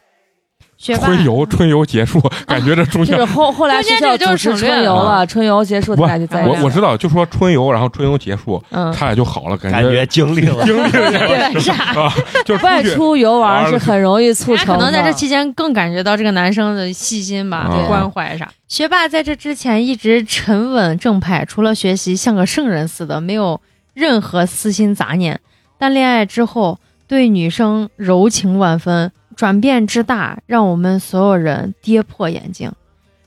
Speaker 5: 学霸
Speaker 2: 春游，春游结束，感觉这中
Speaker 3: *laughs*
Speaker 2: 间
Speaker 3: 就是后后来学校组织春游了，春游结束，
Speaker 2: 不
Speaker 3: 大家就在一
Speaker 2: 我
Speaker 3: 起
Speaker 2: 我。知道，就说春游，然后春游结束，
Speaker 5: 嗯，
Speaker 2: 他俩就好了，感
Speaker 4: 感觉经历了，
Speaker 2: 经历了这
Speaker 5: 对，傻。
Speaker 2: 个啊，就是
Speaker 3: 外
Speaker 2: 出去
Speaker 3: 出游玩是很容易促
Speaker 5: 他
Speaker 3: 成
Speaker 5: 可能
Speaker 3: 的。
Speaker 5: 在这期间更感觉到这个男生的细心吧、
Speaker 2: 啊
Speaker 5: 关怀啥。哦学霸在这之前一直沉稳正派，除了学习像个圣人似的，没有任何私心杂念。但恋爱之后，对女生柔情万分，转变之大，让我们所有人跌破眼镜。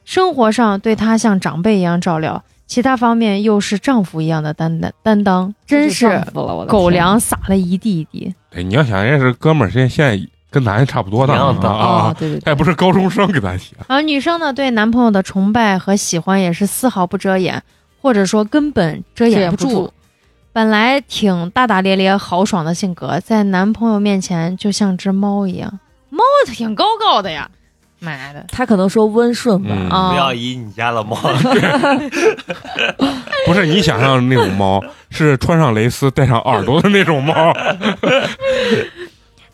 Speaker 5: 生活上对他像长辈一样照料，其他方面又是丈夫一样的担担担当，真是狗粮撒了一地一地。
Speaker 2: 对，哎你要想人家是哥们儿，人家现在跟咱跟差不多大
Speaker 6: 一样的
Speaker 2: 啊
Speaker 3: 啊，，对对
Speaker 2: 他也不是高中生给咱写，
Speaker 5: 而啊女生呢，对男朋友的崇拜和喜欢也是丝毫不遮掩，或者说根本遮掩不
Speaker 3: 遮掩不
Speaker 5: 住。本来挺大大咧咧、豪爽的性格，在男朋友面前就像只猫一样，猫挺高高的呀，妈的
Speaker 3: 他可能说温顺吧，
Speaker 2: 嗯
Speaker 5: 啊！
Speaker 4: 不要以你家的
Speaker 6: *laughs*
Speaker 4: 猫，
Speaker 2: 不是你想象的那种猫，是穿上蕾丝、带上耳朵的那种猫。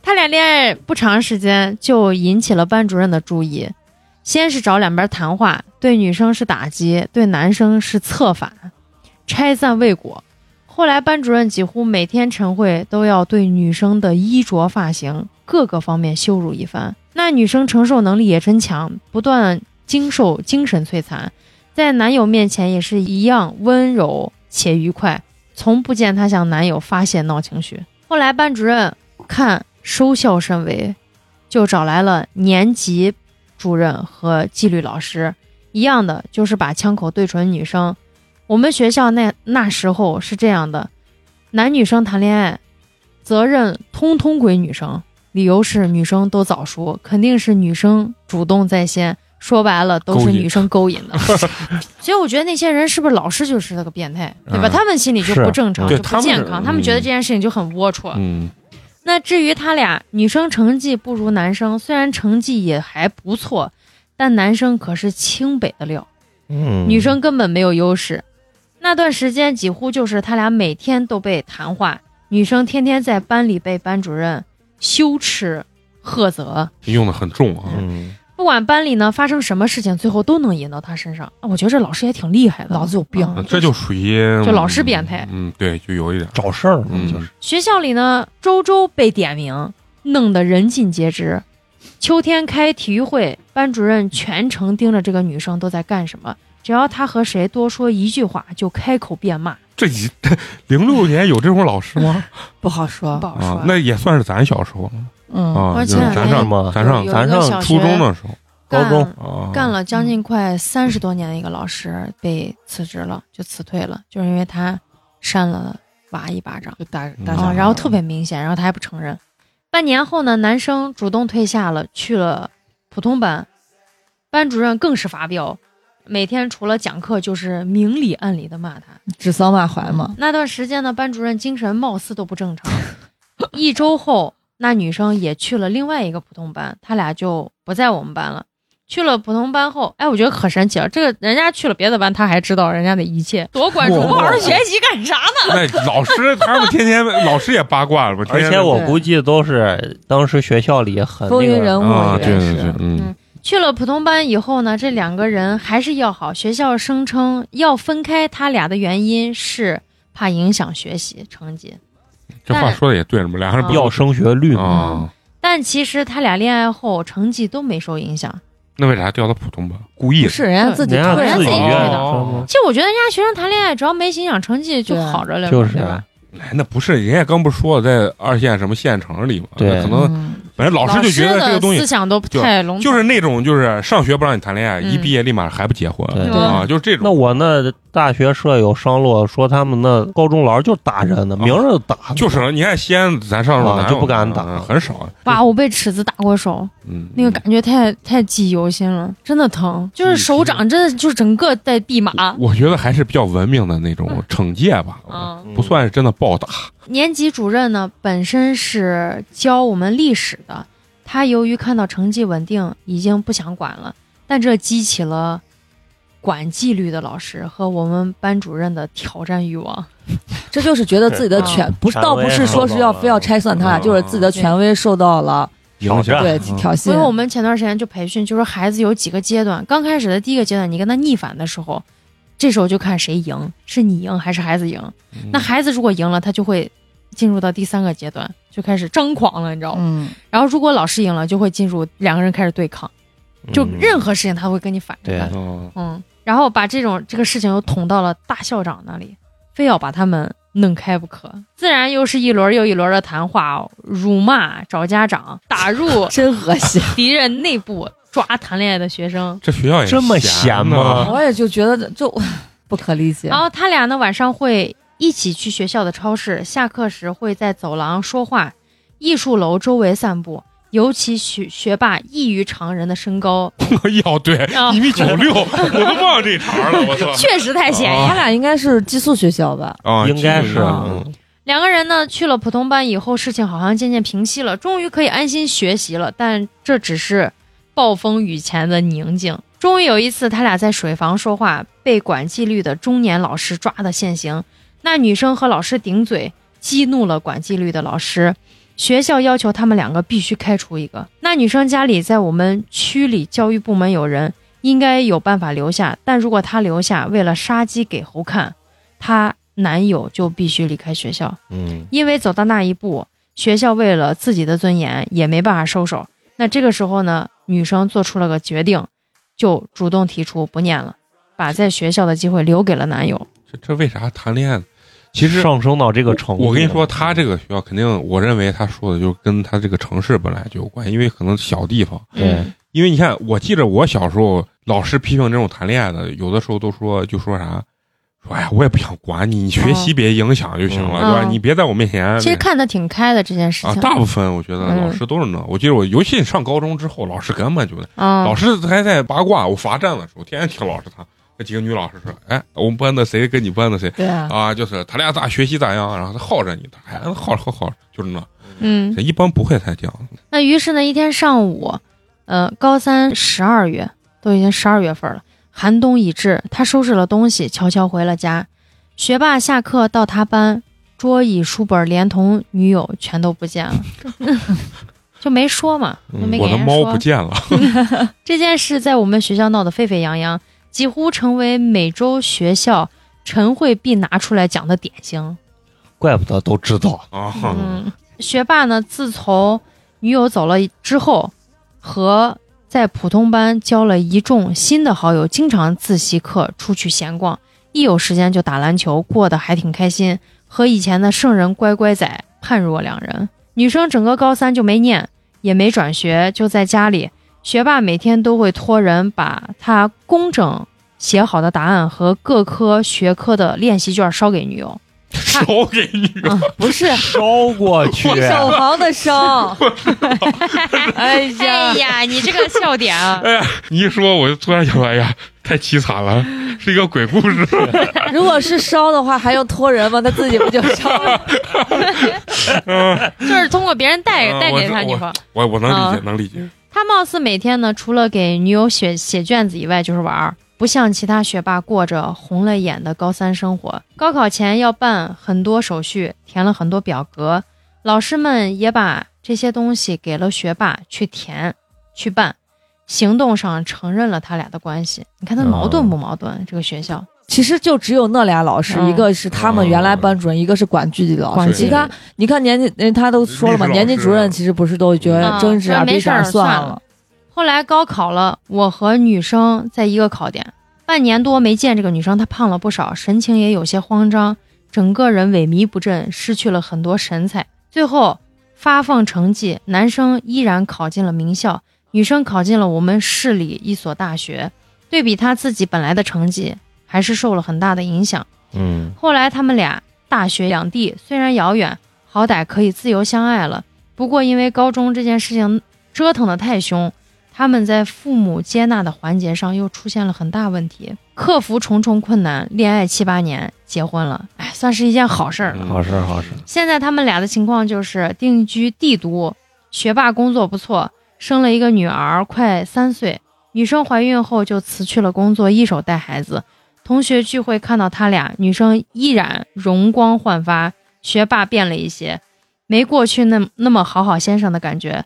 Speaker 5: 他俩恋爱不长时间就引起了班主任的注意，先是找两边谈话，对女生是打击，对男生是策反，拆散未果。后来班主任几乎每天晨会都要对女生的衣着、发型各个方面羞辱一番。那女生承受能力也真强，不断经受精神摧残，在男友面前也是一样温柔且愉快，从不见她向男友发泄闹情绪。后来班主任看收效甚微，就找来了年级主任和纪律老师，一样的就是把枪口对准女生。我们学校那那时候是这样的，男女生谈恋爱，责任通通归女生，理由是女生都早熟，肯定是女生主动在先，说白了都
Speaker 2: 勾
Speaker 5: 是
Speaker 2: 引
Speaker 5: 女生勾引的。所以我觉得那些人是不是老师就是个变态，对吧？
Speaker 2: 嗯
Speaker 5: 他们心里就是不正常，
Speaker 2: 对
Speaker 5: 就
Speaker 2: 他
Speaker 5: 不
Speaker 2: 们
Speaker 5: 健
Speaker 2: 是
Speaker 5: 康，他们觉得这件事情就很龌龊。
Speaker 2: 嗯，
Speaker 5: 那至于他俩，女生成绩不如男生，虽然成绩也还不错，但男生可是清北的料，
Speaker 6: 嗯，
Speaker 5: 女生根本没有优势。那段时间几乎就是他俩每天都被谈话，女生天天在班里被班主任羞耻、喝责。
Speaker 2: 用的很重啊。
Speaker 6: 嗯，
Speaker 5: 不不管班里呢发生什么事情，最后都能引到他身上。啊我觉得这老师也挺厉害的，
Speaker 7: 脑子有病
Speaker 5: 啊
Speaker 2: 这就属于
Speaker 5: 就老师变态
Speaker 2: 嗯，对，就有一点。
Speaker 6: 找事儿嘛，
Speaker 2: 嗯
Speaker 6: 就是
Speaker 5: 学校里呢，周周被点名，弄得人尽皆知。秋天开体育会，班主任全程盯着这个女生都在干什么，只要她和谁多说一句话，就开口便骂，
Speaker 2: 这一零六年有这种老师吗？
Speaker 7: 不好说
Speaker 5: 不。好说。
Speaker 2: 啊，那也算是咱小时候了
Speaker 7: 嗯，
Speaker 2: 啊，
Speaker 5: 而
Speaker 2: 就
Speaker 5: 且
Speaker 2: 是咱
Speaker 5: 那
Speaker 2: 上
Speaker 6: 么
Speaker 2: 咱上
Speaker 5: 哎有
Speaker 2: 咱
Speaker 5: 一
Speaker 2: 上
Speaker 5: 个小
Speaker 2: 初
Speaker 5: 学
Speaker 2: 中的时候
Speaker 6: 高中
Speaker 5: 干
Speaker 2: 啊，
Speaker 5: 干了将近快三十多年的一个老师被辞职了，就辞退了，就是因为他扇了娃一巴掌。
Speaker 7: 就打
Speaker 2: 啊
Speaker 7: 打
Speaker 5: 啊、
Speaker 7: 小孩
Speaker 5: 然后特别明显，然后他还不承认。半年后呢，男生主动退下了，去了普通班，班主任更是发飙，每天除了讲课就是明里暗里的骂他。
Speaker 3: 指桑骂槐嘛。
Speaker 5: 那段时间呢，班主任精神貌似都不正常。 *laughs* 一周后，那女生也去了另外一个普通班，他俩就不在我们班了。去了普通班后，哎，我觉得可神奇了。这个人家去了别的班，他还知道人家的一切，多关注，
Speaker 6: 我
Speaker 5: 不好好学习干啥呢？
Speaker 2: 那老师他们天天老师也八卦了吧？
Speaker 6: 而
Speaker 2: 天
Speaker 6: 且
Speaker 2: 天
Speaker 6: 我估计都是当时学校里很
Speaker 3: 风
Speaker 6: 那
Speaker 3: 云
Speaker 6: 个
Speaker 3: 人物
Speaker 2: 啊，
Speaker 3: 也
Speaker 2: 对
Speaker 3: 是
Speaker 2: 对对，嗯，
Speaker 5: 去了普通班以后呢，这两个人还是要好。学校声称要分开他俩的原因是怕影响学习成绩，
Speaker 2: 这话
Speaker 5: 但
Speaker 2: 说的也对，你们俩人不
Speaker 6: 要升学率嘛，
Speaker 5: 嗯
Speaker 2: 啊，
Speaker 5: 但其实他俩恋爱后成绩都没受影响。
Speaker 2: 那为啥调到普通班？故意
Speaker 3: 不
Speaker 2: 的
Speaker 3: 是人家自己
Speaker 6: 人家
Speaker 3: 退
Speaker 5: 人
Speaker 6: 自己
Speaker 5: 自己
Speaker 6: 愿
Speaker 5: 退
Speaker 6: 意
Speaker 5: 的
Speaker 2: 哦
Speaker 6: 的，
Speaker 5: 其实我觉得人家学生谈恋爱只要没影响成绩就好着了嘛，
Speaker 6: 就是
Speaker 5: 对
Speaker 6: 啊
Speaker 5: 吧？
Speaker 2: 哎，那不是人家刚不是说在二线什么县城里嘛？
Speaker 6: 对
Speaker 2: 那可能
Speaker 3: 嗯，
Speaker 2: 反正老师就觉得这个东
Speaker 5: 老师的思
Speaker 2: 西
Speaker 5: 想都不太笼统，
Speaker 2: 就是那种就是上学不让你谈恋爱，
Speaker 5: 嗯
Speaker 2: 一毕业立马还不结婚
Speaker 6: 对
Speaker 5: 对
Speaker 2: 啊，就是这
Speaker 6: 那
Speaker 2: 种，
Speaker 6: 我那大学舍友商洛说他们那高中老师就打人的，
Speaker 2: 啊
Speaker 6: 明着就打的，
Speaker 2: 就是你看西安咱上
Speaker 6: 啊
Speaker 2: 哪有
Speaker 6: 就不敢打
Speaker 2: 嗯很少，
Speaker 5: 哇！我被尺子打过手，
Speaker 2: 嗯，
Speaker 5: 那个感觉太太记忆犹新了，真的疼，就是手掌真的就是整个在地马。
Speaker 2: 我觉得还是比较文明的那种
Speaker 5: 嗯
Speaker 2: 惩戒吧，
Speaker 5: 嗯，
Speaker 2: 不算是真的暴打，
Speaker 5: 年级主任呢，本身是教我们历史的，他由于看到成绩稳定，已经不想管了，但这激起了管纪律的老师和我们班主任的挑战欲望。
Speaker 3: 这就是觉得自己的权
Speaker 5: 嗯
Speaker 3: 不是，
Speaker 6: 权威
Speaker 3: 倒不是说是要非要拆散他俩，
Speaker 2: 嗯
Speaker 3: 就是自己的权威受到了
Speaker 2: 影响
Speaker 3: 对
Speaker 2: 嗯
Speaker 3: 挑
Speaker 5: 所以我
Speaker 3: 衅，
Speaker 5: 们前段时间就培训，就说孩子有几个阶段，刚开始的第一个阶段，你跟他逆反的时候，这时候就看谁赢，是你赢还是孩子赢。
Speaker 2: 嗯
Speaker 5: 那孩子如果赢了，他就会进入到第三个阶段，就开始张狂了，你知道吗？
Speaker 3: 嗯，
Speaker 5: 然后如果老师赢了，就会进入两个人开始对抗。就
Speaker 6: 嗯
Speaker 5: 任何事情他会跟你反着干，
Speaker 2: 嗯
Speaker 5: 嗯，然后把这种这个事情又捅到了大校长那里，非要把他们弄开不可。自然又是一轮又一轮的谈话、辱骂、找家长、打
Speaker 3: *laughs*
Speaker 5: 入
Speaker 3: 真
Speaker 6: *laughs*
Speaker 3: 恶心。
Speaker 5: 敌人内部、抓谈恋爱的学生。
Speaker 2: 这学校也
Speaker 6: 这么
Speaker 2: 闲
Speaker 6: 闲吗
Speaker 2: 呢，
Speaker 3: 我也就觉得就不可理解
Speaker 5: 然，后他俩呢晚上会一起去学校的超市，下课时会在走廊说话，艺术楼周围散步。尤其学学霸异于常人的身高，
Speaker 2: *laughs* 要对
Speaker 5: 啊
Speaker 2: 一米九
Speaker 5: *laughs*
Speaker 2: 六，我都忘这茬了，我操！
Speaker 5: 确实太显眼
Speaker 3: 他俩应该是寄宿学校吧？
Speaker 2: 啊，
Speaker 6: 应该是
Speaker 2: 啊
Speaker 6: 嗯
Speaker 5: 两个人呢去了普通班以后，事情好像渐渐平息了，终于可以安心学习了。但这只是暴风雨前的宁静。终于有一次，他俩在水房说话，被管纪律的中年老师抓的现行。那女生和老师顶嘴，激怒了管纪律的老师。学校要求他们两个必须开除一个。那女生家里在我们区里教育部门有人，应该有办法留下。但如果她留下，为了杀鸡给猴看，她男友就必须离开学校。
Speaker 6: 嗯，
Speaker 5: 因为走到那一步，学校为了自己的尊严也没办法收手。那这个时候呢，女生做出了个决定，就主动提出不念了，把在学校的机会留给了男友。
Speaker 2: 这这为啥谈恋爱呢？其实
Speaker 6: 上升到这个程度，
Speaker 2: 我跟你说，他这个学校肯定，我认为他说的就跟他这个城市本来就有关系，因为可能小地方。
Speaker 8: 嗯
Speaker 6: 对
Speaker 2: 因为你看，我记着我小时候老师批评这种谈恋爱的，有的时候都说就说啥，说哎呀，我也不想管你，你学习别影响就行了，
Speaker 5: 哦嗯
Speaker 2: 对吧？
Speaker 5: 嗯
Speaker 2: 你别在我面前。
Speaker 5: 其实看得挺开的这件事
Speaker 2: 啊，
Speaker 5: 情，
Speaker 2: 大部分我觉得
Speaker 5: 嗯
Speaker 2: 老师都是那。我记得我，尤其你上高中之后，老师根本就
Speaker 5: 啊
Speaker 2: 老师还在八卦，我罚站的时候，天天听老师谈。那几个女老师说：“哎，我们班的谁跟你班的谁
Speaker 3: 对啊，
Speaker 2: 啊？就是他俩咋学习咋样？然后他耗着你，他哎耗着耗着耗着，就是那。
Speaker 5: 嗯，
Speaker 2: 一般不会才这样。
Speaker 5: 那于是呢，一天上午，呃，高三十二月都已经十二月份了，寒冬已至，他收拾了东西，悄悄回了家。学霸下课
Speaker 2: *laughs*
Speaker 5: 到他班，桌椅、书本连同女友全都不见了。就没说嘛，就没
Speaker 2: 嗯我
Speaker 5: 给
Speaker 2: 的
Speaker 5: 人
Speaker 2: 猫
Speaker 5: 说
Speaker 2: 不。见了，
Speaker 5: 这件事在我们学校闹得沸沸扬扬，几乎成为每周学校晨会必拿出来讲的典型。
Speaker 6: 怪不得都知
Speaker 2: *laughs*
Speaker 6: 道。
Speaker 2: 啊，
Speaker 5: 嗯，学霸呢，自从女友走了之后，和在普通班交了一众新的好友，经常自习课出去闲逛，一有时间就打篮球，过得还挺开心，和以前的圣人乖乖仔判若两人。女生整个高三就没念，也没转学，就在家里。学霸每天都会托人把他工整写好的答案和各科学科的练习卷捎给女友。 *laughs*
Speaker 2: 少给你
Speaker 3: 不是
Speaker 6: 烧过去，
Speaker 3: 手行的
Speaker 5: *laughs*
Speaker 3: 伤。哎呀，
Speaker 5: 呀，你这个笑点啊！
Speaker 2: 你一说，我就突然想到，哎呀，太凄惨了， *laughs* 是一个鬼故事。 *laughs*
Speaker 3: 如果是烧的话，还用托人吗？他自己不就烧了？
Speaker 5: 就是通过别人带
Speaker 2: 啊
Speaker 5: 带给
Speaker 2: 我
Speaker 5: 他
Speaker 2: 知
Speaker 5: 女朋友。
Speaker 2: 我我能理
Speaker 5: 啊
Speaker 2: 解，能理解。
Speaker 5: 他貌似每天呢，除了给女友写写卷子以外，就是玩儿，不像其他学霸过着红了眼的高三生活。高考前要办很多手续，填了很多表格，老师们也把这些东西给了学霸去填去办。行动上承认了他俩的关系，你看他矛盾不矛盾？这个学校
Speaker 3: *laughs* 其实就只有那俩老师，
Speaker 5: 嗯
Speaker 3: 一个是他们原来班主任，一个是管剧的老
Speaker 5: 管
Speaker 3: 师。
Speaker 5: 剧
Speaker 3: 其他你看年级，人他都说了嘛，
Speaker 2: 历史老师啊
Speaker 3: 年级主任其实不是啊都觉得
Speaker 5: 嗯
Speaker 3: 睁只眼
Speaker 5: 说没
Speaker 3: 闭只眼
Speaker 5: 事儿算
Speaker 3: 了
Speaker 5: 了。后来高考了，我和女生在一个考点，半年多没见这个女生，她胖了不少，神情也有些慌张，整个人萎靡不振，失去了很多神采。最后发放成绩，男生依然考进了名校，女生考进了我们市里一所大学。对比她自己本来的成绩，还是受了很大的影响。
Speaker 4: 嗯，
Speaker 5: 后来他们俩大学两地，虽然遥远，好歹可以自由相爱了。不过因为高中这件事情折腾的太凶，他们在父母接纳的环节上又出现了很大问题，克服重重困难，恋爱七八年，结婚了，哎，算是一件好事儿了。
Speaker 2: 嗯
Speaker 6: 好事儿好事儿。
Speaker 5: 现在他们俩的情况就是定居帝都，学霸工作不错，生了一个女儿，快三岁。女生怀孕后就辞去了工作，一手带孩子。同学聚会看到他俩，女生依然容光焕发，学霸变了一些，没过去那那么好好先生的感觉。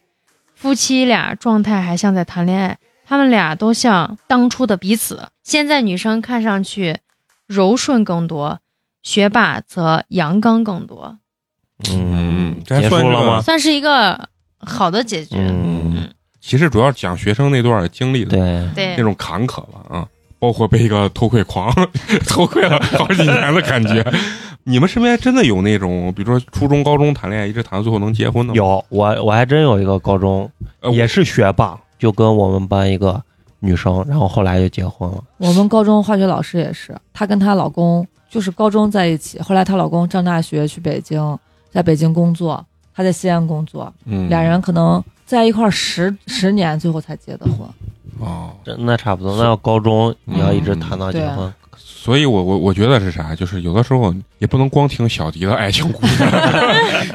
Speaker 5: 夫妻俩状态还像在谈恋爱，他们俩都像当初的彼此。现在女生看上去柔顺更多，学霸则阳刚更多。
Speaker 2: 嗯这还
Speaker 6: 结
Speaker 2: 算
Speaker 6: 束
Speaker 2: 是
Speaker 6: 了
Speaker 2: 个
Speaker 6: 吗？
Speaker 5: *laughs* 算是一个好的解决。
Speaker 6: 嗯，
Speaker 2: 其实主要讲学生那段经历的
Speaker 6: 对，
Speaker 2: 那
Speaker 5: 对，
Speaker 2: 种坎坷了啊，包括被一个偷窥狂 *laughs* 偷窥了好几年的感
Speaker 6: *laughs*
Speaker 2: 觉。你们身边真的有那种，比如说初中、高中谈恋爱一直谈到最后能结婚的吗？
Speaker 6: 有我我还真有一个高中
Speaker 2: 呃
Speaker 6: 也是学霸，就跟我们班一个女生，然后后来就结婚了。
Speaker 3: 我们高中化学老师也是，她跟她老公就是高中在一起，后来她老公上大学去北京，在北京工作，她在西安工作，
Speaker 2: 嗯
Speaker 3: 俩人可能在一块儿十十年，最后才结的婚。
Speaker 2: 哦，
Speaker 6: 这那差不多，那要高中你要一
Speaker 2: 嗯
Speaker 6: 直谈到
Speaker 3: 对
Speaker 6: 结
Speaker 3: 啊
Speaker 6: 婚，
Speaker 2: 所以我我我觉得是啥，就是有的时候也不能光听小迪的爱情故
Speaker 5: *laughs*
Speaker 2: 事，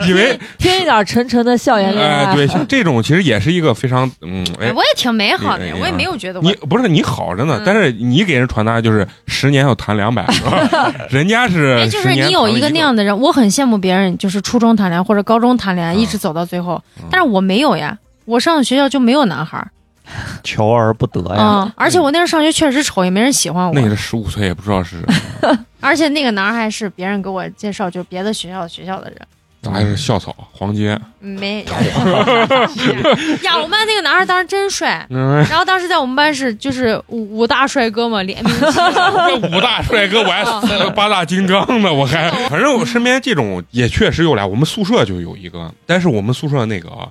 Speaker 2: 因为
Speaker 3: 听一点沉沉的校园恋
Speaker 2: 哎、
Speaker 3: 爱，
Speaker 2: 对，像这种其实也是一个非常嗯哎
Speaker 5: 哎，我也挺美好的
Speaker 2: 哎哎，
Speaker 5: 我也没有觉得
Speaker 2: 你
Speaker 5: 我
Speaker 2: 不是你好着呢，
Speaker 5: 嗯
Speaker 2: 但是你给人传达就是十年要谈两百，是
Speaker 5: *laughs*
Speaker 2: 吧人家
Speaker 5: 哎，
Speaker 2: 是
Speaker 5: 就
Speaker 2: 呃十
Speaker 5: 是
Speaker 2: 年
Speaker 5: 你有
Speaker 2: 谈了
Speaker 5: 一
Speaker 2: 一
Speaker 5: 个那样的人，我很羡慕别人，就是初中谈恋爱或者高中谈恋爱，
Speaker 2: 嗯
Speaker 5: 一直走到最后
Speaker 2: 嗯，
Speaker 5: 但是我没有呀。我上的学校就没有男孩儿，
Speaker 6: 求而不
Speaker 2: 哎
Speaker 6: 得呀。
Speaker 5: 嗯，而且我那时候上学确实丑，也没人喜欢
Speaker 2: 那也
Speaker 5: 我，
Speaker 2: 是十五岁也不知道是，
Speaker 5: 而且那个男孩还是别人给我介绍，就是别的学校学校的人，
Speaker 2: 还是校草黄街， *laughs*
Speaker 5: 没
Speaker 2: 哎
Speaker 5: 呀，我们班那个男孩当时真帅，
Speaker 2: 嗯，
Speaker 5: 然后当时在我们班是就是五五大帅哥嘛，
Speaker 2: *laughs*
Speaker 5: 连名
Speaker 2: 那五大帅哥我还死八大金刚呢，我还反正我身边这种也确实有俩，我们宿舍就有一个，但是我们宿舍那个啊，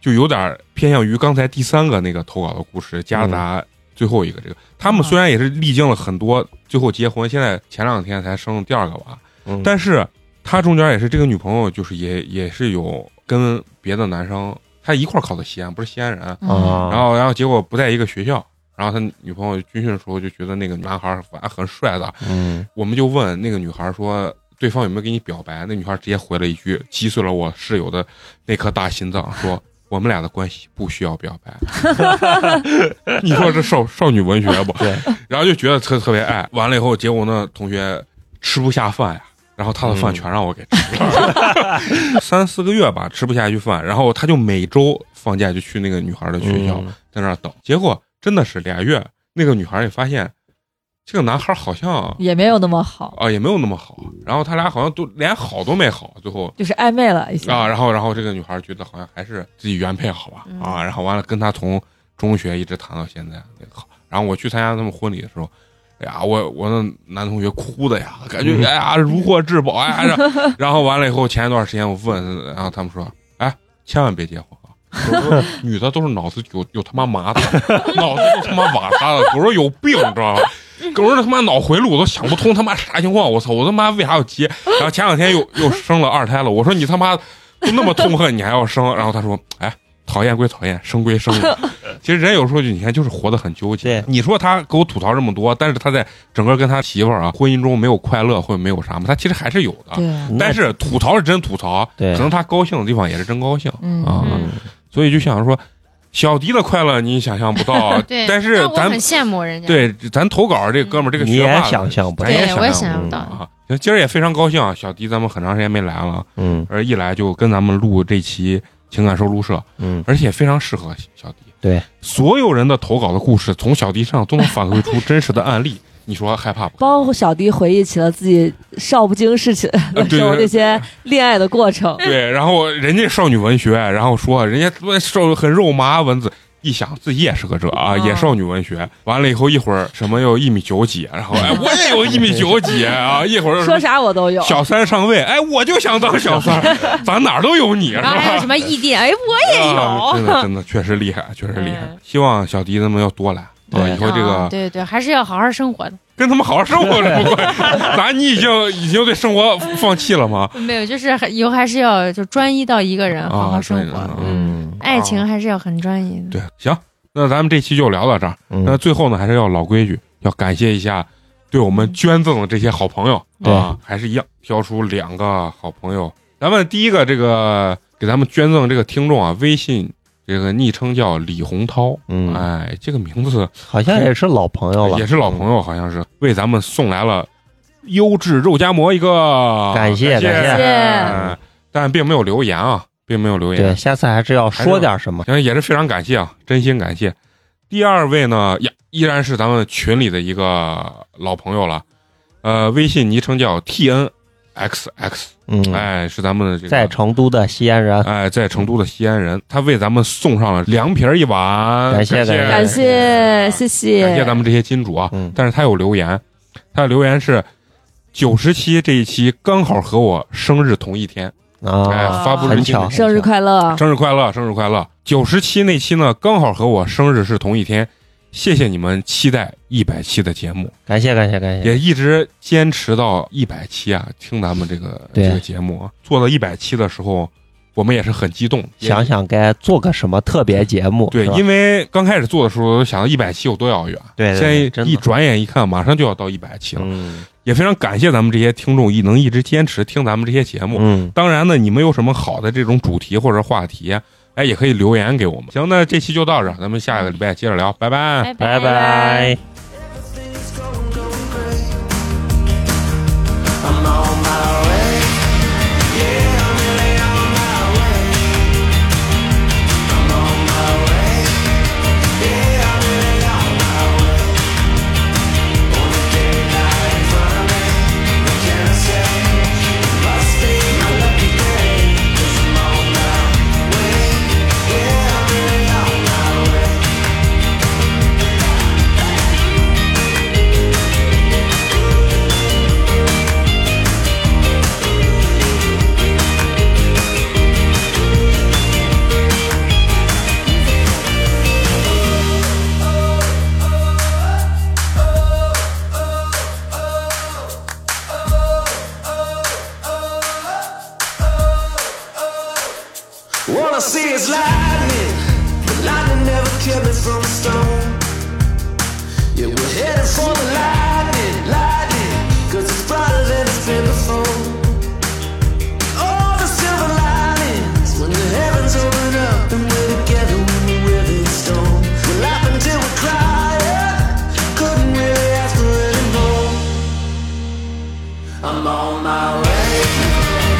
Speaker 2: 就有点偏向于刚才第三个那个投稿的故事，夹杂最后一个这个，他们虽然也是历经了很多，最后结婚，现在前两天才生第二个娃，
Speaker 6: 嗯
Speaker 2: 但是他中间也是这个女朋友，就是也也是有跟别的男生，他一块儿考的西安，不是西安人，
Speaker 3: 嗯，
Speaker 6: 啊，
Speaker 2: 然后然后结果不在一个学校。然后他女朋友军训的时候就觉得那个男孩儿反正很帅的，
Speaker 6: 嗯，
Speaker 2: 我们就问那个女孩说，对方有没有给你表白？那女孩直接回了一句，击碎了我室友的那颗大心脏，说我们俩的关系不需要表白。 *laughs* 你说这少少女文学不？ *laughs*
Speaker 6: 对，
Speaker 2: 然后就觉得特特别爱，完了以后，结果呢，同学吃不下饭呀，然后他的
Speaker 6: 嗯
Speaker 2: 饭全让我给吃了， *laughs* 三四个月吧，吃不下去饭，然后他就每周放假就去那个女孩的学校，
Speaker 6: 嗯
Speaker 2: 在那儿等，结果真的是俩月，那个女孩也发现这个男孩好像啊、
Speaker 3: 也没有那么好，
Speaker 2: 也没有那么好，啊然后他俩好像都连好都没好，最后
Speaker 3: 就是暧昧了一
Speaker 2: 啊，
Speaker 3: 下。
Speaker 2: 然后然后这个女孩觉得好像还是自己原配好吧、
Speaker 5: 嗯
Speaker 2: 啊，然后完了跟他从中学一直谈到现在那个好，然后我去参加他们婚礼的时候。哎呀，我我那男同学哭的呀，感觉
Speaker 6: 嗯
Speaker 2: 哎呀如获至宝哎呀，然然后完了以后，前一段时间我问，然后他们说，哎，千万别结婚啊， *laughs* 我说女的都是脑子有有他妈麻的， *laughs* 脑子都他妈瓦塌了，我说有病，你知道吗？狗日他妈脑回路我都想不通，他妈啥情况？我操！我他妈为啥要结？然后前两天又又生了二胎了，我说你他妈都那么痛恨，你还要生？然后他说，哎，讨厌归讨厌，生归生。
Speaker 6: *laughs*
Speaker 2: 其实人有时候就你看就是活得很纠结
Speaker 6: 对。
Speaker 2: 你说他给我吐槽这么多，但是他在整个跟他媳妇儿啊婚姻中没有快乐或者没有啥嘛，他其实还是有的。
Speaker 3: 对，嗯
Speaker 6: 那
Speaker 2: 啊但是吐槽是真吐槽，
Speaker 6: 对
Speaker 2: 可能他高兴的地方也是真高兴。
Speaker 3: 嗯
Speaker 2: 啊
Speaker 5: 嗯，
Speaker 2: 所以就想说，小迪的快乐你想象不到，啊
Speaker 5: *laughs* 对，
Speaker 2: 但是
Speaker 5: 我
Speaker 2: 咱
Speaker 5: 很羡慕人家，
Speaker 2: 对咱投稿这哥们儿这个
Speaker 6: 你
Speaker 2: 学
Speaker 6: 也
Speaker 2: 霸的
Speaker 6: 想象不到
Speaker 2: 咱，也
Speaker 5: 对，我也
Speaker 2: 想
Speaker 6: 象
Speaker 5: 想象
Speaker 6: 不
Speaker 5: 不
Speaker 6: 到
Speaker 5: 到。
Speaker 2: 啊，行，今儿也非常高兴啊，小迪咱们很长时间没来了，
Speaker 6: 嗯
Speaker 2: 而一来就跟咱们录这期情感收录社，
Speaker 6: 嗯，
Speaker 2: 而且非常适合小迪。
Speaker 6: 对，
Speaker 2: 所有人的投稿的故事，从小迪身上都能反馈出真实的案例，你说害怕不？
Speaker 3: 包括小迪回忆起了自己少不经事情
Speaker 2: 啊对
Speaker 3: 的时候
Speaker 2: 对
Speaker 3: 那些恋爱的过程，
Speaker 5: *laughs*
Speaker 2: 对，然后人家少女文学，然后说人家他妈少很肉麻文字。一想自己也是个这啊，
Speaker 5: 嗯
Speaker 2: 也少女文学。完了以后，一会儿什么又一米九几，然
Speaker 5: *laughs*
Speaker 2: 后哎，我也有一米九几啊，一会儿又什么
Speaker 3: 说啥我都有。
Speaker 2: 小三上位，哎，我就想当小
Speaker 5: *laughs*
Speaker 2: 三儿，咱哪儿都有你，是
Speaker 5: 然后
Speaker 2: 吧？
Speaker 5: 还有什么异地？哎，我也
Speaker 2: 啊真
Speaker 5: 有。 *laughs*
Speaker 2: 的真的确实厉害，确实厉害
Speaker 5: 嗯。
Speaker 2: 希望小迪他们要多来。啊，
Speaker 6: 对
Speaker 2: 以后这
Speaker 5: 啊
Speaker 2: 个
Speaker 5: 对对，还是要好好生活的。
Speaker 2: 跟他们好好生活什么
Speaker 5: *laughs*
Speaker 2: 关系？咱你已经已经对生活放弃了吗？
Speaker 5: 没有，就是还以后还是要就专一到一个人，好
Speaker 2: 啊
Speaker 5: 好生
Speaker 2: 专一啊
Speaker 5: 活。
Speaker 6: 嗯
Speaker 5: 爱情还是要很专一的。
Speaker 2: 对，行，那咱们这期就聊到这儿。那
Speaker 6: 嗯，
Speaker 2: 最后呢，还是要老规矩，要感谢一下对我们捐赠的这些好朋友
Speaker 6: 对
Speaker 2: 啊，还是一样挑出两个好朋友。咱们第一个这个给咱们捐赠这个听众啊，微信这个昵称叫李洪涛，
Speaker 6: 嗯
Speaker 2: 哎，这个名字
Speaker 6: 好像也是老朋友了，
Speaker 2: 也是老朋友，好像是为咱们送来了优质肉夹馍一个，
Speaker 6: 感谢
Speaker 2: 谢
Speaker 6: 感
Speaker 3: 谢
Speaker 2: 哎但并没有留言啊，并没有留
Speaker 6: 对，
Speaker 2: 言，
Speaker 6: 下次还是要说点什么。
Speaker 2: 行，也是非常感谢啊，真心感谢。第二位呢，呀，依然是咱们群里的一个老朋友了，呃，微信昵称叫 T N X X，
Speaker 6: 嗯，
Speaker 2: 哎，是咱们的这个
Speaker 6: 在成都的西安人，
Speaker 2: 哎在成都的西安人，他为咱们送上了凉皮儿一碗，
Speaker 6: 感谢
Speaker 2: 感
Speaker 3: 感谢，谢谢，
Speaker 2: 哎感谢咱们这些金主啊。
Speaker 6: 嗯
Speaker 2: 但是他有留言，他的留言是九十期这一期刚好和我生日同一天，哎，
Speaker 6: 啊，
Speaker 2: 发布日
Speaker 6: 很
Speaker 2: 期那
Speaker 6: 巧，
Speaker 2: 天
Speaker 3: 生日快
Speaker 6: 啊
Speaker 3: 乐，
Speaker 2: 生日快乐，生日快乐！九十期那期呢，刚好和我生日是同一天。谢谢你们期待一百期的节目，
Speaker 6: 感谢感谢感谢，
Speaker 2: 也一直坚持到一百期啊！听咱们这个
Speaker 6: 对
Speaker 2: 这个节目啊，做到一百期的时候，我们也是很激动。也
Speaker 6: 想想该做个什么特别节目，
Speaker 2: 对
Speaker 6: 是，吧
Speaker 2: 因为刚开始做的时候，想到一百期有多遥远，
Speaker 6: 对对对
Speaker 2: 现在
Speaker 6: 真的
Speaker 2: 一转眼一看，马上就要到一百期了。
Speaker 6: 嗯
Speaker 2: 也非常感谢咱们这些听众一能一直坚持听咱们这些节目。
Speaker 6: 嗯，
Speaker 2: 当然呢，你们有什么好的这种主题或者话题，哎，也可以留言给我们。行，那这期就到这儿，咱们下个礼拜接着聊，拜拜。
Speaker 6: 拜拜。
Speaker 1: Everything's going, going great. I'm on my way. Yeah, I'm really on my way. I'm on my way. Yeah, I'm really on my way. Only day light in front of me. What can I say? It must be my lucky day. Cause I'm on my way. Yeah, I'm really on my way. All I see is lightning, but lightning never kept me from a stone. Yeah, we're headed for the lightning, lightning, cause it's brighter than it's been before. All the silver linings, when the heavens open up and we're together when we weather the storm. We laugh until we cry, yeah. couldn't really ask for any more. I'm on my way.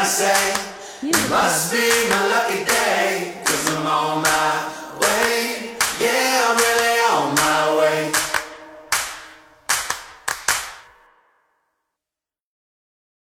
Speaker 1: Must be my lucky day, cause I'm on my